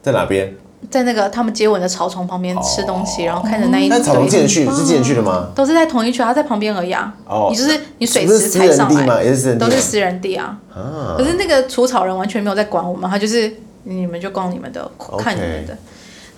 [SPEAKER 3] 在哪边？
[SPEAKER 4] 在那个他们接吻的草丛旁边吃东西，然后看着那一
[SPEAKER 3] 哦那草丛
[SPEAKER 4] 堆
[SPEAKER 3] 进得去是进得去的吗？
[SPEAKER 4] 都是在同一区，它在旁边而已啊。
[SPEAKER 3] 哦
[SPEAKER 4] 你就是你水
[SPEAKER 3] 不是
[SPEAKER 4] 池
[SPEAKER 3] 私
[SPEAKER 4] 踩
[SPEAKER 3] 人
[SPEAKER 4] 上
[SPEAKER 3] 地吗？
[SPEAKER 4] 来
[SPEAKER 3] 也是私人地
[SPEAKER 4] 都
[SPEAKER 3] 吗，
[SPEAKER 4] 是私人地啊。
[SPEAKER 3] 啊。
[SPEAKER 2] 嗯
[SPEAKER 4] 可是那个除草人完全没有在管我们，他就是你们就逛你们的，
[SPEAKER 3] OK
[SPEAKER 4] 看你们的。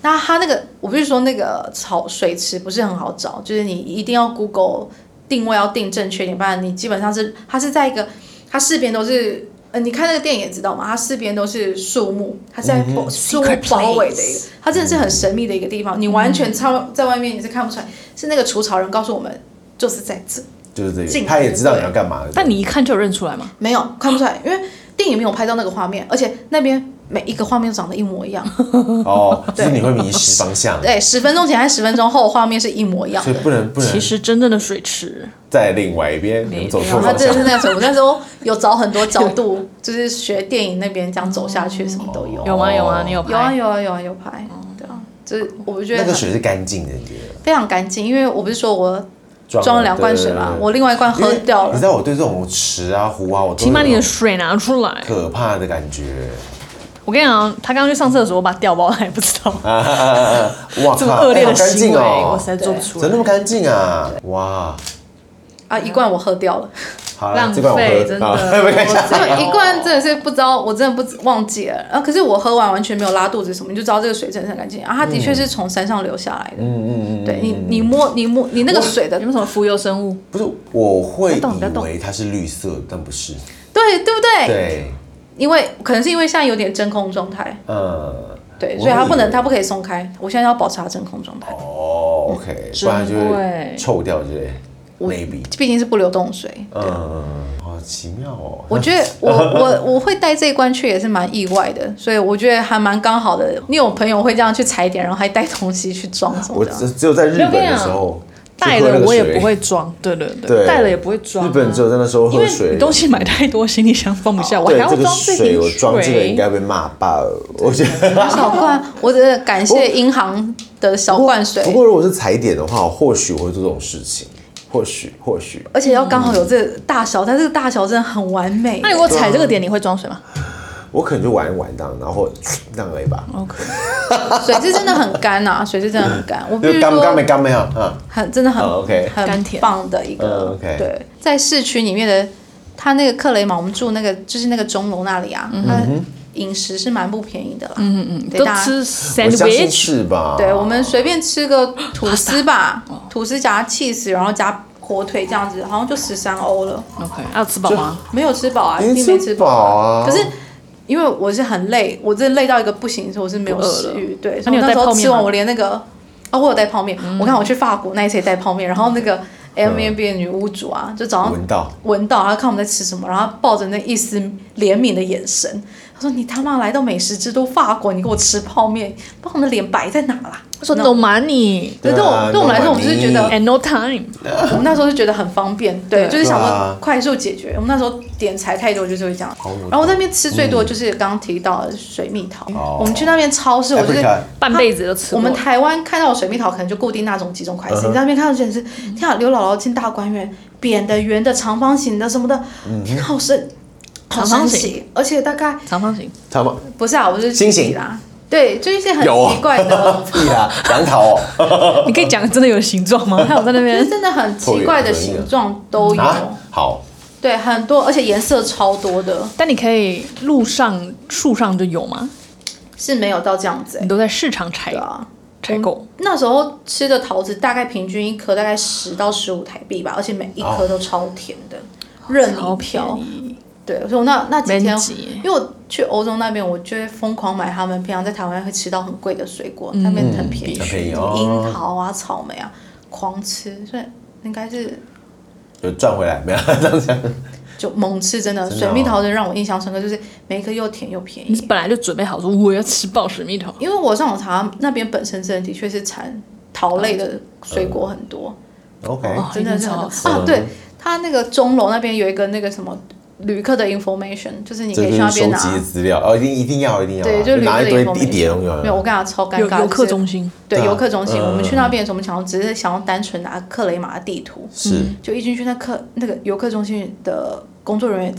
[SPEAKER 4] 那他那个，我不是说那个草水池不是很好找，就是你一定要 Google 定位要定正确点，不然你基本上是它是在一个它四边都是，呃，你看那个电影也知道嘛，它四边都是树木，它是在包树木
[SPEAKER 2] 嗯 Secret
[SPEAKER 4] 包围
[SPEAKER 2] place 嗯
[SPEAKER 4] 的一个，它真的是很神秘的一个地方，你完全超在外面你是看不出来，是那个除草人告诉我们就是在这。
[SPEAKER 3] 就是这
[SPEAKER 4] 进
[SPEAKER 3] 个，
[SPEAKER 4] 来
[SPEAKER 3] 他也知道你要干嘛。
[SPEAKER 2] 但你一看就认出来吗？
[SPEAKER 4] 没有看不出来，因为电影没有拍到那个画面，而且那边每一个画面都长得一 模一样。
[SPEAKER 3] 哦，就是
[SPEAKER 4] 对
[SPEAKER 3] 你会迷失方向，
[SPEAKER 4] 对，十分钟前和十分钟后画面是一 模一样
[SPEAKER 3] 所以
[SPEAKER 4] 的。
[SPEAKER 3] 不能不能
[SPEAKER 2] 其实真正的水池，
[SPEAKER 3] 在另外一边，你们走错
[SPEAKER 4] 他
[SPEAKER 3] 方
[SPEAKER 4] 真
[SPEAKER 3] 向。
[SPEAKER 4] 的是那种，我那时候有找很多角度，就是学电影那边这样走下去，什么都
[SPEAKER 3] 哦
[SPEAKER 4] 有。
[SPEAKER 2] 有吗？有吗？你有拍？
[SPEAKER 4] 有啊有啊有啊有拍，对啊，就是我觉
[SPEAKER 3] 那
[SPEAKER 4] 得
[SPEAKER 3] 个
[SPEAKER 4] 很
[SPEAKER 3] 水是干净的，你觉得？
[SPEAKER 4] 非常干净，因为我不是说我装
[SPEAKER 3] 了
[SPEAKER 4] 了两罐水嘛，我另外一罐喝掉
[SPEAKER 3] 你
[SPEAKER 4] 了
[SPEAKER 3] 知。道我对这种池啊湖啊，我都
[SPEAKER 2] 请把
[SPEAKER 3] 有
[SPEAKER 2] 你的水拿出来。
[SPEAKER 3] 可怕的感觉。
[SPEAKER 2] 我跟你讲，他刚刚去上厕所，我把掉包，他还不知道。
[SPEAKER 3] 啊啊啊啊！哇
[SPEAKER 2] 这么
[SPEAKER 3] 靠，
[SPEAKER 2] 恶
[SPEAKER 3] 哎
[SPEAKER 2] 劣
[SPEAKER 3] 好
[SPEAKER 2] 的
[SPEAKER 3] 干
[SPEAKER 2] 行
[SPEAKER 3] 净
[SPEAKER 2] 为，
[SPEAKER 3] 哦
[SPEAKER 2] 我实，在做不出
[SPEAKER 3] 怎么那
[SPEAKER 2] 来。
[SPEAKER 3] 么干净啊？哇，
[SPEAKER 4] 啊，一罐我喝掉了，
[SPEAKER 3] 好
[SPEAKER 2] 浪
[SPEAKER 3] 了，
[SPEAKER 2] 费
[SPEAKER 3] 这罐我
[SPEAKER 2] 真
[SPEAKER 3] 喝
[SPEAKER 2] 的
[SPEAKER 3] 啊，没关系
[SPEAKER 4] 因为一罐真的是不知道，我真的不知忘记了。啊，可是我喝完完全没有拉肚子什么，你就知道这个水真的很干净啊。它的确是从山上流下来的，
[SPEAKER 3] 嗯嗯嗯嗯，
[SPEAKER 4] 对你，你摸你摸你那个水的
[SPEAKER 2] 有没有什么浮游生物？
[SPEAKER 3] 不是，我
[SPEAKER 2] 不要
[SPEAKER 3] 会
[SPEAKER 2] 动不要
[SPEAKER 3] 以
[SPEAKER 2] 动
[SPEAKER 3] 为它是绿色，但不是。
[SPEAKER 4] 对对不
[SPEAKER 2] 哎
[SPEAKER 4] 对？
[SPEAKER 3] 对，
[SPEAKER 4] 因为可能是因为现在有点真空状态，
[SPEAKER 3] 嗯，
[SPEAKER 4] 对，
[SPEAKER 3] 我
[SPEAKER 4] 所以它
[SPEAKER 3] 会
[SPEAKER 4] 不
[SPEAKER 3] 以
[SPEAKER 4] 能
[SPEAKER 3] 为
[SPEAKER 4] 它不可以松开。我现在要保持它真空状态，
[SPEAKER 3] 哦，OK，不然就
[SPEAKER 2] 珍
[SPEAKER 3] 会
[SPEAKER 2] 贵
[SPEAKER 3] 臭掉之类，maybe，
[SPEAKER 4] 毕竟是不流动水。
[SPEAKER 3] 嗯嗯，嗯好奇妙哦。
[SPEAKER 4] 我觉得 我我我会带这一罐去也是蛮意外的，所以我觉得还蛮刚好的。你有朋友会这样去踩点，然后还带东西去装什么
[SPEAKER 3] 我
[SPEAKER 4] 的啊？
[SPEAKER 3] 只只有在日本
[SPEAKER 2] 没有我跟
[SPEAKER 3] 的
[SPEAKER 2] 你
[SPEAKER 3] 时
[SPEAKER 2] 讲
[SPEAKER 3] 候，
[SPEAKER 2] 带
[SPEAKER 3] 就喝那
[SPEAKER 2] 了
[SPEAKER 3] 个
[SPEAKER 2] 我也
[SPEAKER 3] 水
[SPEAKER 2] 不会装，对对对，
[SPEAKER 3] 对
[SPEAKER 2] 带了也不会装啊。
[SPEAKER 3] 日本只有在那时候
[SPEAKER 2] 因
[SPEAKER 3] 喝
[SPEAKER 2] 为
[SPEAKER 3] 水，哦
[SPEAKER 2] 你东西买太多，行李箱放不下，我还
[SPEAKER 3] 对
[SPEAKER 2] 要
[SPEAKER 3] 这个
[SPEAKER 2] 装
[SPEAKER 3] 水，
[SPEAKER 2] 瓶
[SPEAKER 3] 我装这个应该被骂爆。我觉得。
[SPEAKER 4] 小罐，我只是感谢银行的小罐水
[SPEAKER 3] 不，过如果是踩点的话，或许我会做这种事情，或许或许
[SPEAKER 4] 而且要刚好有这个大小，它这个大小真的很完美
[SPEAKER 2] 那。你如果 踩这个点，你会装水吗
[SPEAKER 3] 我可能就玩一玩这样，然后这样而已吧。
[SPEAKER 2] ？OK，
[SPEAKER 4] 水是真的很干呐， 水是真的很干。我必
[SPEAKER 3] 就
[SPEAKER 4] 须
[SPEAKER 3] 嗯干不
[SPEAKER 4] 说，
[SPEAKER 3] 干没干没好啊，
[SPEAKER 4] 很真的很、
[SPEAKER 3] 哦，OK
[SPEAKER 4] 很
[SPEAKER 2] 甘甜
[SPEAKER 4] 棒的一个
[SPEAKER 3] 嗯、，OK
[SPEAKER 4] 对，在市区里面的他那个克雷马，我们住那个就是那个钟楼那里啊，
[SPEAKER 3] 嗯
[SPEAKER 4] 它饮食是蛮不便宜的啦，嗯嗯嗯，对
[SPEAKER 2] 都
[SPEAKER 4] 大家。
[SPEAKER 2] 吃
[SPEAKER 3] 我相信
[SPEAKER 2] sandwich，
[SPEAKER 3] 是吧？
[SPEAKER 4] 对，我们随便吃个吐司吧，吐司夹 cheese，然后夹火腿这样子，好像就十三欧了。
[SPEAKER 2] OK，要吃饱吗？
[SPEAKER 4] 没有吃饱啊，一
[SPEAKER 3] 已
[SPEAKER 4] 定没
[SPEAKER 3] 经
[SPEAKER 4] 吃
[SPEAKER 3] 吃
[SPEAKER 4] 饱
[SPEAKER 3] 饱
[SPEAKER 2] 哦
[SPEAKER 3] 啊。
[SPEAKER 4] 可是因为我是很累，我真的累到一个不行，所以我是没有
[SPEAKER 2] 不饿了
[SPEAKER 4] 食欲。对，
[SPEAKER 2] 那
[SPEAKER 4] 所以
[SPEAKER 2] 你
[SPEAKER 4] 我
[SPEAKER 2] 有
[SPEAKER 4] 那
[SPEAKER 2] 带
[SPEAKER 4] 时候
[SPEAKER 2] 泡面
[SPEAKER 4] 吃完，
[SPEAKER 2] 吗嗯
[SPEAKER 4] 我连那个啊，我有带泡面。我看我去法国那一次也带泡面，然后那个 M B B 的女屋主啊，就早上
[SPEAKER 3] 闻到
[SPEAKER 4] 闻到，然后看我们在吃什么，然后抱着那一丝怜悯的眼神，我说你他妈来到美食之都法国，你给我吃泡面，把我们的脸摆在哪啦？
[SPEAKER 2] 他说 no money
[SPEAKER 3] 啊
[SPEAKER 4] 对对我对我们来说，我们就是觉得
[SPEAKER 2] and no time，
[SPEAKER 4] 我们那时候就觉得很方便，对，
[SPEAKER 2] 对
[SPEAKER 4] 就是想
[SPEAKER 3] 对
[SPEAKER 4] 说
[SPEAKER 3] 啊
[SPEAKER 4] 快速解决。我们那时候点菜太多，就是会这样
[SPEAKER 3] 哦我。
[SPEAKER 4] 然后我在那边吃最多就是刚刚提到的水蜜桃。
[SPEAKER 3] 嗯哦
[SPEAKER 4] 我们去那边超市，我就是
[SPEAKER 3] Apricot
[SPEAKER 2] 半辈子都吃
[SPEAKER 4] 我
[SPEAKER 2] 不
[SPEAKER 4] 们
[SPEAKER 2] 完。
[SPEAKER 4] 台湾看到的水蜜桃可能就固定那种几种款式，
[SPEAKER 3] 嗯哼
[SPEAKER 4] 你在那边看到简直是，天啊，刘姥姥进大观园，扁的、圆的、长方形的什么的，
[SPEAKER 3] 嗯
[SPEAKER 4] 啊好神，好
[SPEAKER 2] 长方
[SPEAKER 4] 神
[SPEAKER 2] 形
[SPEAKER 4] 奇。而且大概
[SPEAKER 2] 长方形，
[SPEAKER 3] 他们
[SPEAKER 4] 不是啊，我是
[SPEAKER 3] 星形
[SPEAKER 4] 啦，对，就一些很
[SPEAKER 3] 有哦
[SPEAKER 4] 奇怪 的。
[SPEAKER 3] 屁 啦，杨桃哦，
[SPEAKER 2] 你可以讲真的有形状吗？还有在那
[SPEAKER 4] 就是
[SPEAKER 2] 边，
[SPEAKER 4] 真的很奇怪的形状都有，
[SPEAKER 3] 啊，好，
[SPEAKER 4] 对，很多，而且颜色超多的，
[SPEAKER 2] 但你可以路上树上就有吗？
[SPEAKER 4] 是没有到这样子、欸
[SPEAKER 2] 你。都在市场采
[SPEAKER 4] 对啊，
[SPEAKER 2] 采购，
[SPEAKER 4] 那时候吃的桃子大概平均一颗大概十到十五台币吧，而且每一颗都超甜的，任你
[SPEAKER 2] 哦超便
[SPEAKER 4] 挑。
[SPEAKER 2] 宜，
[SPEAKER 4] 对，所以我那那几天
[SPEAKER 2] 蛮挤
[SPEAKER 4] 因为我去欧洲那边，我就会疯狂买他们平常在台湾会吃到很贵的水果，
[SPEAKER 2] 嗯
[SPEAKER 4] 那边很便宜，
[SPEAKER 3] 很便宜
[SPEAKER 4] 什
[SPEAKER 3] 哦
[SPEAKER 4] 么樱桃啊、草莓啊，狂吃，所以应该是
[SPEAKER 3] 有赚回来没有？ 这样讲，
[SPEAKER 4] 就猛吃，真的。
[SPEAKER 3] 真的哦
[SPEAKER 4] 水蜜桃真让我印象深刻，就是每一颗又甜又便
[SPEAKER 2] 你是
[SPEAKER 4] 宜。
[SPEAKER 2] 本来就准备好说我要吃爆水蜜桃，
[SPEAKER 4] 因为我上网查，那边本身真的的确是产桃类的水果
[SPEAKER 3] 嗯
[SPEAKER 4] 很多，
[SPEAKER 3] OK，
[SPEAKER 2] 哦
[SPEAKER 4] 真的是
[SPEAKER 2] 一定超好
[SPEAKER 4] 很多
[SPEAKER 2] 吃
[SPEAKER 4] 啊。对，它那个钟楼那边有一个那个什么旅客的 information，就是你可
[SPEAKER 3] 这就
[SPEAKER 4] 以去
[SPEAKER 3] 是
[SPEAKER 4] 那
[SPEAKER 3] 收
[SPEAKER 4] 边拿。
[SPEAKER 3] 集资料哦，一定一定要一定要啊，
[SPEAKER 4] 对，就旅客
[SPEAKER 3] 拿
[SPEAKER 4] 的
[SPEAKER 3] 一堆
[SPEAKER 4] information
[SPEAKER 3] 一叠东西啊
[SPEAKER 4] 没有，我跟他超尴
[SPEAKER 2] 有
[SPEAKER 4] 尬。
[SPEAKER 2] 游客
[SPEAKER 4] 就是
[SPEAKER 2] 中心，
[SPEAKER 4] 对
[SPEAKER 3] 对啊
[SPEAKER 4] 游客中心，
[SPEAKER 3] 嗯
[SPEAKER 4] 我们去那边有什么想要，只是想要单纯拿克雷马的地图，
[SPEAKER 3] 是
[SPEAKER 4] 就一进去那客那个游客中心的工作人员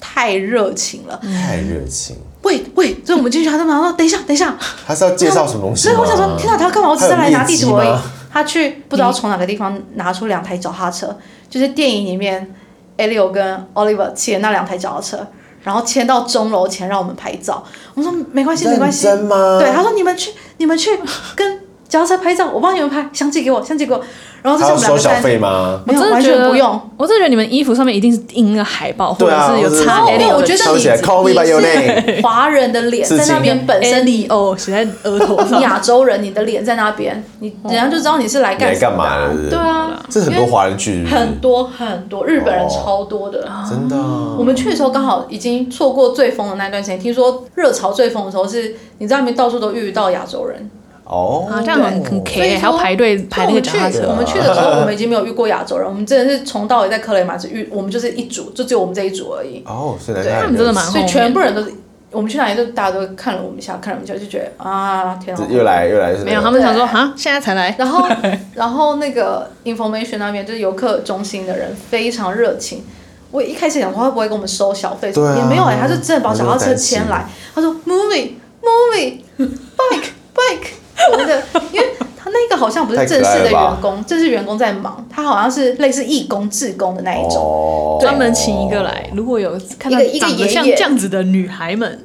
[SPEAKER 4] 太热情了，
[SPEAKER 3] 太热情，
[SPEAKER 4] 喂喂，所以我们进去，他就马上说哦等一下，等一下，
[SPEAKER 3] 他是要介绍什么东西
[SPEAKER 4] 所
[SPEAKER 3] 吗？
[SPEAKER 4] 以我想说，天哪，他要干嘛？我只是来拿地图而
[SPEAKER 3] 还有
[SPEAKER 4] 已
[SPEAKER 3] 面积吗。
[SPEAKER 4] 他去不知道从哪个地方拿出两台脚踏车，就是电影里面 Elio 跟 Oliver 骑的那两台脚踏车，然后牵到钟楼前让我们拍照。我说没关系，没关系，
[SPEAKER 3] 认真吗
[SPEAKER 4] 对，他说你们去，你们去跟脚踏车拍照，我帮你们拍，相机给我，相机给我。然后这
[SPEAKER 3] 他
[SPEAKER 4] 是
[SPEAKER 3] 要
[SPEAKER 4] 我们两
[SPEAKER 3] 收
[SPEAKER 4] 个
[SPEAKER 3] 小
[SPEAKER 4] 在
[SPEAKER 3] 费吗？
[SPEAKER 4] 没有
[SPEAKER 2] 我真的
[SPEAKER 4] 完
[SPEAKER 2] 觉
[SPEAKER 4] 全
[SPEAKER 2] 得
[SPEAKER 4] 不用。，
[SPEAKER 2] 我真的觉得你们衣服上面一定是印了海报，或
[SPEAKER 3] 对啊
[SPEAKER 2] 者是有插
[SPEAKER 3] 或者是
[SPEAKER 2] L
[SPEAKER 4] 没有，我
[SPEAKER 2] 的
[SPEAKER 4] 觉得
[SPEAKER 3] 收
[SPEAKER 4] 你
[SPEAKER 3] 起来，call me by your
[SPEAKER 4] 你是哎华人的脸
[SPEAKER 3] 刺
[SPEAKER 4] 在
[SPEAKER 3] 青
[SPEAKER 4] 那边本身
[SPEAKER 2] 你哦写在额头 上，
[SPEAKER 4] 亚洲人，你的脸在那边，你人家就知道你是来
[SPEAKER 3] 你
[SPEAKER 4] 干
[SPEAKER 3] 来
[SPEAKER 4] 什
[SPEAKER 3] 干
[SPEAKER 4] 么的
[SPEAKER 3] 嘛
[SPEAKER 4] 啊
[SPEAKER 3] 的？对不对
[SPEAKER 4] 对啊，
[SPEAKER 3] 这很
[SPEAKER 4] 因
[SPEAKER 3] 多
[SPEAKER 4] 为
[SPEAKER 3] 华人
[SPEAKER 2] 嗯
[SPEAKER 3] 去，
[SPEAKER 4] 很多很多日本人
[SPEAKER 3] 哦
[SPEAKER 4] 超多的。
[SPEAKER 3] 真的啊
[SPEAKER 4] 我们去的时候刚好已经错过最疯的那段时间，听说热潮最疯的时候是，你在那边到处都遇到亚洲人。
[SPEAKER 3] 哦，
[SPEAKER 2] 啊，这样很很
[SPEAKER 4] 所以
[SPEAKER 2] K，
[SPEAKER 4] 说
[SPEAKER 2] 还要排队
[SPEAKER 4] 那
[SPEAKER 2] 排
[SPEAKER 4] 我
[SPEAKER 2] 那个
[SPEAKER 4] 们
[SPEAKER 2] 脚
[SPEAKER 4] 去
[SPEAKER 2] 踏车
[SPEAKER 4] 我，们去的时候，我们已经没有遇过亚洲人，我们真的是从到尾在克雷马只遇，我们就是一组，就只有我们这一组而已。
[SPEAKER 3] 哦，所以来
[SPEAKER 4] 对
[SPEAKER 3] 看
[SPEAKER 2] 他们真的蛮后
[SPEAKER 4] 所
[SPEAKER 2] 面
[SPEAKER 4] 以全部人都是，我们去哪里都大家都看了我们一下，看了我们一下，就觉得啊，天啊
[SPEAKER 3] 这，又来又来是
[SPEAKER 2] 没有，他们想说
[SPEAKER 4] 对
[SPEAKER 2] 啊，现在才来，
[SPEAKER 4] 然后，然后那个 information 那边就是游客中心的人非常热情。我一开始想说会不会给我们收小费，
[SPEAKER 3] 对啊
[SPEAKER 4] 也没有哎、他就真的把
[SPEAKER 3] 我就
[SPEAKER 4] 脚踏车
[SPEAKER 3] 担心
[SPEAKER 4] 牵来，他说 movie movie bike bike 什么的，因为他那个好像不是
[SPEAKER 3] 太可
[SPEAKER 4] 正式
[SPEAKER 3] 爱
[SPEAKER 4] 的
[SPEAKER 3] 了吧
[SPEAKER 4] 员工，正式员工在忙，他好像是类似义工、志工的那一种。
[SPEAKER 3] 哦
[SPEAKER 2] 专门请一个来。如果有看到
[SPEAKER 4] 一个一个
[SPEAKER 2] 长得像
[SPEAKER 4] 爷爷
[SPEAKER 2] 这样子的女孩们，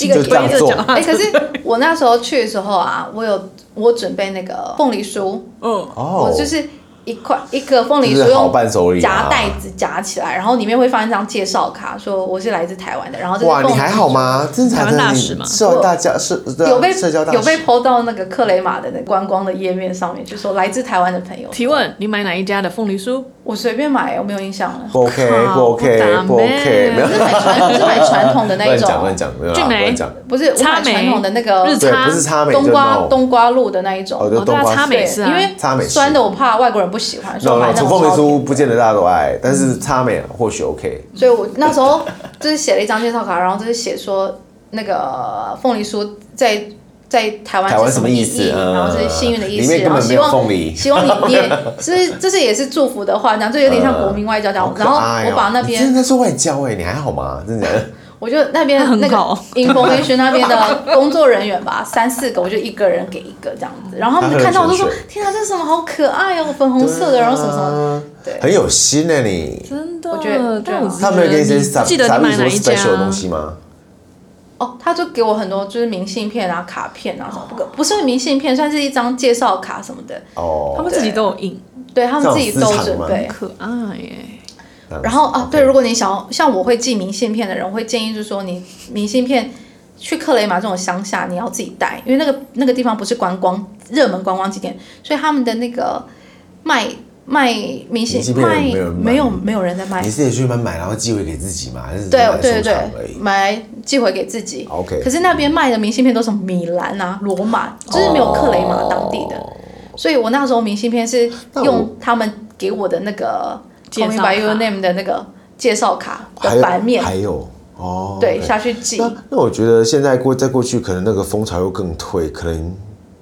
[SPEAKER 4] 一个
[SPEAKER 3] 就这样
[SPEAKER 2] 推着
[SPEAKER 3] 做
[SPEAKER 2] 脚
[SPEAKER 4] 哎、
[SPEAKER 2] 踏车，
[SPEAKER 4] 可是我那时候去的时候啊，我有我准备那个凤梨酥，
[SPEAKER 2] 哦，
[SPEAKER 3] 哦，
[SPEAKER 4] 我就是一块一个凤梨
[SPEAKER 3] 就
[SPEAKER 4] 酥
[SPEAKER 3] 是好
[SPEAKER 4] 用
[SPEAKER 3] 伴手礼啊
[SPEAKER 4] 夹袋子夹起来，然后里面会放一张介绍卡，说我是来自台湾的，然后这是
[SPEAKER 3] 哇，
[SPEAKER 4] 凤
[SPEAKER 3] 你
[SPEAKER 4] 梨
[SPEAKER 3] 还好吗？真的
[SPEAKER 2] 台
[SPEAKER 3] 假
[SPEAKER 2] 湾大
[SPEAKER 3] 的？
[SPEAKER 2] 使
[SPEAKER 3] 你
[SPEAKER 2] 嘛
[SPEAKER 3] 社交大家社对啊
[SPEAKER 4] 有被
[SPEAKER 3] 社交大使
[SPEAKER 4] 有被 PO 到那个克雷马的那观光的页面上面，就说来自台湾的朋友。
[SPEAKER 2] 提问，你买哪一家的凤梨酥？
[SPEAKER 4] 我随便买，我没有印象了。
[SPEAKER 3] 不 OK
[SPEAKER 2] 靠
[SPEAKER 3] 不
[SPEAKER 2] 不打
[SPEAKER 3] OK 不 OK
[SPEAKER 2] 咩
[SPEAKER 3] 没有
[SPEAKER 4] 是买传，是买传统的那一
[SPEAKER 3] 乱
[SPEAKER 4] 种，
[SPEAKER 3] 讲乱讲没有啦
[SPEAKER 2] 俊梅
[SPEAKER 3] 乱讲，
[SPEAKER 4] 不是我
[SPEAKER 2] 插
[SPEAKER 4] 买
[SPEAKER 2] 梅
[SPEAKER 4] 传统的那个
[SPEAKER 2] 日
[SPEAKER 3] 对，
[SPEAKER 2] 插
[SPEAKER 3] 不是插美
[SPEAKER 4] 冬
[SPEAKER 3] 就
[SPEAKER 4] 瓜
[SPEAKER 3] no
[SPEAKER 4] 冬瓜露的那一种。
[SPEAKER 3] 哦，就
[SPEAKER 2] 哦，对
[SPEAKER 3] 冬
[SPEAKER 2] 啊，
[SPEAKER 3] 瓜
[SPEAKER 2] 插
[SPEAKER 3] 水
[SPEAKER 2] 美式啊，
[SPEAKER 4] 因为
[SPEAKER 3] 插美式
[SPEAKER 4] 酸的我怕外国人不喜欢，所以
[SPEAKER 3] no
[SPEAKER 4] 我买
[SPEAKER 3] no，
[SPEAKER 4] 那
[SPEAKER 3] 土
[SPEAKER 4] 种
[SPEAKER 3] 凤梨
[SPEAKER 4] 超甜
[SPEAKER 3] 酥不见得大家都爱，但
[SPEAKER 4] 嗯
[SPEAKER 3] 是插美啊或许 OK。
[SPEAKER 4] 所以我那时候就是写了一张介绍卡，然后就是写说那个凤梨酥在在台湾
[SPEAKER 3] 台湾
[SPEAKER 4] 是
[SPEAKER 3] 什
[SPEAKER 4] 么
[SPEAKER 3] 么意思？嗯
[SPEAKER 4] 然后是幸运的意
[SPEAKER 3] 里
[SPEAKER 4] 思，
[SPEAKER 3] 面根
[SPEAKER 4] 然后
[SPEAKER 3] 本没
[SPEAKER 4] 希
[SPEAKER 3] 有
[SPEAKER 4] 望
[SPEAKER 3] 凤梨。
[SPEAKER 4] 希望你你也是这是也是祝福的话，然后就有点像国民外交这样
[SPEAKER 3] 好。可
[SPEAKER 4] 然后
[SPEAKER 3] 爱哦
[SPEAKER 4] 我把那
[SPEAKER 3] 你真
[SPEAKER 4] 边
[SPEAKER 3] 的是外交哎，你还好吗？真的假的？
[SPEAKER 4] 我就那边
[SPEAKER 2] 很
[SPEAKER 4] 那个
[SPEAKER 2] 好
[SPEAKER 4] information 那边的工作人员吧，三四个，我就一个人给一个这样子。然后他们
[SPEAKER 3] 他喝
[SPEAKER 4] 看到我就说
[SPEAKER 3] 泉：“
[SPEAKER 4] 天啊，这是什么好可爱哦，粉红
[SPEAKER 3] 啊
[SPEAKER 4] 色的，然后什么什么。”对
[SPEAKER 3] 对，啊很有心呢你。
[SPEAKER 2] 真的，
[SPEAKER 4] 我觉得啊
[SPEAKER 2] 但我只是
[SPEAKER 3] 他没有给你一些
[SPEAKER 2] 觉得
[SPEAKER 3] 啥
[SPEAKER 2] 你记得
[SPEAKER 3] 啥
[SPEAKER 2] 你买
[SPEAKER 3] 什
[SPEAKER 2] 哪
[SPEAKER 3] 么
[SPEAKER 2] 一家
[SPEAKER 3] special 的东西吗？
[SPEAKER 4] 哦，他就给我很多就是明信片啊、卡片啊什么，不不是明信片，算是一张介绍卡什么的，
[SPEAKER 3] 哦，
[SPEAKER 2] 他们自己都有印，
[SPEAKER 4] 对他们自己都准
[SPEAKER 3] 这
[SPEAKER 4] 备
[SPEAKER 3] 样。
[SPEAKER 2] 可爱耶，
[SPEAKER 4] 然后啊，
[SPEAKER 3] OK
[SPEAKER 4] 对，如果你想要像我会寄明信片的人，我会建议就是说你明信片去克雷马这种乡下，你要自己带，因为那个那个地方不是观光热门观光景点，所以他们的那个卖卖明
[SPEAKER 3] 明信
[SPEAKER 4] 信
[SPEAKER 3] 片
[SPEAKER 4] 卖
[SPEAKER 3] 没有人买
[SPEAKER 4] 没有没有人在卖
[SPEAKER 3] 你，是得去买买，然后寄回给自己嘛？还是
[SPEAKER 4] 哎对
[SPEAKER 3] 拿来
[SPEAKER 4] 对对
[SPEAKER 3] 收藏而
[SPEAKER 4] 对，
[SPEAKER 3] 已？
[SPEAKER 4] 买来寄回给自己。
[SPEAKER 3] OK
[SPEAKER 4] 可是那边卖的明信片都是米兰啊、罗马，就是没有克雷马当地的，所以我那时候明信片是
[SPEAKER 3] 哦那我
[SPEAKER 4] 用他们给我的那个《
[SPEAKER 2] 介
[SPEAKER 4] Call
[SPEAKER 2] 绍
[SPEAKER 4] Me
[SPEAKER 2] 卡
[SPEAKER 4] by Your Name》的那个介绍卡
[SPEAKER 3] 还
[SPEAKER 4] 的
[SPEAKER 3] 有
[SPEAKER 4] 版面，
[SPEAKER 3] 还有哦，
[SPEAKER 4] 对，
[SPEAKER 3] OK
[SPEAKER 4] 下去寄。
[SPEAKER 3] 那那我觉得现在过在过去，可能那个风潮又更退，可能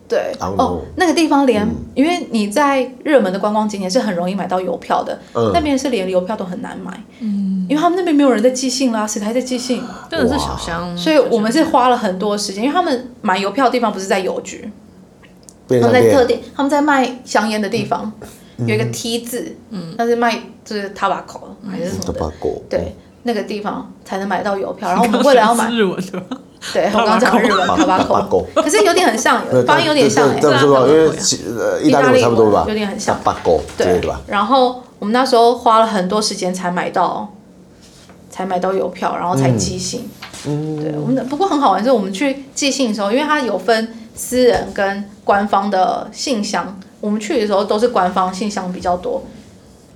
[SPEAKER 4] 对
[SPEAKER 3] don't
[SPEAKER 4] 哦
[SPEAKER 3] know，
[SPEAKER 4] 那个地方连、
[SPEAKER 3] 嗯
[SPEAKER 4] 因为你在热门的观光景点是很容易买到邮票的，
[SPEAKER 3] 嗯
[SPEAKER 4] 那边是连邮票都很难买，嗯，因为他们那边没有人在寄信啦，谁还在寄信？
[SPEAKER 2] 真的是小香，
[SPEAKER 4] 所以我们是花了很多时间，因为他们买邮票的地方不是在邮局，
[SPEAKER 3] 便
[SPEAKER 4] 他
[SPEAKER 3] 利
[SPEAKER 4] 们在特
[SPEAKER 3] 商店
[SPEAKER 4] 定他们在卖香烟的地方、有一个 T 字，嗯，那是卖就是 tobacco 还是什么的，
[SPEAKER 3] ，tobacco，
[SPEAKER 4] 对，那个地方才能买到邮 票。然后我们为了要买
[SPEAKER 2] 是，日文的吗？
[SPEAKER 4] 对我刚刚讲 日文
[SPEAKER 3] tobacco
[SPEAKER 4] tobacco，可是有点很像，
[SPEAKER 3] 对，
[SPEAKER 4] 发音有点像哎、
[SPEAKER 3] 这这这不
[SPEAKER 2] 对啊
[SPEAKER 3] 多，
[SPEAKER 2] 差不多
[SPEAKER 3] 因为
[SPEAKER 2] 呀
[SPEAKER 3] 其呃意大利文差不多吧，
[SPEAKER 4] 有点很像
[SPEAKER 3] tobacco 之类
[SPEAKER 4] 对
[SPEAKER 3] 的吧，
[SPEAKER 4] 然后我们那时候花了很多时间才买到，才买到邮票，然后才寄信。嗯，对，我们的不过很好玩，是我们去寄信的时候，因为它有分私人跟官方的信箱，我们去的时候都是官方信箱比较多。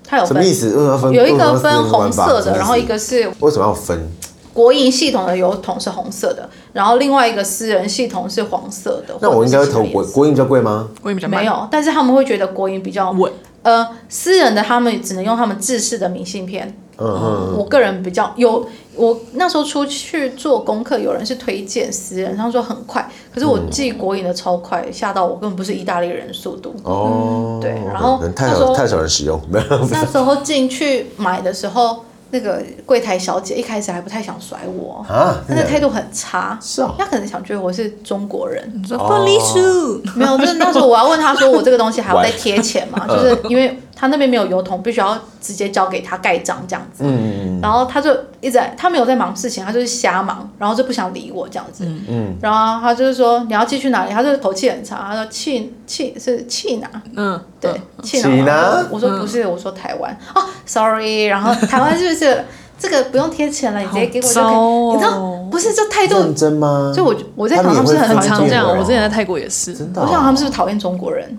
[SPEAKER 4] 它有
[SPEAKER 3] 什么意
[SPEAKER 4] 分
[SPEAKER 3] 思？为什么要分
[SPEAKER 4] 有一
[SPEAKER 3] 为什么要
[SPEAKER 4] 个
[SPEAKER 3] 分
[SPEAKER 4] 分红色
[SPEAKER 3] 什么意
[SPEAKER 4] 的，
[SPEAKER 3] 思
[SPEAKER 4] 然后一个是
[SPEAKER 3] 为什么要分？
[SPEAKER 4] 国营系统的邮筒是红色的，然后另外一个私人系统是黄色的。
[SPEAKER 3] 那我应该
[SPEAKER 4] 或
[SPEAKER 3] 会
[SPEAKER 4] 者是其他
[SPEAKER 3] 投国国
[SPEAKER 4] 颜色
[SPEAKER 3] 营比较贵吗？
[SPEAKER 2] 我也比较慢
[SPEAKER 4] 没有，但是他们会觉得国营比较
[SPEAKER 2] 稳，
[SPEAKER 4] 呃，私人的他们只能用他们制式的明信片。
[SPEAKER 3] 嗯嗯，
[SPEAKER 4] 我个人比较有，我那时候出去做功课，有人是推荐私人，他说很快，可是我寄国营的超快，吓到我根本不是意大利人速度。
[SPEAKER 3] 哦，
[SPEAKER 4] 嗯对然后
[SPEAKER 3] 可能太
[SPEAKER 4] 他
[SPEAKER 3] 少
[SPEAKER 4] 说
[SPEAKER 3] 太少人使用，没有
[SPEAKER 4] 那时候进去买的时候，那个柜台小姐一开始还不太想甩我，
[SPEAKER 3] 啊，
[SPEAKER 4] 她的态度很差，
[SPEAKER 3] 是啊
[SPEAKER 4] 她可能想觉得我是中国人，
[SPEAKER 2] 你说
[SPEAKER 3] 哦
[SPEAKER 2] 凤梨酥，
[SPEAKER 4] 没有，就是那时候我要问他说，我这个东西还要再贴钱吗？就是因为他那边没有邮筒，必须要直接交给他盖章这样子。
[SPEAKER 3] 嗯，
[SPEAKER 4] 然后他就一直在，他没有在忙事情，他就是瞎忙，然后就不想理我这样子。嗯，然后他就是说你要寄去哪里，他就口气很差，他说去去是去哪？
[SPEAKER 2] 嗯，
[SPEAKER 4] 对，去
[SPEAKER 3] 去
[SPEAKER 4] 哪
[SPEAKER 3] 哪
[SPEAKER 4] 吗？我说不是，我说台湾。哦，sorry，然后台湾是不是这个不用贴钱了？你直接给我就可
[SPEAKER 2] 好糟哦
[SPEAKER 4] 以。你知道不是就态度，
[SPEAKER 3] 认真吗？
[SPEAKER 4] 所以我我在
[SPEAKER 3] 他
[SPEAKER 4] 想
[SPEAKER 3] 们也
[SPEAKER 4] 他们是
[SPEAKER 3] 会分
[SPEAKER 4] 很常
[SPEAKER 2] 常
[SPEAKER 3] 辨
[SPEAKER 2] 这样。
[SPEAKER 3] 的
[SPEAKER 2] 我之前在泰国也是，
[SPEAKER 3] 啊真的哦，
[SPEAKER 4] 我想他们是不是讨厌中国人？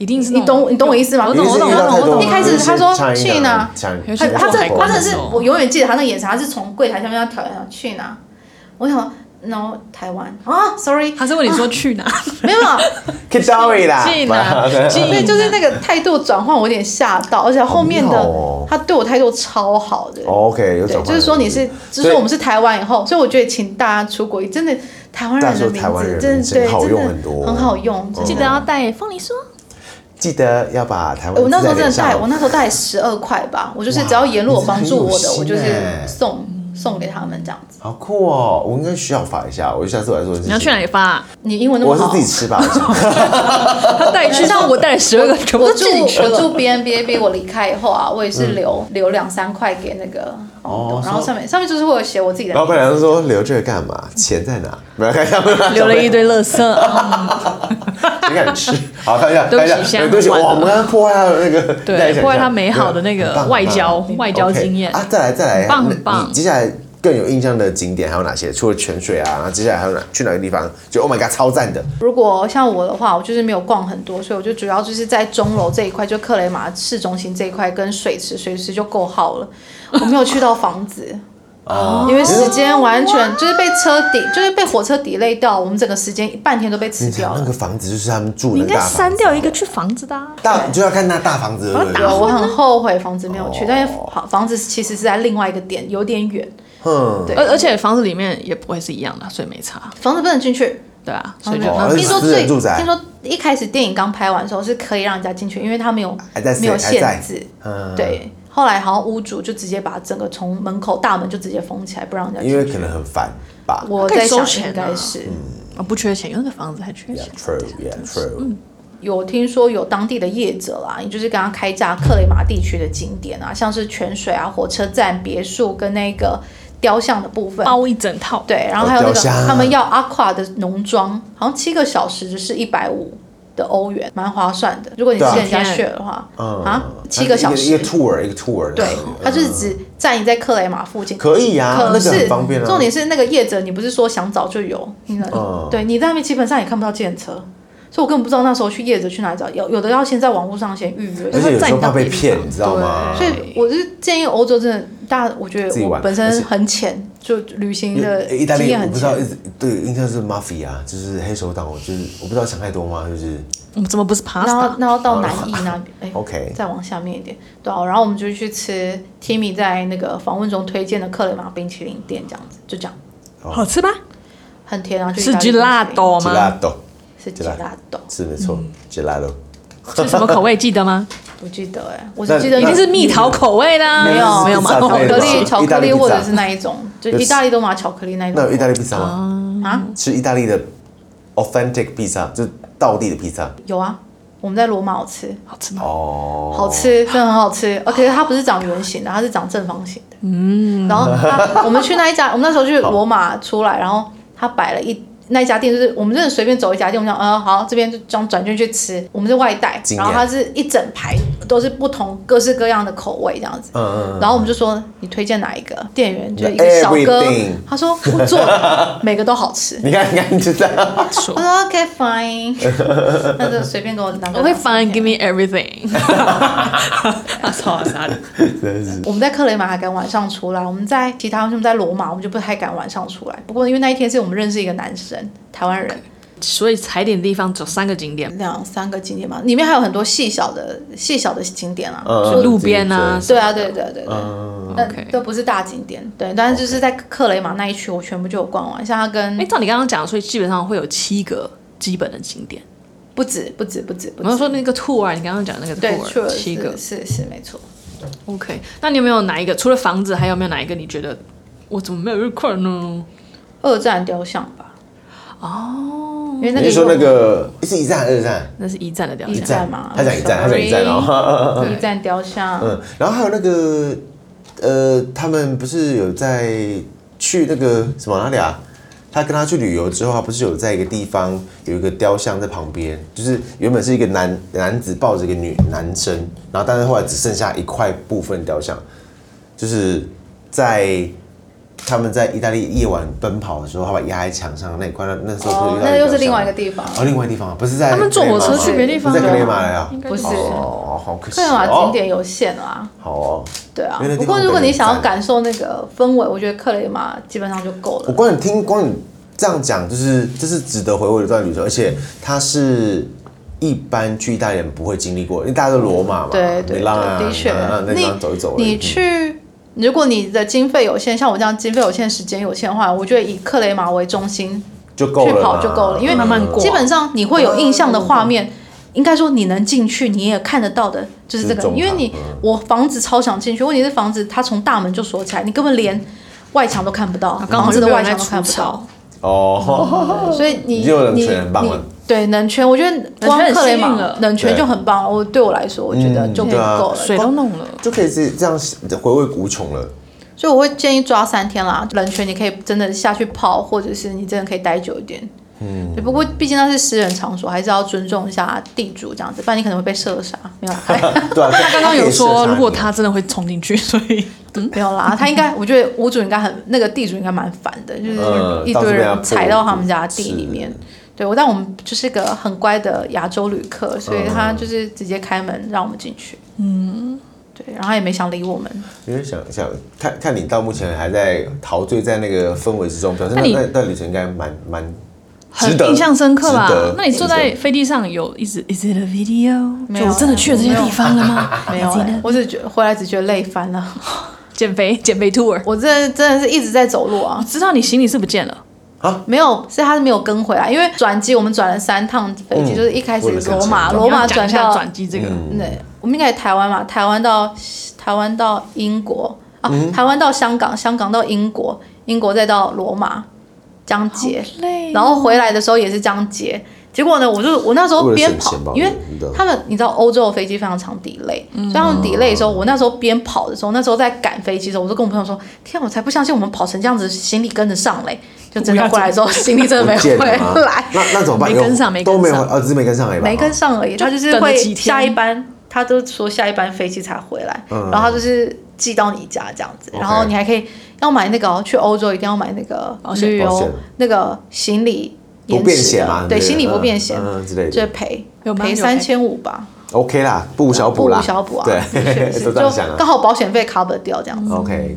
[SPEAKER 2] 一定是那
[SPEAKER 4] 你
[SPEAKER 2] 种
[SPEAKER 4] 懂你懂我意思吗？
[SPEAKER 2] 我
[SPEAKER 3] 你
[SPEAKER 2] 懂
[SPEAKER 3] 是
[SPEAKER 2] 我懂
[SPEAKER 3] 遇到
[SPEAKER 2] 我
[SPEAKER 3] 太
[SPEAKER 2] 懂
[SPEAKER 3] 多
[SPEAKER 2] 我懂
[SPEAKER 4] 一开始他说去哪，
[SPEAKER 3] China，
[SPEAKER 4] 他他这
[SPEAKER 3] 泰国
[SPEAKER 4] 他真的是
[SPEAKER 2] 哦
[SPEAKER 4] 我永远记得他那个眼神，他是从柜台下面要挑一挑去哪，我想 no 台湾啊，sorry，
[SPEAKER 2] 还是问你说去哪？
[SPEAKER 3] 哦
[SPEAKER 4] 没有，
[SPEAKER 3] k i d o r i 啦，
[SPEAKER 2] 进啊，
[SPEAKER 4] 所以
[SPEAKER 2] 进，
[SPEAKER 4] 就是那个态度转换我有点吓到，而且后面
[SPEAKER 3] 好
[SPEAKER 4] 的
[SPEAKER 3] 妙哦
[SPEAKER 4] 他对我态度超好的。
[SPEAKER 3] 哦 OK，有
[SPEAKER 4] 对，
[SPEAKER 3] 转换
[SPEAKER 4] 就是说你是，
[SPEAKER 3] 所以
[SPEAKER 4] 就是说我们是台湾以后，所以我觉得请大家出国，真的台湾人
[SPEAKER 3] 大家
[SPEAKER 4] 的
[SPEAKER 3] 说
[SPEAKER 4] 名
[SPEAKER 3] 台湾人
[SPEAKER 4] 字真
[SPEAKER 3] 名
[SPEAKER 4] 的
[SPEAKER 3] 字
[SPEAKER 4] 对，
[SPEAKER 3] 好
[SPEAKER 4] 真
[SPEAKER 3] 用
[SPEAKER 4] 的
[SPEAKER 3] 很多嗯
[SPEAKER 4] 很好用，
[SPEAKER 2] 记得要带凤梨酥。
[SPEAKER 3] 记得要把台湾
[SPEAKER 4] 我那时候
[SPEAKER 3] 字在脸
[SPEAKER 4] 真的
[SPEAKER 3] 上
[SPEAKER 4] 带，我那时候带十二块吧，我就是
[SPEAKER 3] 哇
[SPEAKER 4] 只要沿路有帮助
[SPEAKER 3] 你
[SPEAKER 4] 我
[SPEAKER 3] 真
[SPEAKER 4] 的，
[SPEAKER 3] 的很有
[SPEAKER 4] 我就是
[SPEAKER 3] 心欸
[SPEAKER 4] 送送给他们这样子。
[SPEAKER 3] 好酷哦！我应该需要发一下，我下次我来做。
[SPEAKER 2] 你要去哪里？发啊？
[SPEAKER 4] 你英文那
[SPEAKER 3] 我
[SPEAKER 4] 么
[SPEAKER 3] 是
[SPEAKER 4] 好
[SPEAKER 3] 自，己吃吧，我想
[SPEAKER 2] 他带去，但我带了十二个，全部
[SPEAKER 4] 我
[SPEAKER 2] 都
[SPEAKER 4] 住
[SPEAKER 2] 自己吃
[SPEAKER 4] 我
[SPEAKER 2] 了。
[SPEAKER 4] 住 B N B A B，我离开以后啊，我也是留留两三块给那个房
[SPEAKER 3] 哦
[SPEAKER 4] 东，然后
[SPEAKER 3] 说
[SPEAKER 4] 上面上面就是会有写我自己的
[SPEAKER 3] 老
[SPEAKER 4] 名字。
[SPEAKER 3] 板娘说留这个干嘛？钱在哪？没有开玩笑，没有开玩笑
[SPEAKER 2] 留了一堆垃 圾，嗯
[SPEAKER 3] 谁敢吃？好，看一下，
[SPEAKER 2] 对
[SPEAKER 3] 看
[SPEAKER 2] 不
[SPEAKER 3] 一
[SPEAKER 2] 起
[SPEAKER 3] 下，
[SPEAKER 2] 现在
[SPEAKER 3] 对不起，
[SPEAKER 2] 很晚
[SPEAKER 3] 哇，
[SPEAKER 2] 了
[SPEAKER 3] 我们刚刚破坏他的那个，
[SPEAKER 2] 对
[SPEAKER 3] 大家想一下
[SPEAKER 2] 破坏他美好的那个
[SPEAKER 3] 对很棒很棒
[SPEAKER 2] 外交
[SPEAKER 3] 嗯
[SPEAKER 2] 外交
[SPEAKER 3] OK
[SPEAKER 2] 经验
[SPEAKER 3] 啊！再来，再来，
[SPEAKER 2] 很棒
[SPEAKER 3] 那
[SPEAKER 2] 很棒
[SPEAKER 3] 你接下来更有印象的景点还有哪些？除了泉水啊，然后接下来还有哪去哪个地方？就 Oh my God，超赞的！
[SPEAKER 4] 如果像我的话，我就是没有逛很多，所以我就主要就是在钟楼这一块，就克雷马市中心这一块跟水池，水池就够耗了。我没有去到房子，
[SPEAKER 3] 哦
[SPEAKER 4] 因为时间完全就是被车抵，就是被火车抵累到，我们整个时间半天都被吃
[SPEAKER 3] 你
[SPEAKER 4] 掉
[SPEAKER 3] 讲那
[SPEAKER 4] 了
[SPEAKER 3] 个。房子就是他们住
[SPEAKER 2] 你
[SPEAKER 3] 的
[SPEAKER 2] 应该
[SPEAKER 3] 大
[SPEAKER 2] 删
[SPEAKER 3] 房子，
[SPEAKER 2] 掉一个去房子的啊。
[SPEAKER 3] 大就要看那大房子对不对
[SPEAKER 4] 对，？我很后悔房子没有去
[SPEAKER 3] 哦，
[SPEAKER 4] 但是房房子其实是在另外一个点，有点远，
[SPEAKER 3] 嗯，
[SPEAKER 4] 对
[SPEAKER 2] 而而且房子里面也不会是一样的，所以没差，
[SPEAKER 4] 房子不能进去。
[SPEAKER 2] 对啊，所
[SPEAKER 4] 房
[SPEAKER 2] 以
[SPEAKER 4] 子
[SPEAKER 2] 就
[SPEAKER 4] 不
[SPEAKER 3] 哦
[SPEAKER 4] 能
[SPEAKER 3] 那是
[SPEAKER 4] 听说
[SPEAKER 3] 私人
[SPEAKER 4] 最
[SPEAKER 3] 住宅
[SPEAKER 4] 听说一开始电影刚拍完的时候是可以让人家进去，因为他没有
[SPEAKER 3] 还在
[SPEAKER 4] 没有
[SPEAKER 3] 还在
[SPEAKER 4] 限制，
[SPEAKER 3] 嗯，
[SPEAKER 4] 对，后来好像屋主就直接把整个从门口大门就直接封起来，不让人家
[SPEAKER 3] 因
[SPEAKER 4] 进。
[SPEAKER 3] 为嗯可能很烦吧。
[SPEAKER 4] 我
[SPEAKER 2] 可
[SPEAKER 4] 在
[SPEAKER 2] 以收
[SPEAKER 4] 想
[SPEAKER 2] 钱
[SPEAKER 4] 应
[SPEAKER 2] 啊
[SPEAKER 4] 该是、
[SPEAKER 2] 啊不缺钱，有那个房子还缺
[SPEAKER 3] Yeah,
[SPEAKER 2] 钱。
[SPEAKER 3] true, yeah, true。
[SPEAKER 4] 有听说有当地的业者啦，你就是跟他开价克雷马地区的景点啊，像是泉水啊、火车站、别墅跟那个雕像的部分。
[SPEAKER 2] 包一整套，
[SPEAKER 4] 对，然后还有那
[SPEAKER 3] 雕
[SPEAKER 4] 个
[SPEAKER 3] 像啊
[SPEAKER 4] 他们要阿垮的浓妆，好像七个小时就是一百五的欧元，蛮划算的。如果你是
[SPEAKER 3] 对啊
[SPEAKER 4] 人家
[SPEAKER 2] 天啊
[SPEAKER 4] 血的话，
[SPEAKER 3] 嗯
[SPEAKER 4] 啊，七个小时
[SPEAKER 3] 一个一个 tour 一个 tour，
[SPEAKER 4] 对，它就是只站你在克雷马附近，
[SPEAKER 3] 嗯可以啊，
[SPEAKER 4] 可
[SPEAKER 3] 那
[SPEAKER 4] 是、
[SPEAKER 3] 个很方便啊。
[SPEAKER 4] 重点是那个业者，你不是说想找就有，你能、
[SPEAKER 3] 嗯
[SPEAKER 4] 对你在那边基本上也看不到建车，所以我根本不知道那时候去业者去哪里找，有有的要先在网络上先预约，
[SPEAKER 3] 而且有
[SPEAKER 4] 在
[SPEAKER 3] 时候
[SPEAKER 4] 你
[SPEAKER 3] 怕
[SPEAKER 4] 到
[SPEAKER 3] 被
[SPEAKER 4] 别地
[SPEAKER 3] 骗
[SPEAKER 4] 方，
[SPEAKER 3] 你知道吗？
[SPEAKER 4] 所以我是建议欧洲真的大家，我觉
[SPEAKER 3] 自己
[SPEAKER 4] 得我
[SPEAKER 3] 玩
[SPEAKER 4] 本
[SPEAKER 3] 而
[SPEAKER 4] 身
[SPEAKER 3] 且
[SPEAKER 4] 很浅，就旅行的
[SPEAKER 3] 意大
[SPEAKER 4] 经
[SPEAKER 3] 利
[SPEAKER 4] 验
[SPEAKER 3] 我
[SPEAKER 4] 很
[SPEAKER 3] 不知道，一
[SPEAKER 4] 浅。
[SPEAKER 3] 直对印象是 mafia，就是黑手党，我就是我不知道想太多吗？就是
[SPEAKER 2] 我们怎么不是
[SPEAKER 4] 然后
[SPEAKER 2] pasta？，
[SPEAKER 4] 然后到南艺那边，哎
[SPEAKER 3] OK
[SPEAKER 4] 再往下面一点，对啊，然后我们就去吃 Timmy 在那个访问中推荐的克雷玛冰淇淋店，这样子，就这样，
[SPEAKER 2] 好吃吧？
[SPEAKER 4] 很甜，然后就是意大利冰淇淋
[SPEAKER 2] gelato
[SPEAKER 3] 吉
[SPEAKER 2] 吗
[SPEAKER 3] 拉？豆
[SPEAKER 4] 是 gelato，
[SPEAKER 3] 是没错，吉拉豆
[SPEAKER 2] 是什么口味？记得吗？
[SPEAKER 4] 不记得哎，我
[SPEAKER 3] 那
[SPEAKER 4] 只记得嗯
[SPEAKER 2] 一定是蜜桃口味啊啦。
[SPEAKER 4] 没有
[SPEAKER 2] 没有吗？哦
[SPEAKER 3] 是
[SPEAKER 4] 巧
[SPEAKER 3] 吧
[SPEAKER 4] 克力，巧
[SPEAKER 3] 意大
[SPEAKER 4] 克
[SPEAKER 3] 利
[SPEAKER 4] 力
[SPEAKER 3] 披萨
[SPEAKER 4] 或者是那一种，就意大利都买巧克力那一
[SPEAKER 3] 那有意
[SPEAKER 4] 种
[SPEAKER 3] 大利披萨吗？
[SPEAKER 4] 啊，
[SPEAKER 3] 吃意大利的 authentic 披萨，就是道地的披萨
[SPEAKER 4] 有啊，我们在罗马有吃，
[SPEAKER 2] 好吃吗？
[SPEAKER 3] 哦，
[SPEAKER 4] 好吃，真的很好吃。而且它不是长圆形的，它是长正方形的。嗯，然后它我们去那一家，我们那时候去罗马出来，然后他摆了一。那一家店就是我们真的随便走一家店，我们想，呃，好，这边就这样转圈去吃。我们是外带，
[SPEAKER 3] 惊讶
[SPEAKER 4] 然后它是一整排都是不同各式各样的口味这样子。
[SPEAKER 3] 嗯嗯嗯
[SPEAKER 4] 然后我们就说你推荐哪一个？店员就一个小哥
[SPEAKER 3] Everything，
[SPEAKER 4] 他说我做的每个都好吃。
[SPEAKER 3] 你看，你看，你知道，
[SPEAKER 4] 我说 OK fine，那就随便给我拿个。
[SPEAKER 2] 我会 fine give me everything。他超好杀的。
[SPEAKER 3] 真是
[SPEAKER 4] 我们在克雷玛还敢晚上出来，我们在其他我们在罗马，我们就不太敢晚上出来。不过因为那一天是我们认识一个男生，台湾人，
[SPEAKER 2] 所以踩点地方走三个景点，
[SPEAKER 4] 两三个景点嘛，里面还有很多细小的细小的景点啊。
[SPEAKER 3] 嗯
[SPEAKER 2] 就路边啊，
[SPEAKER 4] 对啊，对对对对，
[SPEAKER 3] 嗯
[SPEAKER 4] 但
[SPEAKER 2] OK
[SPEAKER 4] 都不是大景点，对，但是就是在克雷玛那一区，我全部就有逛完，像它跟
[SPEAKER 2] 哎，照你刚刚讲，所以基本上会有七个基本的景点。
[SPEAKER 4] 不止不止不止不
[SPEAKER 2] 我要
[SPEAKER 4] 止，
[SPEAKER 2] 说那个 tour，你刚刚讲那个
[SPEAKER 4] 对，去
[SPEAKER 2] tour，
[SPEAKER 4] 了
[SPEAKER 2] 七个。
[SPEAKER 4] 是是是没错。
[SPEAKER 2] OK，那你有没有哪一个？除了房子，还有没有哪一个你觉得我怎么没有入块呢？
[SPEAKER 4] 二战雕像吧，
[SPEAKER 2] 哦，
[SPEAKER 4] 因为那
[SPEAKER 3] 你
[SPEAKER 4] 个
[SPEAKER 3] 是说
[SPEAKER 4] 有
[SPEAKER 3] 那个是一战还是二战？
[SPEAKER 2] 那是一站的雕
[SPEAKER 4] 一
[SPEAKER 2] 像。
[SPEAKER 4] 战嘛，
[SPEAKER 3] 他讲一战，他讲一战
[SPEAKER 4] sorry，
[SPEAKER 3] 哦。
[SPEAKER 4] 一战雕像，
[SPEAKER 3] 嗯，然后还有那个呃，他们不是有在去那个什么哪里啊？他跟他去旅游之后，他不是有在一个地方有一个雕像在旁边，就是原本是一个男男子抱着一个女男生，然后但是后来只剩下一块部分雕像，就是在他们在意大利夜晚奔跑的时候，他把压在墙上的那一块，那那时候不
[SPEAKER 4] 哦
[SPEAKER 3] 是遇，到
[SPEAKER 4] 那又是另外一
[SPEAKER 3] 个
[SPEAKER 4] 个
[SPEAKER 3] 雕像吗。
[SPEAKER 4] 地方，
[SPEAKER 3] 哦，另外地方不是在
[SPEAKER 2] 他们坐火车去别的地方
[SPEAKER 3] 不是在
[SPEAKER 2] 啊
[SPEAKER 3] 格雷马来啊，
[SPEAKER 4] 不是
[SPEAKER 3] 哦，好可惜哦。
[SPEAKER 4] 克雷玛景点有限啊，
[SPEAKER 3] 好哦，
[SPEAKER 4] 对啊
[SPEAKER 3] 因为那。地
[SPEAKER 4] 不
[SPEAKER 3] 方
[SPEAKER 4] 过如果你想
[SPEAKER 3] 我
[SPEAKER 4] 要
[SPEAKER 3] 感
[SPEAKER 4] 感受那个氛围，我觉得克雷玛基本上就够
[SPEAKER 3] 我
[SPEAKER 4] 了。
[SPEAKER 3] 光你听，光你这样讲，就是这是值得回味的一段旅程，而且它是一般去意大利人不会经历过，因为大家都罗马嘛，
[SPEAKER 4] 对对对，
[SPEAKER 3] 米兰啊
[SPEAKER 4] 的确
[SPEAKER 3] 啊，那地方走一走而
[SPEAKER 4] 你
[SPEAKER 3] 已，
[SPEAKER 4] 你去，如果你的经费有限，像我这样经费有限、时间有限的话，我觉得以克雷玛为中心
[SPEAKER 3] 就够
[SPEAKER 4] 去
[SPEAKER 3] 了
[SPEAKER 4] 跑
[SPEAKER 3] 嘛，
[SPEAKER 4] 就够了，因为
[SPEAKER 2] 慢慢
[SPEAKER 3] 啊
[SPEAKER 2] 过
[SPEAKER 4] 基本上你会有印象的画面。应该说，你能进去，你也看得到的，就是
[SPEAKER 3] 就是
[SPEAKER 4] 这个。
[SPEAKER 3] 中
[SPEAKER 4] 因为
[SPEAKER 3] 堂
[SPEAKER 4] 你
[SPEAKER 3] 嗯
[SPEAKER 4] 我房子超想进去，问题是房子它从大门就锁起来，你根本连外墙都看不到，
[SPEAKER 2] 啊刚
[SPEAKER 4] 房
[SPEAKER 2] 好
[SPEAKER 4] 子
[SPEAKER 2] 就
[SPEAKER 4] 的
[SPEAKER 2] 没有
[SPEAKER 4] 外
[SPEAKER 2] 人在
[SPEAKER 4] 墙都看
[SPEAKER 2] 出
[SPEAKER 4] 不到
[SPEAKER 2] 草。。
[SPEAKER 3] 哦，
[SPEAKER 4] 所以你
[SPEAKER 3] 你就能
[SPEAKER 4] 你
[SPEAKER 3] 全很棒了
[SPEAKER 4] 你对能全，我觉得光克雷
[SPEAKER 2] 很幸
[SPEAKER 4] 马
[SPEAKER 2] 运了
[SPEAKER 4] 能全
[SPEAKER 3] 对
[SPEAKER 4] 就很棒了。我对我来说，我觉得
[SPEAKER 3] 嗯
[SPEAKER 4] 就可以
[SPEAKER 3] 对啊
[SPEAKER 4] 够了。
[SPEAKER 2] 水都弄了，
[SPEAKER 3] 就可以是这样回味无穷了。
[SPEAKER 4] 所以我会建议抓三天啦，冷泉你可以真的下去泡，或者是你真的可以待久一点。嗯，不过毕竟那是私人场所，还是要尊重一下地主这样子，不然你可能会被射杀。没 有啦，
[SPEAKER 3] 对啊，他
[SPEAKER 2] 刚刚有说，如
[SPEAKER 3] 啊
[SPEAKER 2] 果他真的会冲进去，所以
[SPEAKER 4] 没有啦，他应 该，我觉得屋主应该很，那个地主应该蛮烦的，就是
[SPEAKER 3] 嗯
[SPEAKER 4] 一
[SPEAKER 3] 到处
[SPEAKER 4] 堆
[SPEAKER 3] 被他
[SPEAKER 4] 人
[SPEAKER 3] 泼
[SPEAKER 4] 踩到他们家地里面
[SPEAKER 3] 是。
[SPEAKER 4] 对，我但我们就是个很乖的亚洲旅客，所以他就是直接开门让我们进去。嗯，对，然后他也没想理我们。
[SPEAKER 3] 因为想想看看你到目前还在陶醉在那个氛围之中，表示那
[SPEAKER 2] 那你
[SPEAKER 3] 那段旅程应该蛮蛮
[SPEAKER 2] 很
[SPEAKER 3] 值得
[SPEAKER 2] 印象深刻吧
[SPEAKER 3] 值得？
[SPEAKER 2] 那你坐
[SPEAKER 3] 值
[SPEAKER 2] 在
[SPEAKER 3] 得
[SPEAKER 2] 飞机上有一直 Is it a video？
[SPEAKER 4] 没有
[SPEAKER 2] 就我真的去了这些地方了吗？
[SPEAKER 4] 没 有、
[SPEAKER 2] Is it a-
[SPEAKER 4] 欸，我只觉回来只觉得累翻了。
[SPEAKER 2] 减肥减肥 tour。
[SPEAKER 4] 我这真的是一直在走路啊
[SPEAKER 2] 我，知道你行李是不见了，
[SPEAKER 4] 没有，是他是没有跟回来，因为转机我们转了三趟飞机，
[SPEAKER 3] 嗯
[SPEAKER 4] 就是一开始
[SPEAKER 3] 为了省
[SPEAKER 4] 罗马，
[SPEAKER 3] 钱
[SPEAKER 4] 罗马
[SPEAKER 2] 你要讲
[SPEAKER 4] 转
[SPEAKER 2] 一下
[SPEAKER 4] 到
[SPEAKER 2] 转机这个，
[SPEAKER 3] 嗯
[SPEAKER 4] 对，我们应该也台湾嘛，台湾到台湾到英国啊，
[SPEAKER 3] 嗯
[SPEAKER 4] 台湾到香港，香港到英国，英国再到罗马，江捷，
[SPEAKER 2] 累
[SPEAKER 4] 然后回来的时候也是江捷。结果呢，我就我那时候
[SPEAKER 3] 为了
[SPEAKER 4] 边
[SPEAKER 3] 省
[SPEAKER 4] 跑
[SPEAKER 3] 钱吧，
[SPEAKER 4] 因为
[SPEAKER 3] 我觉得
[SPEAKER 4] 他们你知道欧洲的飞机非常常 delay，、所以他们 delay 的时候，我那时候边跑的时候，那时候在赶飞机的时候，我就跟我朋友说：“天、啊，我才不相信我们跑成这样子，行李跟得上嘞！”就真的回来之后，行李真的没
[SPEAKER 3] 不见
[SPEAKER 4] 回
[SPEAKER 3] 了吗
[SPEAKER 4] 来。
[SPEAKER 3] 那那怎么办？
[SPEAKER 2] 没跟上没跟
[SPEAKER 3] 都没有
[SPEAKER 2] 上
[SPEAKER 3] 哦，只是没跟上而已吧。
[SPEAKER 4] 没跟上而已，他就是
[SPEAKER 2] 等了
[SPEAKER 4] 会
[SPEAKER 2] 几天
[SPEAKER 4] 下一班，他都说下一班飞机才回来，
[SPEAKER 3] 嗯
[SPEAKER 4] 然后他就是寄到你家这样子，
[SPEAKER 3] OK
[SPEAKER 4] 然后你还可以要买那个哦、去欧洲一定要买那个
[SPEAKER 2] 保险
[SPEAKER 4] 旅
[SPEAKER 3] 保
[SPEAKER 4] 游
[SPEAKER 3] 险
[SPEAKER 4] 那个行李
[SPEAKER 3] 不便写嘛，
[SPEAKER 4] 对，
[SPEAKER 3] 不
[SPEAKER 4] 心理不便写，
[SPEAKER 3] 嗯嗯之类
[SPEAKER 4] 就
[SPEAKER 3] 的
[SPEAKER 4] 赔
[SPEAKER 2] 有吗
[SPEAKER 4] 赔
[SPEAKER 2] 有赔
[SPEAKER 4] 三千五吧，
[SPEAKER 3] ，OK 啦，不无小补啦，
[SPEAKER 4] 不无小补啊，的确
[SPEAKER 3] 对，
[SPEAKER 4] 是
[SPEAKER 3] 都这样想
[SPEAKER 4] 就刚
[SPEAKER 3] 啊
[SPEAKER 4] 好保险费 cover 掉这样子。
[SPEAKER 3] ，OK，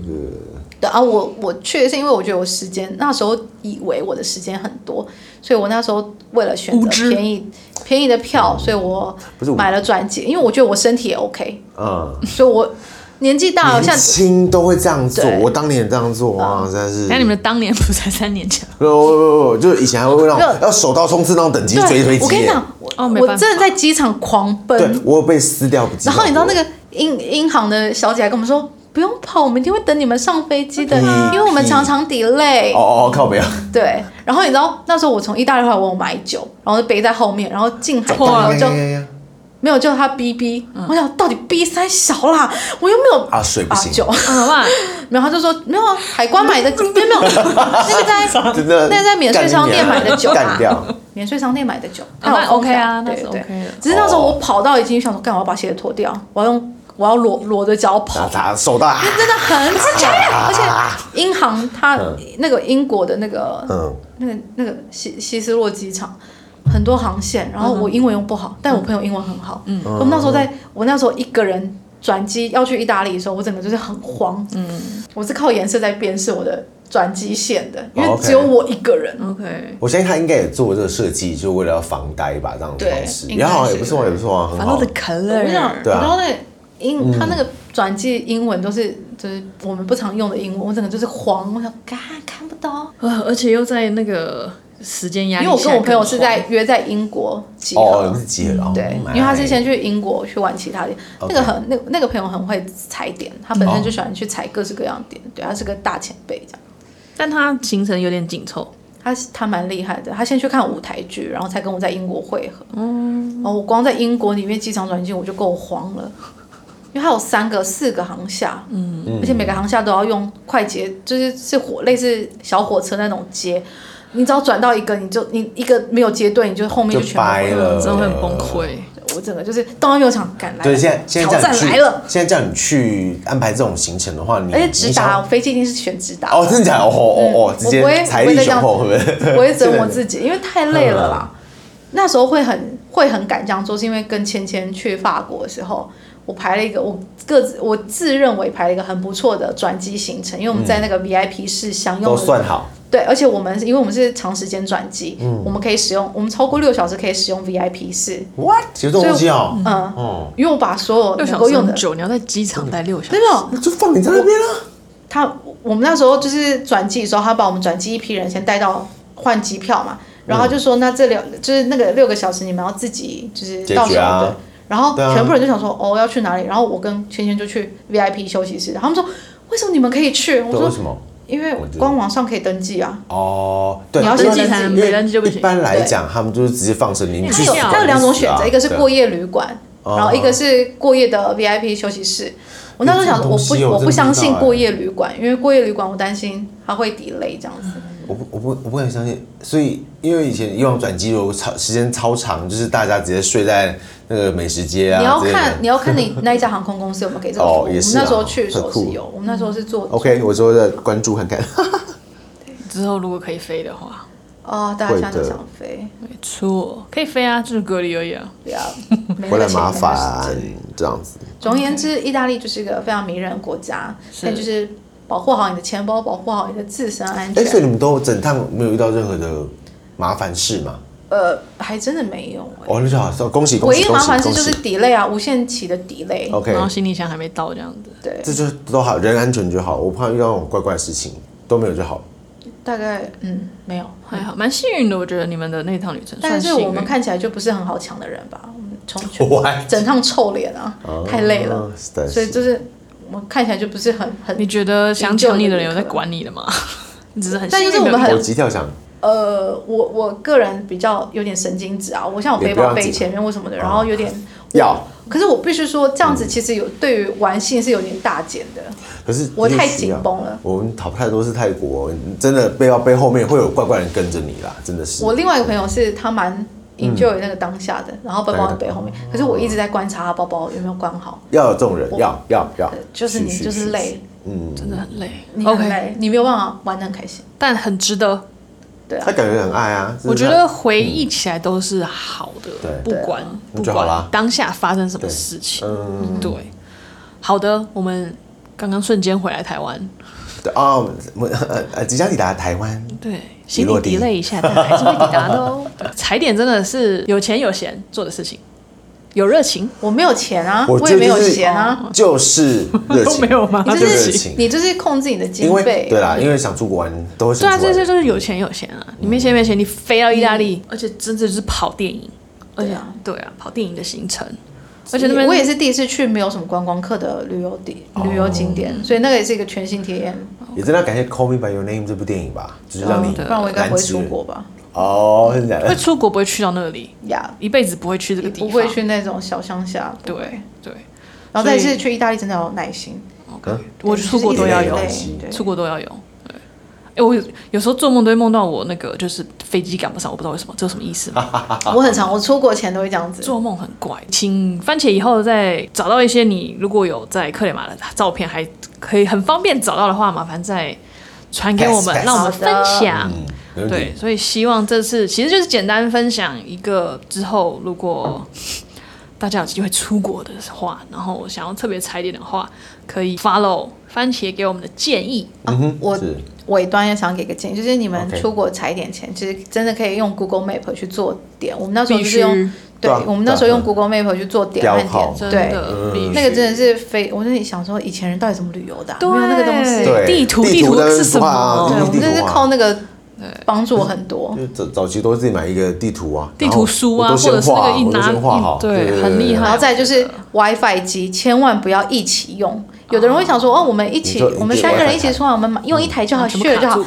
[SPEAKER 4] 对啊，我我去是因为我觉得我时间那时候以为我的时间很多，所以我那时候为了选
[SPEAKER 2] 无
[SPEAKER 4] 择
[SPEAKER 2] 知
[SPEAKER 4] 便宜便宜的票，所以我
[SPEAKER 3] 不是无
[SPEAKER 4] 买了转机，因为我觉得我身体也 OK，
[SPEAKER 3] 嗯，
[SPEAKER 4] 所以我年纪大了，
[SPEAKER 3] 年
[SPEAKER 4] 像
[SPEAKER 3] 轻都会这样做，
[SPEAKER 4] 对
[SPEAKER 3] 我当年也这样做啊，真是。
[SPEAKER 2] 那你们当年不才三年 前？
[SPEAKER 3] 不不不不，就以前还会让
[SPEAKER 4] 没有
[SPEAKER 3] 要手刀冲刺那种等级追
[SPEAKER 4] 对
[SPEAKER 3] 推，机，
[SPEAKER 4] 我跟你讲，我、
[SPEAKER 2] 哦没办法
[SPEAKER 4] 我真的在机场狂
[SPEAKER 3] 对
[SPEAKER 4] 奔，
[SPEAKER 3] 我有被撕掉肌肉
[SPEAKER 4] 然后你知道那个银银行的小姐还跟我们说。不用跑，我们一定会等你们上飞机的，
[SPEAKER 3] 嗯
[SPEAKER 4] 因为我们常常 delay。
[SPEAKER 3] 哦哦靠不要，
[SPEAKER 4] 对，然后你知道那时候我从意大利回来，我有买酒，然后就背在后面，然后进海关，然后就
[SPEAKER 3] 呀呀呀呀
[SPEAKER 4] 没有叫他逼逼，
[SPEAKER 2] 嗯
[SPEAKER 4] 我想到底逼三小啦，我又没有
[SPEAKER 3] 啊水不
[SPEAKER 4] 啊
[SPEAKER 3] 行
[SPEAKER 4] 酒，
[SPEAKER 2] 嗯哇，
[SPEAKER 4] 然后他就说没有啊，海关买的， 没有没有，那个在
[SPEAKER 3] 真的
[SPEAKER 4] 那个在免税商
[SPEAKER 3] 干
[SPEAKER 4] 店
[SPEAKER 3] 你
[SPEAKER 4] 买的酒
[SPEAKER 3] 干掉，
[SPEAKER 4] 免税商店买的酒，
[SPEAKER 2] 啊那 OK 啊
[SPEAKER 4] 对
[SPEAKER 2] 那是
[SPEAKER 4] 对
[SPEAKER 2] OK 的
[SPEAKER 4] 只是那时候
[SPEAKER 3] 哦
[SPEAKER 4] 我跑到已经想说，干我要把鞋子脱掉，我要用我要裸裸着脚跑
[SPEAKER 3] 打，打手刀啊，
[SPEAKER 4] 真的很惨，而且英航它
[SPEAKER 3] 嗯
[SPEAKER 4] 那个英国的那个
[SPEAKER 3] 嗯，
[SPEAKER 4] 那个那个希希斯洛机场很多航线，然后我英文又不好，但我朋友英文很好。嗯，我们那时候在我那时候一个人转机要去意大利的时候，我整个就是很慌。嗯，我是靠颜色在辨识我的转机线的，因
[SPEAKER 3] 哦
[SPEAKER 4] 为
[SPEAKER 3] ，OK
[SPEAKER 4] 只有我一个人。
[SPEAKER 2] OK，
[SPEAKER 3] 我相信他应该也做这个设计，就为了要防呆吧，这样的
[SPEAKER 4] 对
[SPEAKER 3] 方式，
[SPEAKER 4] 应
[SPEAKER 3] 也
[SPEAKER 4] 该
[SPEAKER 3] 好也
[SPEAKER 4] 是
[SPEAKER 3] 不错，也不错啊，很
[SPEAKER 2] 反正
[SPEAKER 3] 好
[SPEAKER 2] 的。
[SPEAKER 4] 我跟你讲，
[SPEAKER 2] color，
[SPEAKER 4] 你知
[SPEAKER 3] 对啊嗯
[SPEAKER 4] 道那个英，他那个转机英文都是就是我们不常用的英文，我整个就是慌，我想嘎看不懂，
[SPEAKER 2] 呃而且又在那个时间压
[SPEAKER 4] 因
[SPEAKER 2] 力
[SPEAKER 4] 为
[SPEAKER 2] 下，
[SPEAKER 4] 我跟我朋友是在约在英国集合。
[SPEAKER 3] 哦，你是结了，
[SPEAKER 4] 对，
[SPEAKER 3] 哦
[SPEAKER 4] 因为他之前去英国去玩其他店，那
[SPEAKER 3] OK
[SPEAKER 4] 个很那那个朋友很会踩点，他本
[SPEAKER 3] 哦
[SPEAKER 4] 身就喜欢去踩各式各样的
[SPEAKER 3] 嗯
[SPEAKER 4] 点，对他是个大前辈这样。
[SPEAKER 2] 但他行程有点紧凑，
[SPEAKER 4] 他他蛮厉害的，他先去看舞台剧，然后才跟我在英国会合。嗯，哦，我光在英国里面机场转机我就够慌了，因为它有三个、四个航厦，嗯，而且每个航厦都要用快捷，就是是火类似小火车那种接，你只要转到一个，你就你一个没有接对，你就后面
[SPEAKER 3] 就
[SPEAKER 4] 全部
[SPEAKER 3] 掰了，
[SPEAKER 2] 嗯真的会很崩。溃。
[SPEAKER 4] 我整个就是东方游场赶来了，
[SPEAKER 3] 对，现在现在
[SPEAKER 4] 挑
[SPEAKER 3] 叫
[SPEAKER 4] 战
[SPEAKER 3] 你去
[SPEAKER 4] 来了，，
[SPEAKER 3] 现在叫你去安排这种行程的话，你
[SPEAKER 4] 而且
[SPEAKER 3] 你
[SPEAKER 4] 直
[SPEAKER 3] 想要
[SPEAKER 4] 达，飞机一定是选直达。
[SPEAKER 3] 哦，真的假的？哦哦哦，直接
[SPEAKER 4] 我不会
[SPEAKER 3] 财
[SPEAKER 4] 我不
[SPEAKER 3] 力
[SPEAKER 4] 会再这
[SPEAKER 3] 雄
[SPEAKER 4] 样
[SPEAKER 3] 厚，会不会？
[SPEAKER 4] 我会整 我自己，因为太累了啦。
[SPEAKER 3] 嗯
[SPEAKER 4] 那时候会很会很敢这样做，是因为跟芊芊去法国的时候，我排了一个我各自我自认为排了一个很不错的转机行程，因为我们在那个 VIP 室享用
[SPEAKER 3] 嗯都
[SPEAKER 4] 了
[SPEAKER 3] 算嗯好，
[SPEAKER 4] 对，而且我们是因为我们是长时间转机，我们可以使用我们超过六小时可以使用 VIP 室，
[SPEAKER 3] what 有这种东西哦，
[SPEAKER 4] 嗯，
[SPEAKER 3] 哦，
[SPEAKER 4] 因为我把所有
[SPEAKER 2] 六
[SPEAKER 4] 能
[SPEAKER 2] 小
[SPEAKER 4] 够
[SPEAKER 2] 时
[SPEAKER 4] 用
[SPEAKER 2] 很
[SPEAKER 4] 的，哦
[SPEAKER 2] 久，你要在机场待六小
[SPEAKER 4] 没
[SPEAKER 2] 时
[SPEAKER 4] 有，没有
[SPEAKER 3] 那就放你在那边啊了。
[SPEAKER 4] 他我我们那时候就是转机的时候，他把我们转机一批人先带到换机票嘛，然后他就说那这两就是那个六个小时你们要自己就是
[SPEAKER 3] 嗯解
[SPEAKER 4] 到手
[SPEAKER 3] 决啊
[SPEAKER 4] 对，然后
[SPEAKER 3] 对啊
[SPEAKER 4] 全部人就想说哦要去哪里，然后我跟芊芊就去 VIP 休息室，然后他们说为什么你们可以去？我
[SPEAKER 3] 对，为
[SPEAKER 4] 说
[SPEAKER 3] 什么？
[SPEAKER 4] 因为
[SPEAKER 3] 我知道
[SPEAKER 4] 官网上可以登记啊，
[SPEAKER 3] 哦，对，
[SPEAKER 4] 你要
[SPEAKER 3] 因为
[SPEAKER 4] 先进
[SPEAKER 2] 才能
[SPEAKER 3] 因为
[SPEAKER 2] 没登记就不行
[SPEAKER 3] 一般来讲，他们就是直接放生您
[SPEAKER 2] 因为
[SPEAKER 3] 去
[SPEAKER 4] 它
[SPEAKER 3] 死
[SPEAKER 4] 有
[SPEAKER 3] 啊。
[SPEAKER 4] 它有两种选择，
[SPEAKER 3] 对啊
[SPEAKER 4] 一个是过
[SPEAKER 3] 对啊
[SPEAKER 4] 夜旅馆，
[SPEAKER 3] 哦
[SPEAKER 4] 然后一个是过夜的 VIP 休息室。我那时候想说，
[SPEAKER 3] 有这种
[SPEAKER 4] 我
[SPEAKER 3] 东西哦真
[SPEAKER 4] 不我不
[SPEAKER 3] 的不
[SPEAKER 4] 相
[SPEAKER 3] 知
[SPEAKER 4] 信
[SPEAKER 3] 道哎
[SPEAKER 4] 过夜旅馆，因为过夜旅馆我担心它会 delay 这样子。
[SPEAKER 3] 我不我不我不敢相信，所以因为以前以往转机如果超时间超长，就是大家直接睡在那个美食街啊，
[SPEAKER 4] 你要
[SPEAKER 3] 之类的
[SPEAKER 4] 看你要看你那一家航空公司有没有给这个服务。
[SPEAKER 3] 哦
[SPEAKER 4] 我
[SPEAKER 3] 也
[SPEAKER 4] 们
[SPEAKER 3] 是啊
[SPEAKER 4] 那时候去的时候
[SPEAKER 3] 很
[SPEAKER 4] 是
[SPEAKER 3] 酷
[SPEAKER 4] 有，我们那时候是做
[SPEAKER 3] OK，我之后再关注看 看。
[SPEAKER 2] 之后如果可以飞的话，
[SPEAKER 4] 哦，大家现在都想飞，
[SPEAKER 2] 没错，可以飞啊，就是隔离而已啊。
[SPEAKER 4] 不要没
[SPEAKER 3] 回来
[SPEAKER 4] 那个钱
[SPEAKER 3] 麻
[SPEAKER 4] 没那个时
[SPEAKER 3] 烦
[SPEAKER 4] 间。
[SPEAKER 3] 这样子。
[SPEAKER 4] 总而言之，意大利就是一个非常迷人的国家，但就是保护好你的钱包，保护好你的自身安
[SPEAKER 3] 哎、所以
[SPEAKER 4] 全。
[SPEAKER 3] 你们都整趟没有遇到任何的麻烦事吗？
[SPEAKER 4] 呃，还真的没有欸。
[SPEAKER 3] 哦，那就好，恭喜恭
[SPEAKER 4] 唯
[SPEAKER 3] 喜
[SPEAKER 4] 一
[SPEAKER 3] 恭
[SPEAKER 4] 麻
[SPEAKER 3] 喜恭
[SPEAKER 4] 烦
[SPEAKER 3] 喜！
[SPEAKER 4] 事就是 delay 啊，无限期的 delay。
[SPEAKER 3] OK，
[SPEAKER 2] 然后行李箱还没到这样子，
[SPEAKER 4] 对，
[SPEAKER 3] 哦这就都好，人安全就好。我怕遇到那种怪怪的事情都没有就好。
[SPEAKER 4] 大概嗯没有。
[SPEAKER 2] 还好，蛮幸运的。我觉得你们的那趟旅程
[SPEAKER 4] 但
[SPEAKER 2] 算
[SPEAKER 4] 是
[SPEAKER 2] 幸运。
[SPEAKER 4] 我们看起来就不是很好抢的人吧？我们从 全
[SPEAKER 3] Why？
[SPEAKER 4] 整趟臭脸啊，太累了。
[SPEAKER 3] 啊，但
[SPEAKER 4] 所以
[SPEAKER 3] 是
[SPEAKER 4] 就是我看起来就不是很
[SPEAKER 2] 你
[SPEAKER 4] 很
[SPEAKER 2] 觉得想抢你的人有在管你的吗？ 你只是很幸
[SPEAKER 4] 但
[SPEAKER 2] 运
[SPEAKER 4] 就是
[SPEAKER 2] 地
[SPEAKER 4] 我们
[SPEAKER 3] 狗
[SPEAKER 4] 很
[SPEAKER 3] 急跳墙，
[SPEAKER 4] 呃，我我个人比较有点神经质啊，我像我背
[SPEAKER 3] 也不要
[SPEAKER 4] 包
[SPEAKER 3] 紧啊
[SPEAKER 4] 背前面或什么的，然后有点
[SPEAKER 3] 要。
[SPEAKER 4] 可是我必须说，这样子其实有对于玩性是有点大减的。
[SPEAKER 3] 可哦是啊
[SPEAKER 4] 我太
[SPEAKER 3] 也需要
[SPEAKER 4] 紧绷了
[SPEAKER 3] 我们跑太多是泰国，真的背到背后面会有怪怪人跟着你啦，真的是。
[SPEAKER 4] 我另外一个朋友是他蛮 enjoy 那个当下
[SPEAKER 3] 嗯
[SPEAKER 4] 的，然后包包在背后
[SPEAKER 3] 哦
[SPEAKER 4] 面，可是我一直在观察他包包有没有关好，
[SPEAKER 3] 要有这种人，要要要
[SPEAKER 4] 呃，就是你
[SPEAKER 3] 去
[SPEAKER 4] 就是，累，
[SPEAKER 2] 真的很累
[SPEAKER 4] 你很
[SPEAKER 2] ，OK，
[SPEAKER 4] 累，你没有办法玩的很开心。
[SPEAKER 2] 但很值得。对啊
[SPEAKER 3] 他，感觉很爱啊。
[SPEAKER 2] 我
[SPEAKER 3] 就是
[SPEAKER 2] 觉
[SPEAKER 3] 他
[SPEAKER 2] 得回忆起来都是好的，
[SPEAKER 3] 对
[SPEAKER 2] 不管不
[SPEAKER 3] 就好啦嗯
[SPEAKER 2] 管当下发生什么事情，对，好的，我们刚刚瞬间回来台湾，
[SPEAKER 3] 对哦，我 呃呃即将抵达台湾，
[SPEAKER 2] 对，心里
[SPEAKER 3] 落地
[SPEAKER 2] delay 一下，但还是会抵达的哦。 对踩点真的是有钱有闲做的事情，有热情
[SPEAKER 4] 我没有钱啊，
[SPEAKER 3] 我
[SPEAKER 4] 我
[SPEAKER 3] 觉
[SPEAKER 4] 也
[SPEAKER 3] 得
[SPEAKER 4] 没有
[SPEAKER 3] 就是
[SPEAKER 4] 钱啊，
[SPEAKER 3] 就是 热
[SPEAKER 2] 都
[SPEAKER 3] 情，
[SPEAKER 2] 没有吗？
[SPEAKER 4] 你
[SPEAKER 3] 就
[SPEAKER 4] 就是
[SPEAKER 3] 热
[SPEAKER 4] 是
[SPEAKER 3] 情
[SPEAKER 4] 你就是控制你的
[SPEAKER 3] 因
[SPEAKER 4] 经
[SPEAKER 3] 为
[SPEAKER 4] 费啊
[SPEAKER 3] 对，啦，因为想出国玩都会
[SPEAKER 2] 对
[SPEAKER 3] 想
[SPEAKER 2] 啊，
[SPEAKER 3] 出
[SPEAKER 2] 这
[SPEAKER 3] 国
[SPEAKER 2] 这
[SPEAKER 3] 玩。
[SPEAKER 2] 就是有钱有闲啊！
[SPEAKER 4] 嗯
[SPEAKER 2] 你没钱没钱，你飞到意大利，而且真的就是跑电影，而且
[SPEAKER 4] 对啊
[SPEAKER 2] 对啊，跑电影的行程，而且那边
[SPEAKER 4] 我也是第一次去没有什么观光客的旅游地、
[SPEAKER 3] 哦
[SPEAKER 4] 旅游景点，所以那个也是一个全新体验。嗯
[SPEAKER 3] 也真的要感谢《Call Me by Your Name》这部电影吧，就是让你
[SPEAKER 2] 嗯
[SPEAKER 4] 不然我应该不会出国
[SPEAKER 3] 拦
[SPEAKER 4] 吧？
[SPEAKER 3] 截哦，真的假
[SPEAKER 2] 会
[SPEAKER 3] 的？
[SPEAKER 2] 出国不会去到那里，
[SPEAKER 4] 呀，
[SPEAKER 2] 一辈子不会去这个
[SPEAKER 4] 也
[SPEAKER 2] 地方，
[SPEAKER 4] 不会去那种小乡下。
[SPEAKER 2] 对对，
[SPEAKER 4] 然后再一
[SPEAKER 2] 所
[SPEAKER 4] 次
[SPEAKER 2] 以
[SPEAKER 4] 去意大利，真的要有耐心。
[SPEAKER 3] 嗯
[SPEAKER 2] 我
[SPEAKER 4] 对
[SPEAKER 2] 出国都要
[SPEAKER 4] 就是一
[SPEAKER 2] 有
[SPEAKER 4] 直，累
[SPEAKER 3] 对
[SPEAKER 4] 对
[SPEAKER 2] 出国都要有。对，哎，我有有时候做梦都会梦到我那个就是飞机赶不上，我不知道为什么，这有什么意思吗？
[SPEAKER 4] 我很常，我出国前都会这样子。
[SPEAKER 2] 做梦很怪，请番茄以后再找到一些你如果有在克雷马的照片，还可以很方便找到的话，麻烦再传给我们
[SPEAKER 3] Pass，pass
[SPEAKER 2] 让我们分享。
[SPEAKER 3] 嗯，没问
[SPEAKER 2] 对，
[SPEAKER 3] 题。
[SPEAKER 2] 所以希望这次其实就是简单分享一个之后，如果大家有机会出国的话，然后想要特别踩点的话，可以 follow 番茄给我们的建议。
[SPEAKER 3] 嗯哼，
[SPEAKER 4] 啊我
[SPEAKER 3] 是
[SPEAKER 4] 尾端也想给个建议，就是你们
[SPEAKER 3] OK
[SPEAKER 4] 出国踩点前，其实真的可以用 Google Map 去做点。我们那时候就是
[SPEAKER 2] 必
[SPEAKER 4] 用
[SPEAKER 2] 须，
[SPEAKER 4] 对
[SPEAKER 3] 对啊
[SPEAKER 4] 我们那时候
[SPEAKER 3] 对
[SPEAKER 4] 用
[SPEAKER 3] 啊
[SPEAKER 4] Google Map 去做点
[SPEAKER 3] 标
[SPEAKER 4] 和
[SPEAKER 3] 号
[SPEAKER 4] 点，
[SPEAKER 2] 真
[SPEAKER 4] 对，
[SPEAKER 2] 的，必须
[SPEAKER 4] 那个真的嗯是非，我那里想说，以前人到底怎么旅游的啊、
[SPEAKER 2] 对
[SPEAKER 4] 没有那个东西。
[SPEAKER 3] 对
[SPEAKER 2] 地图
[SPEAKER 3] 地
[SPEAKER 2] 地
[SPEAKER 3] 图
[SPEAKER 2] 图
[SPEAKER 3] 当然
[SPEAKER 2] 是什
[SPEAKER 3] 不怕啊
[SPEAKER 2] 么？
[SPEAKER 4] 对，
[SPEAKER 3] 地
[SPEAKER 4] 我
[SPEAKER 3] 图
[SPEAKER 4] 们就是
[SPEAKER 3] 地图啊
[SPEAKER 4] 靠那个帮助我很多
[SPEAKER 3] 因。为早早期都自己买一个地图啊，
[SPEAKER 2] 地图书啊
[SPEAKER 3] 然后我都先
[SPEAKER 2] 或者是
[SPEAKER 3] 画
[SPEAKER 2] 那个一
[SPEAKER 3] 我都
[SPEAKER 2] 拿
[SPEAKER 3] 先画好，
[SPEAKER 2] 对很厉害
[SPEAKER 4] 然后再就是
[SPEAKER 2] 对啊
[SPEAKER 4] WiFi 机，千万不要一起用。有的人会想说，哦，我们一
[SPEAKER 3] 你
[SPEAKER 4] 起
[SPEAKER 3] 就，
[SPEAKER 4] 我们
[SPEAKER 3] 一定
[SPEAKER 4] 三个人
[SPEAKER 3] WiFi
[SPEAKER 4] 一起出来，我们买用一台就好
[SPEAKER 2] 啊全部
[SPEAKER 4] ，share 就
[SPEAKER 2] 卡
[SPEAKER 4] 好
[SPEAKER 2] 住。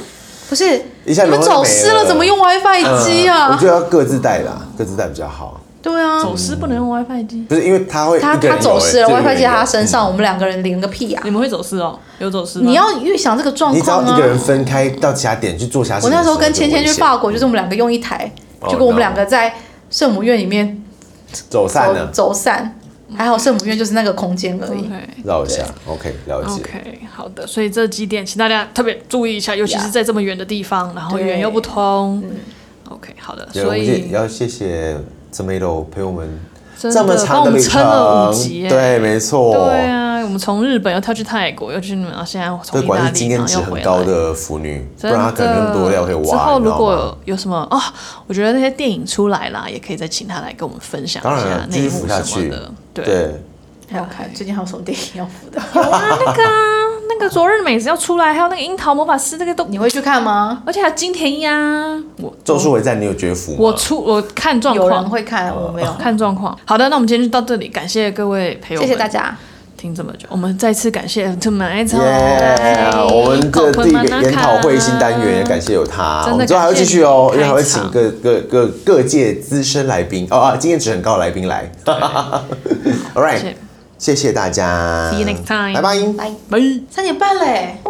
[SPEAKER 4] 不是，
[SPEAKER 3] 一下
[SPEAKER 4] 你们
[SPEAKER 3] 容量
[SPEAKER 4] 走
[SPEAKER 3] 没
[SPEAKER 4] 失
[SPEAKER 3] 了
[SPEAKER 4] 了，怎么用 WiFi 机
[SPEAKER 3] 嗯我
[SPEAKER 4] 啊
[SPEAKER 3] 觉？得要各自带啦，各自带比较好，
[SPEAKER 4] 对啊，
[SPEAKER 2] 走失不能用 WiFi 机，
[SPEAKER 3] 不是因为他会
[SPEAKER 4] 他
[SPEAKER 3] 一个人
[SPEAKER 4] 他走
[SPEAKER 3] 有欸
[SPEAKER 4] 失了
[SPEAKER 3] 就有
[SPEAKER 4] ，WiFi
[SPEAKER 3] 人
[SPEAKER 4] 接他
[SPEAKER 3] 有
[SPEAKER 4] 身上，我们两个人连个屁啊
[SPEAKER 2] 你！们会走失哦，有走失吗？
[SPEAKER 4] 你要预想这个状
[SPEAKER 3] 嗯你只要
[SPEAKER 4] 况
[SPEAKER 3] 一个人
[SPEAKER 4] 啊！
[SPEAKER 3] 分开到其他点去做其他事情
[SPEAKER 4] 我
[SPEAKER 3] 的
[SPEAKER 4] 那时候跟
[SPEAKER 3] 就危
[SPEAKER 4] 芊芊去
[SPEAKER 3] 险
[SPEAKER 4] 法国，就是我们两个用一台，
[SPEAKER 3] 哦
[SPEAKER 4] 结果我们
[SPEAKER 3] no
[SPEAKER 4] 两个在圣母院里面
[SPEAKER 3] 走
[SPEAKER 4] 走
[SPEAKER 3] 散了，
[SPEAKER 4] 走散，还好圣母院就是那个空间而已。
[SPEAKER 2] OK。
[SPEAKER 3] 绕一下，OK，了解。
[SPEAKER 2] OK，好的，所以这几点请大家特别注意一下，尤其
[SPEAKER 4] Yeah
[SPEAKER 2] 是在这么远的地方，然后语言又不通。OK，好的，
[SPEAKER 3] 对我
[SPEAKER 2] 所
[SPEAKER 3] 们也
[SPEAKER 2] 以
[SPEAKER 3] 要谢谢 Tomato 陪我们
[SPEAKER 2] 真的
[SPEAKER 3] 这么长
[SPEAKER 2] 帮我
[SPEAKER 3] 的
[SPEAKER 2] 们
[SPEAKER 3] 旅
[SPEAKER 2] 撑了五
[SPEAKER 3] 程
[SPEAKER 2] 集，耶
[SPEAKER 3] 对，没错，
[SPEAKER 2] 对啊，我们从日本又跳去泰国，又去然后现在
[SPEAKER 3] 这
[SPEAKER 2] 从意
[SPEAKER 3] 果然
[SPEAKER 2] 大
[SPEAKER 3] 是
[SPEAKER 2] 利，
[SPEAKER 3] 经
[SPEAKER 2] 然
[SPEAKER 3] 验
[SPEAKER 2] 后
[SPEAKER 3] 值
[SPEAKER 2] 又
[SPEAKER 3] 很
[SPEAKER 2] 回
[SPEAKER 3] 高
[SPEAKER 2] 来。
[SPEAKER 3] 的腐女，不
[SPEAKER 2] 真
[SPEAKER 3] 然
[SPEAKER 2] 的
[SPEAKER 3] 她可能那么多料可以挖，
[SPEAKER 2] 之后
[SPEAKER 3] 你知
[SPEAKER 2] 如
[SPEAKER 3] 道
[SPEAKER 2] 果
[SPEAKER 3] 吗
[SPEAKER 2] 有有什么哦，我觉得那些电影出来啦，也可以再请他来跟我们分享
[SPEAKER 3] 当
[SPEAKER 2] 一
[SPEAKER 3] 然
[SPEAKER 2] 下
[SPEAKER 3] 了继
[SPEAKER 2] 内
[SPEAKER 3] 续
[SPEAKER 2] 幕
[SPEAKER 3] 扶下
[SPEAKER 2] 什么
[SPEAKER 3] 去
[SPEAKER 2] 的。，
[SPEAKER 3] 对，
[SPEAKER 4] 还有看最近还有什么电影要补的？
[SPEAKER 2] 啊，那个啊，那个昨日美子要出来，还有那个樱桃魔法师，那个都
[SPEAKER 4] 你会去看吗？
[SPEAKER 2] 而且还有金田一啊，我
[SPEAKER 3] 咒术回战你有觉服吗？
[SPEAKER 2] 我出我看状
[SPEAKER 4] 有人
[SPEAKER 2] 况，
[SPEAKER 4] 会看，我没有。
[SPEAKER 2] 看状况。好的，那我们今天就到这里，感谢各位陪我
[SPEAKER 4] 谢
[SPEAKER 2] 们
[SPEAKER 4] 谢大家，
[SPEAKER 2] 听这么久，我们再次感谢哎 t o m a t
[SPEAKER 3] 耶
[SPEAKER 2] o
[SPEAKER 3] 我们这第一个研
[SPEAKER 2] 啊
[SPEAKER 3] 讨会新单元，也感谢有他，
[SPEAKER 2] 真的
[SPEAKER 3] 我们之后还会继续哦，因为还会请
[SPEAKER 2] 感谢
[SPEAKER 3] 各各各各界资深来宾哦啊，经验值很高的来宾来。All right，
[SPEAKER 2] 谢
[SPEAKER 3] 谢谢大家
[SPEAKER 2] See you next time
[SPEAKER 3] 拜拜。
[SPEAKER 4] 拜，
[SPEAKER 2] 拜。
[SPEAKER 4] 三点半嘞。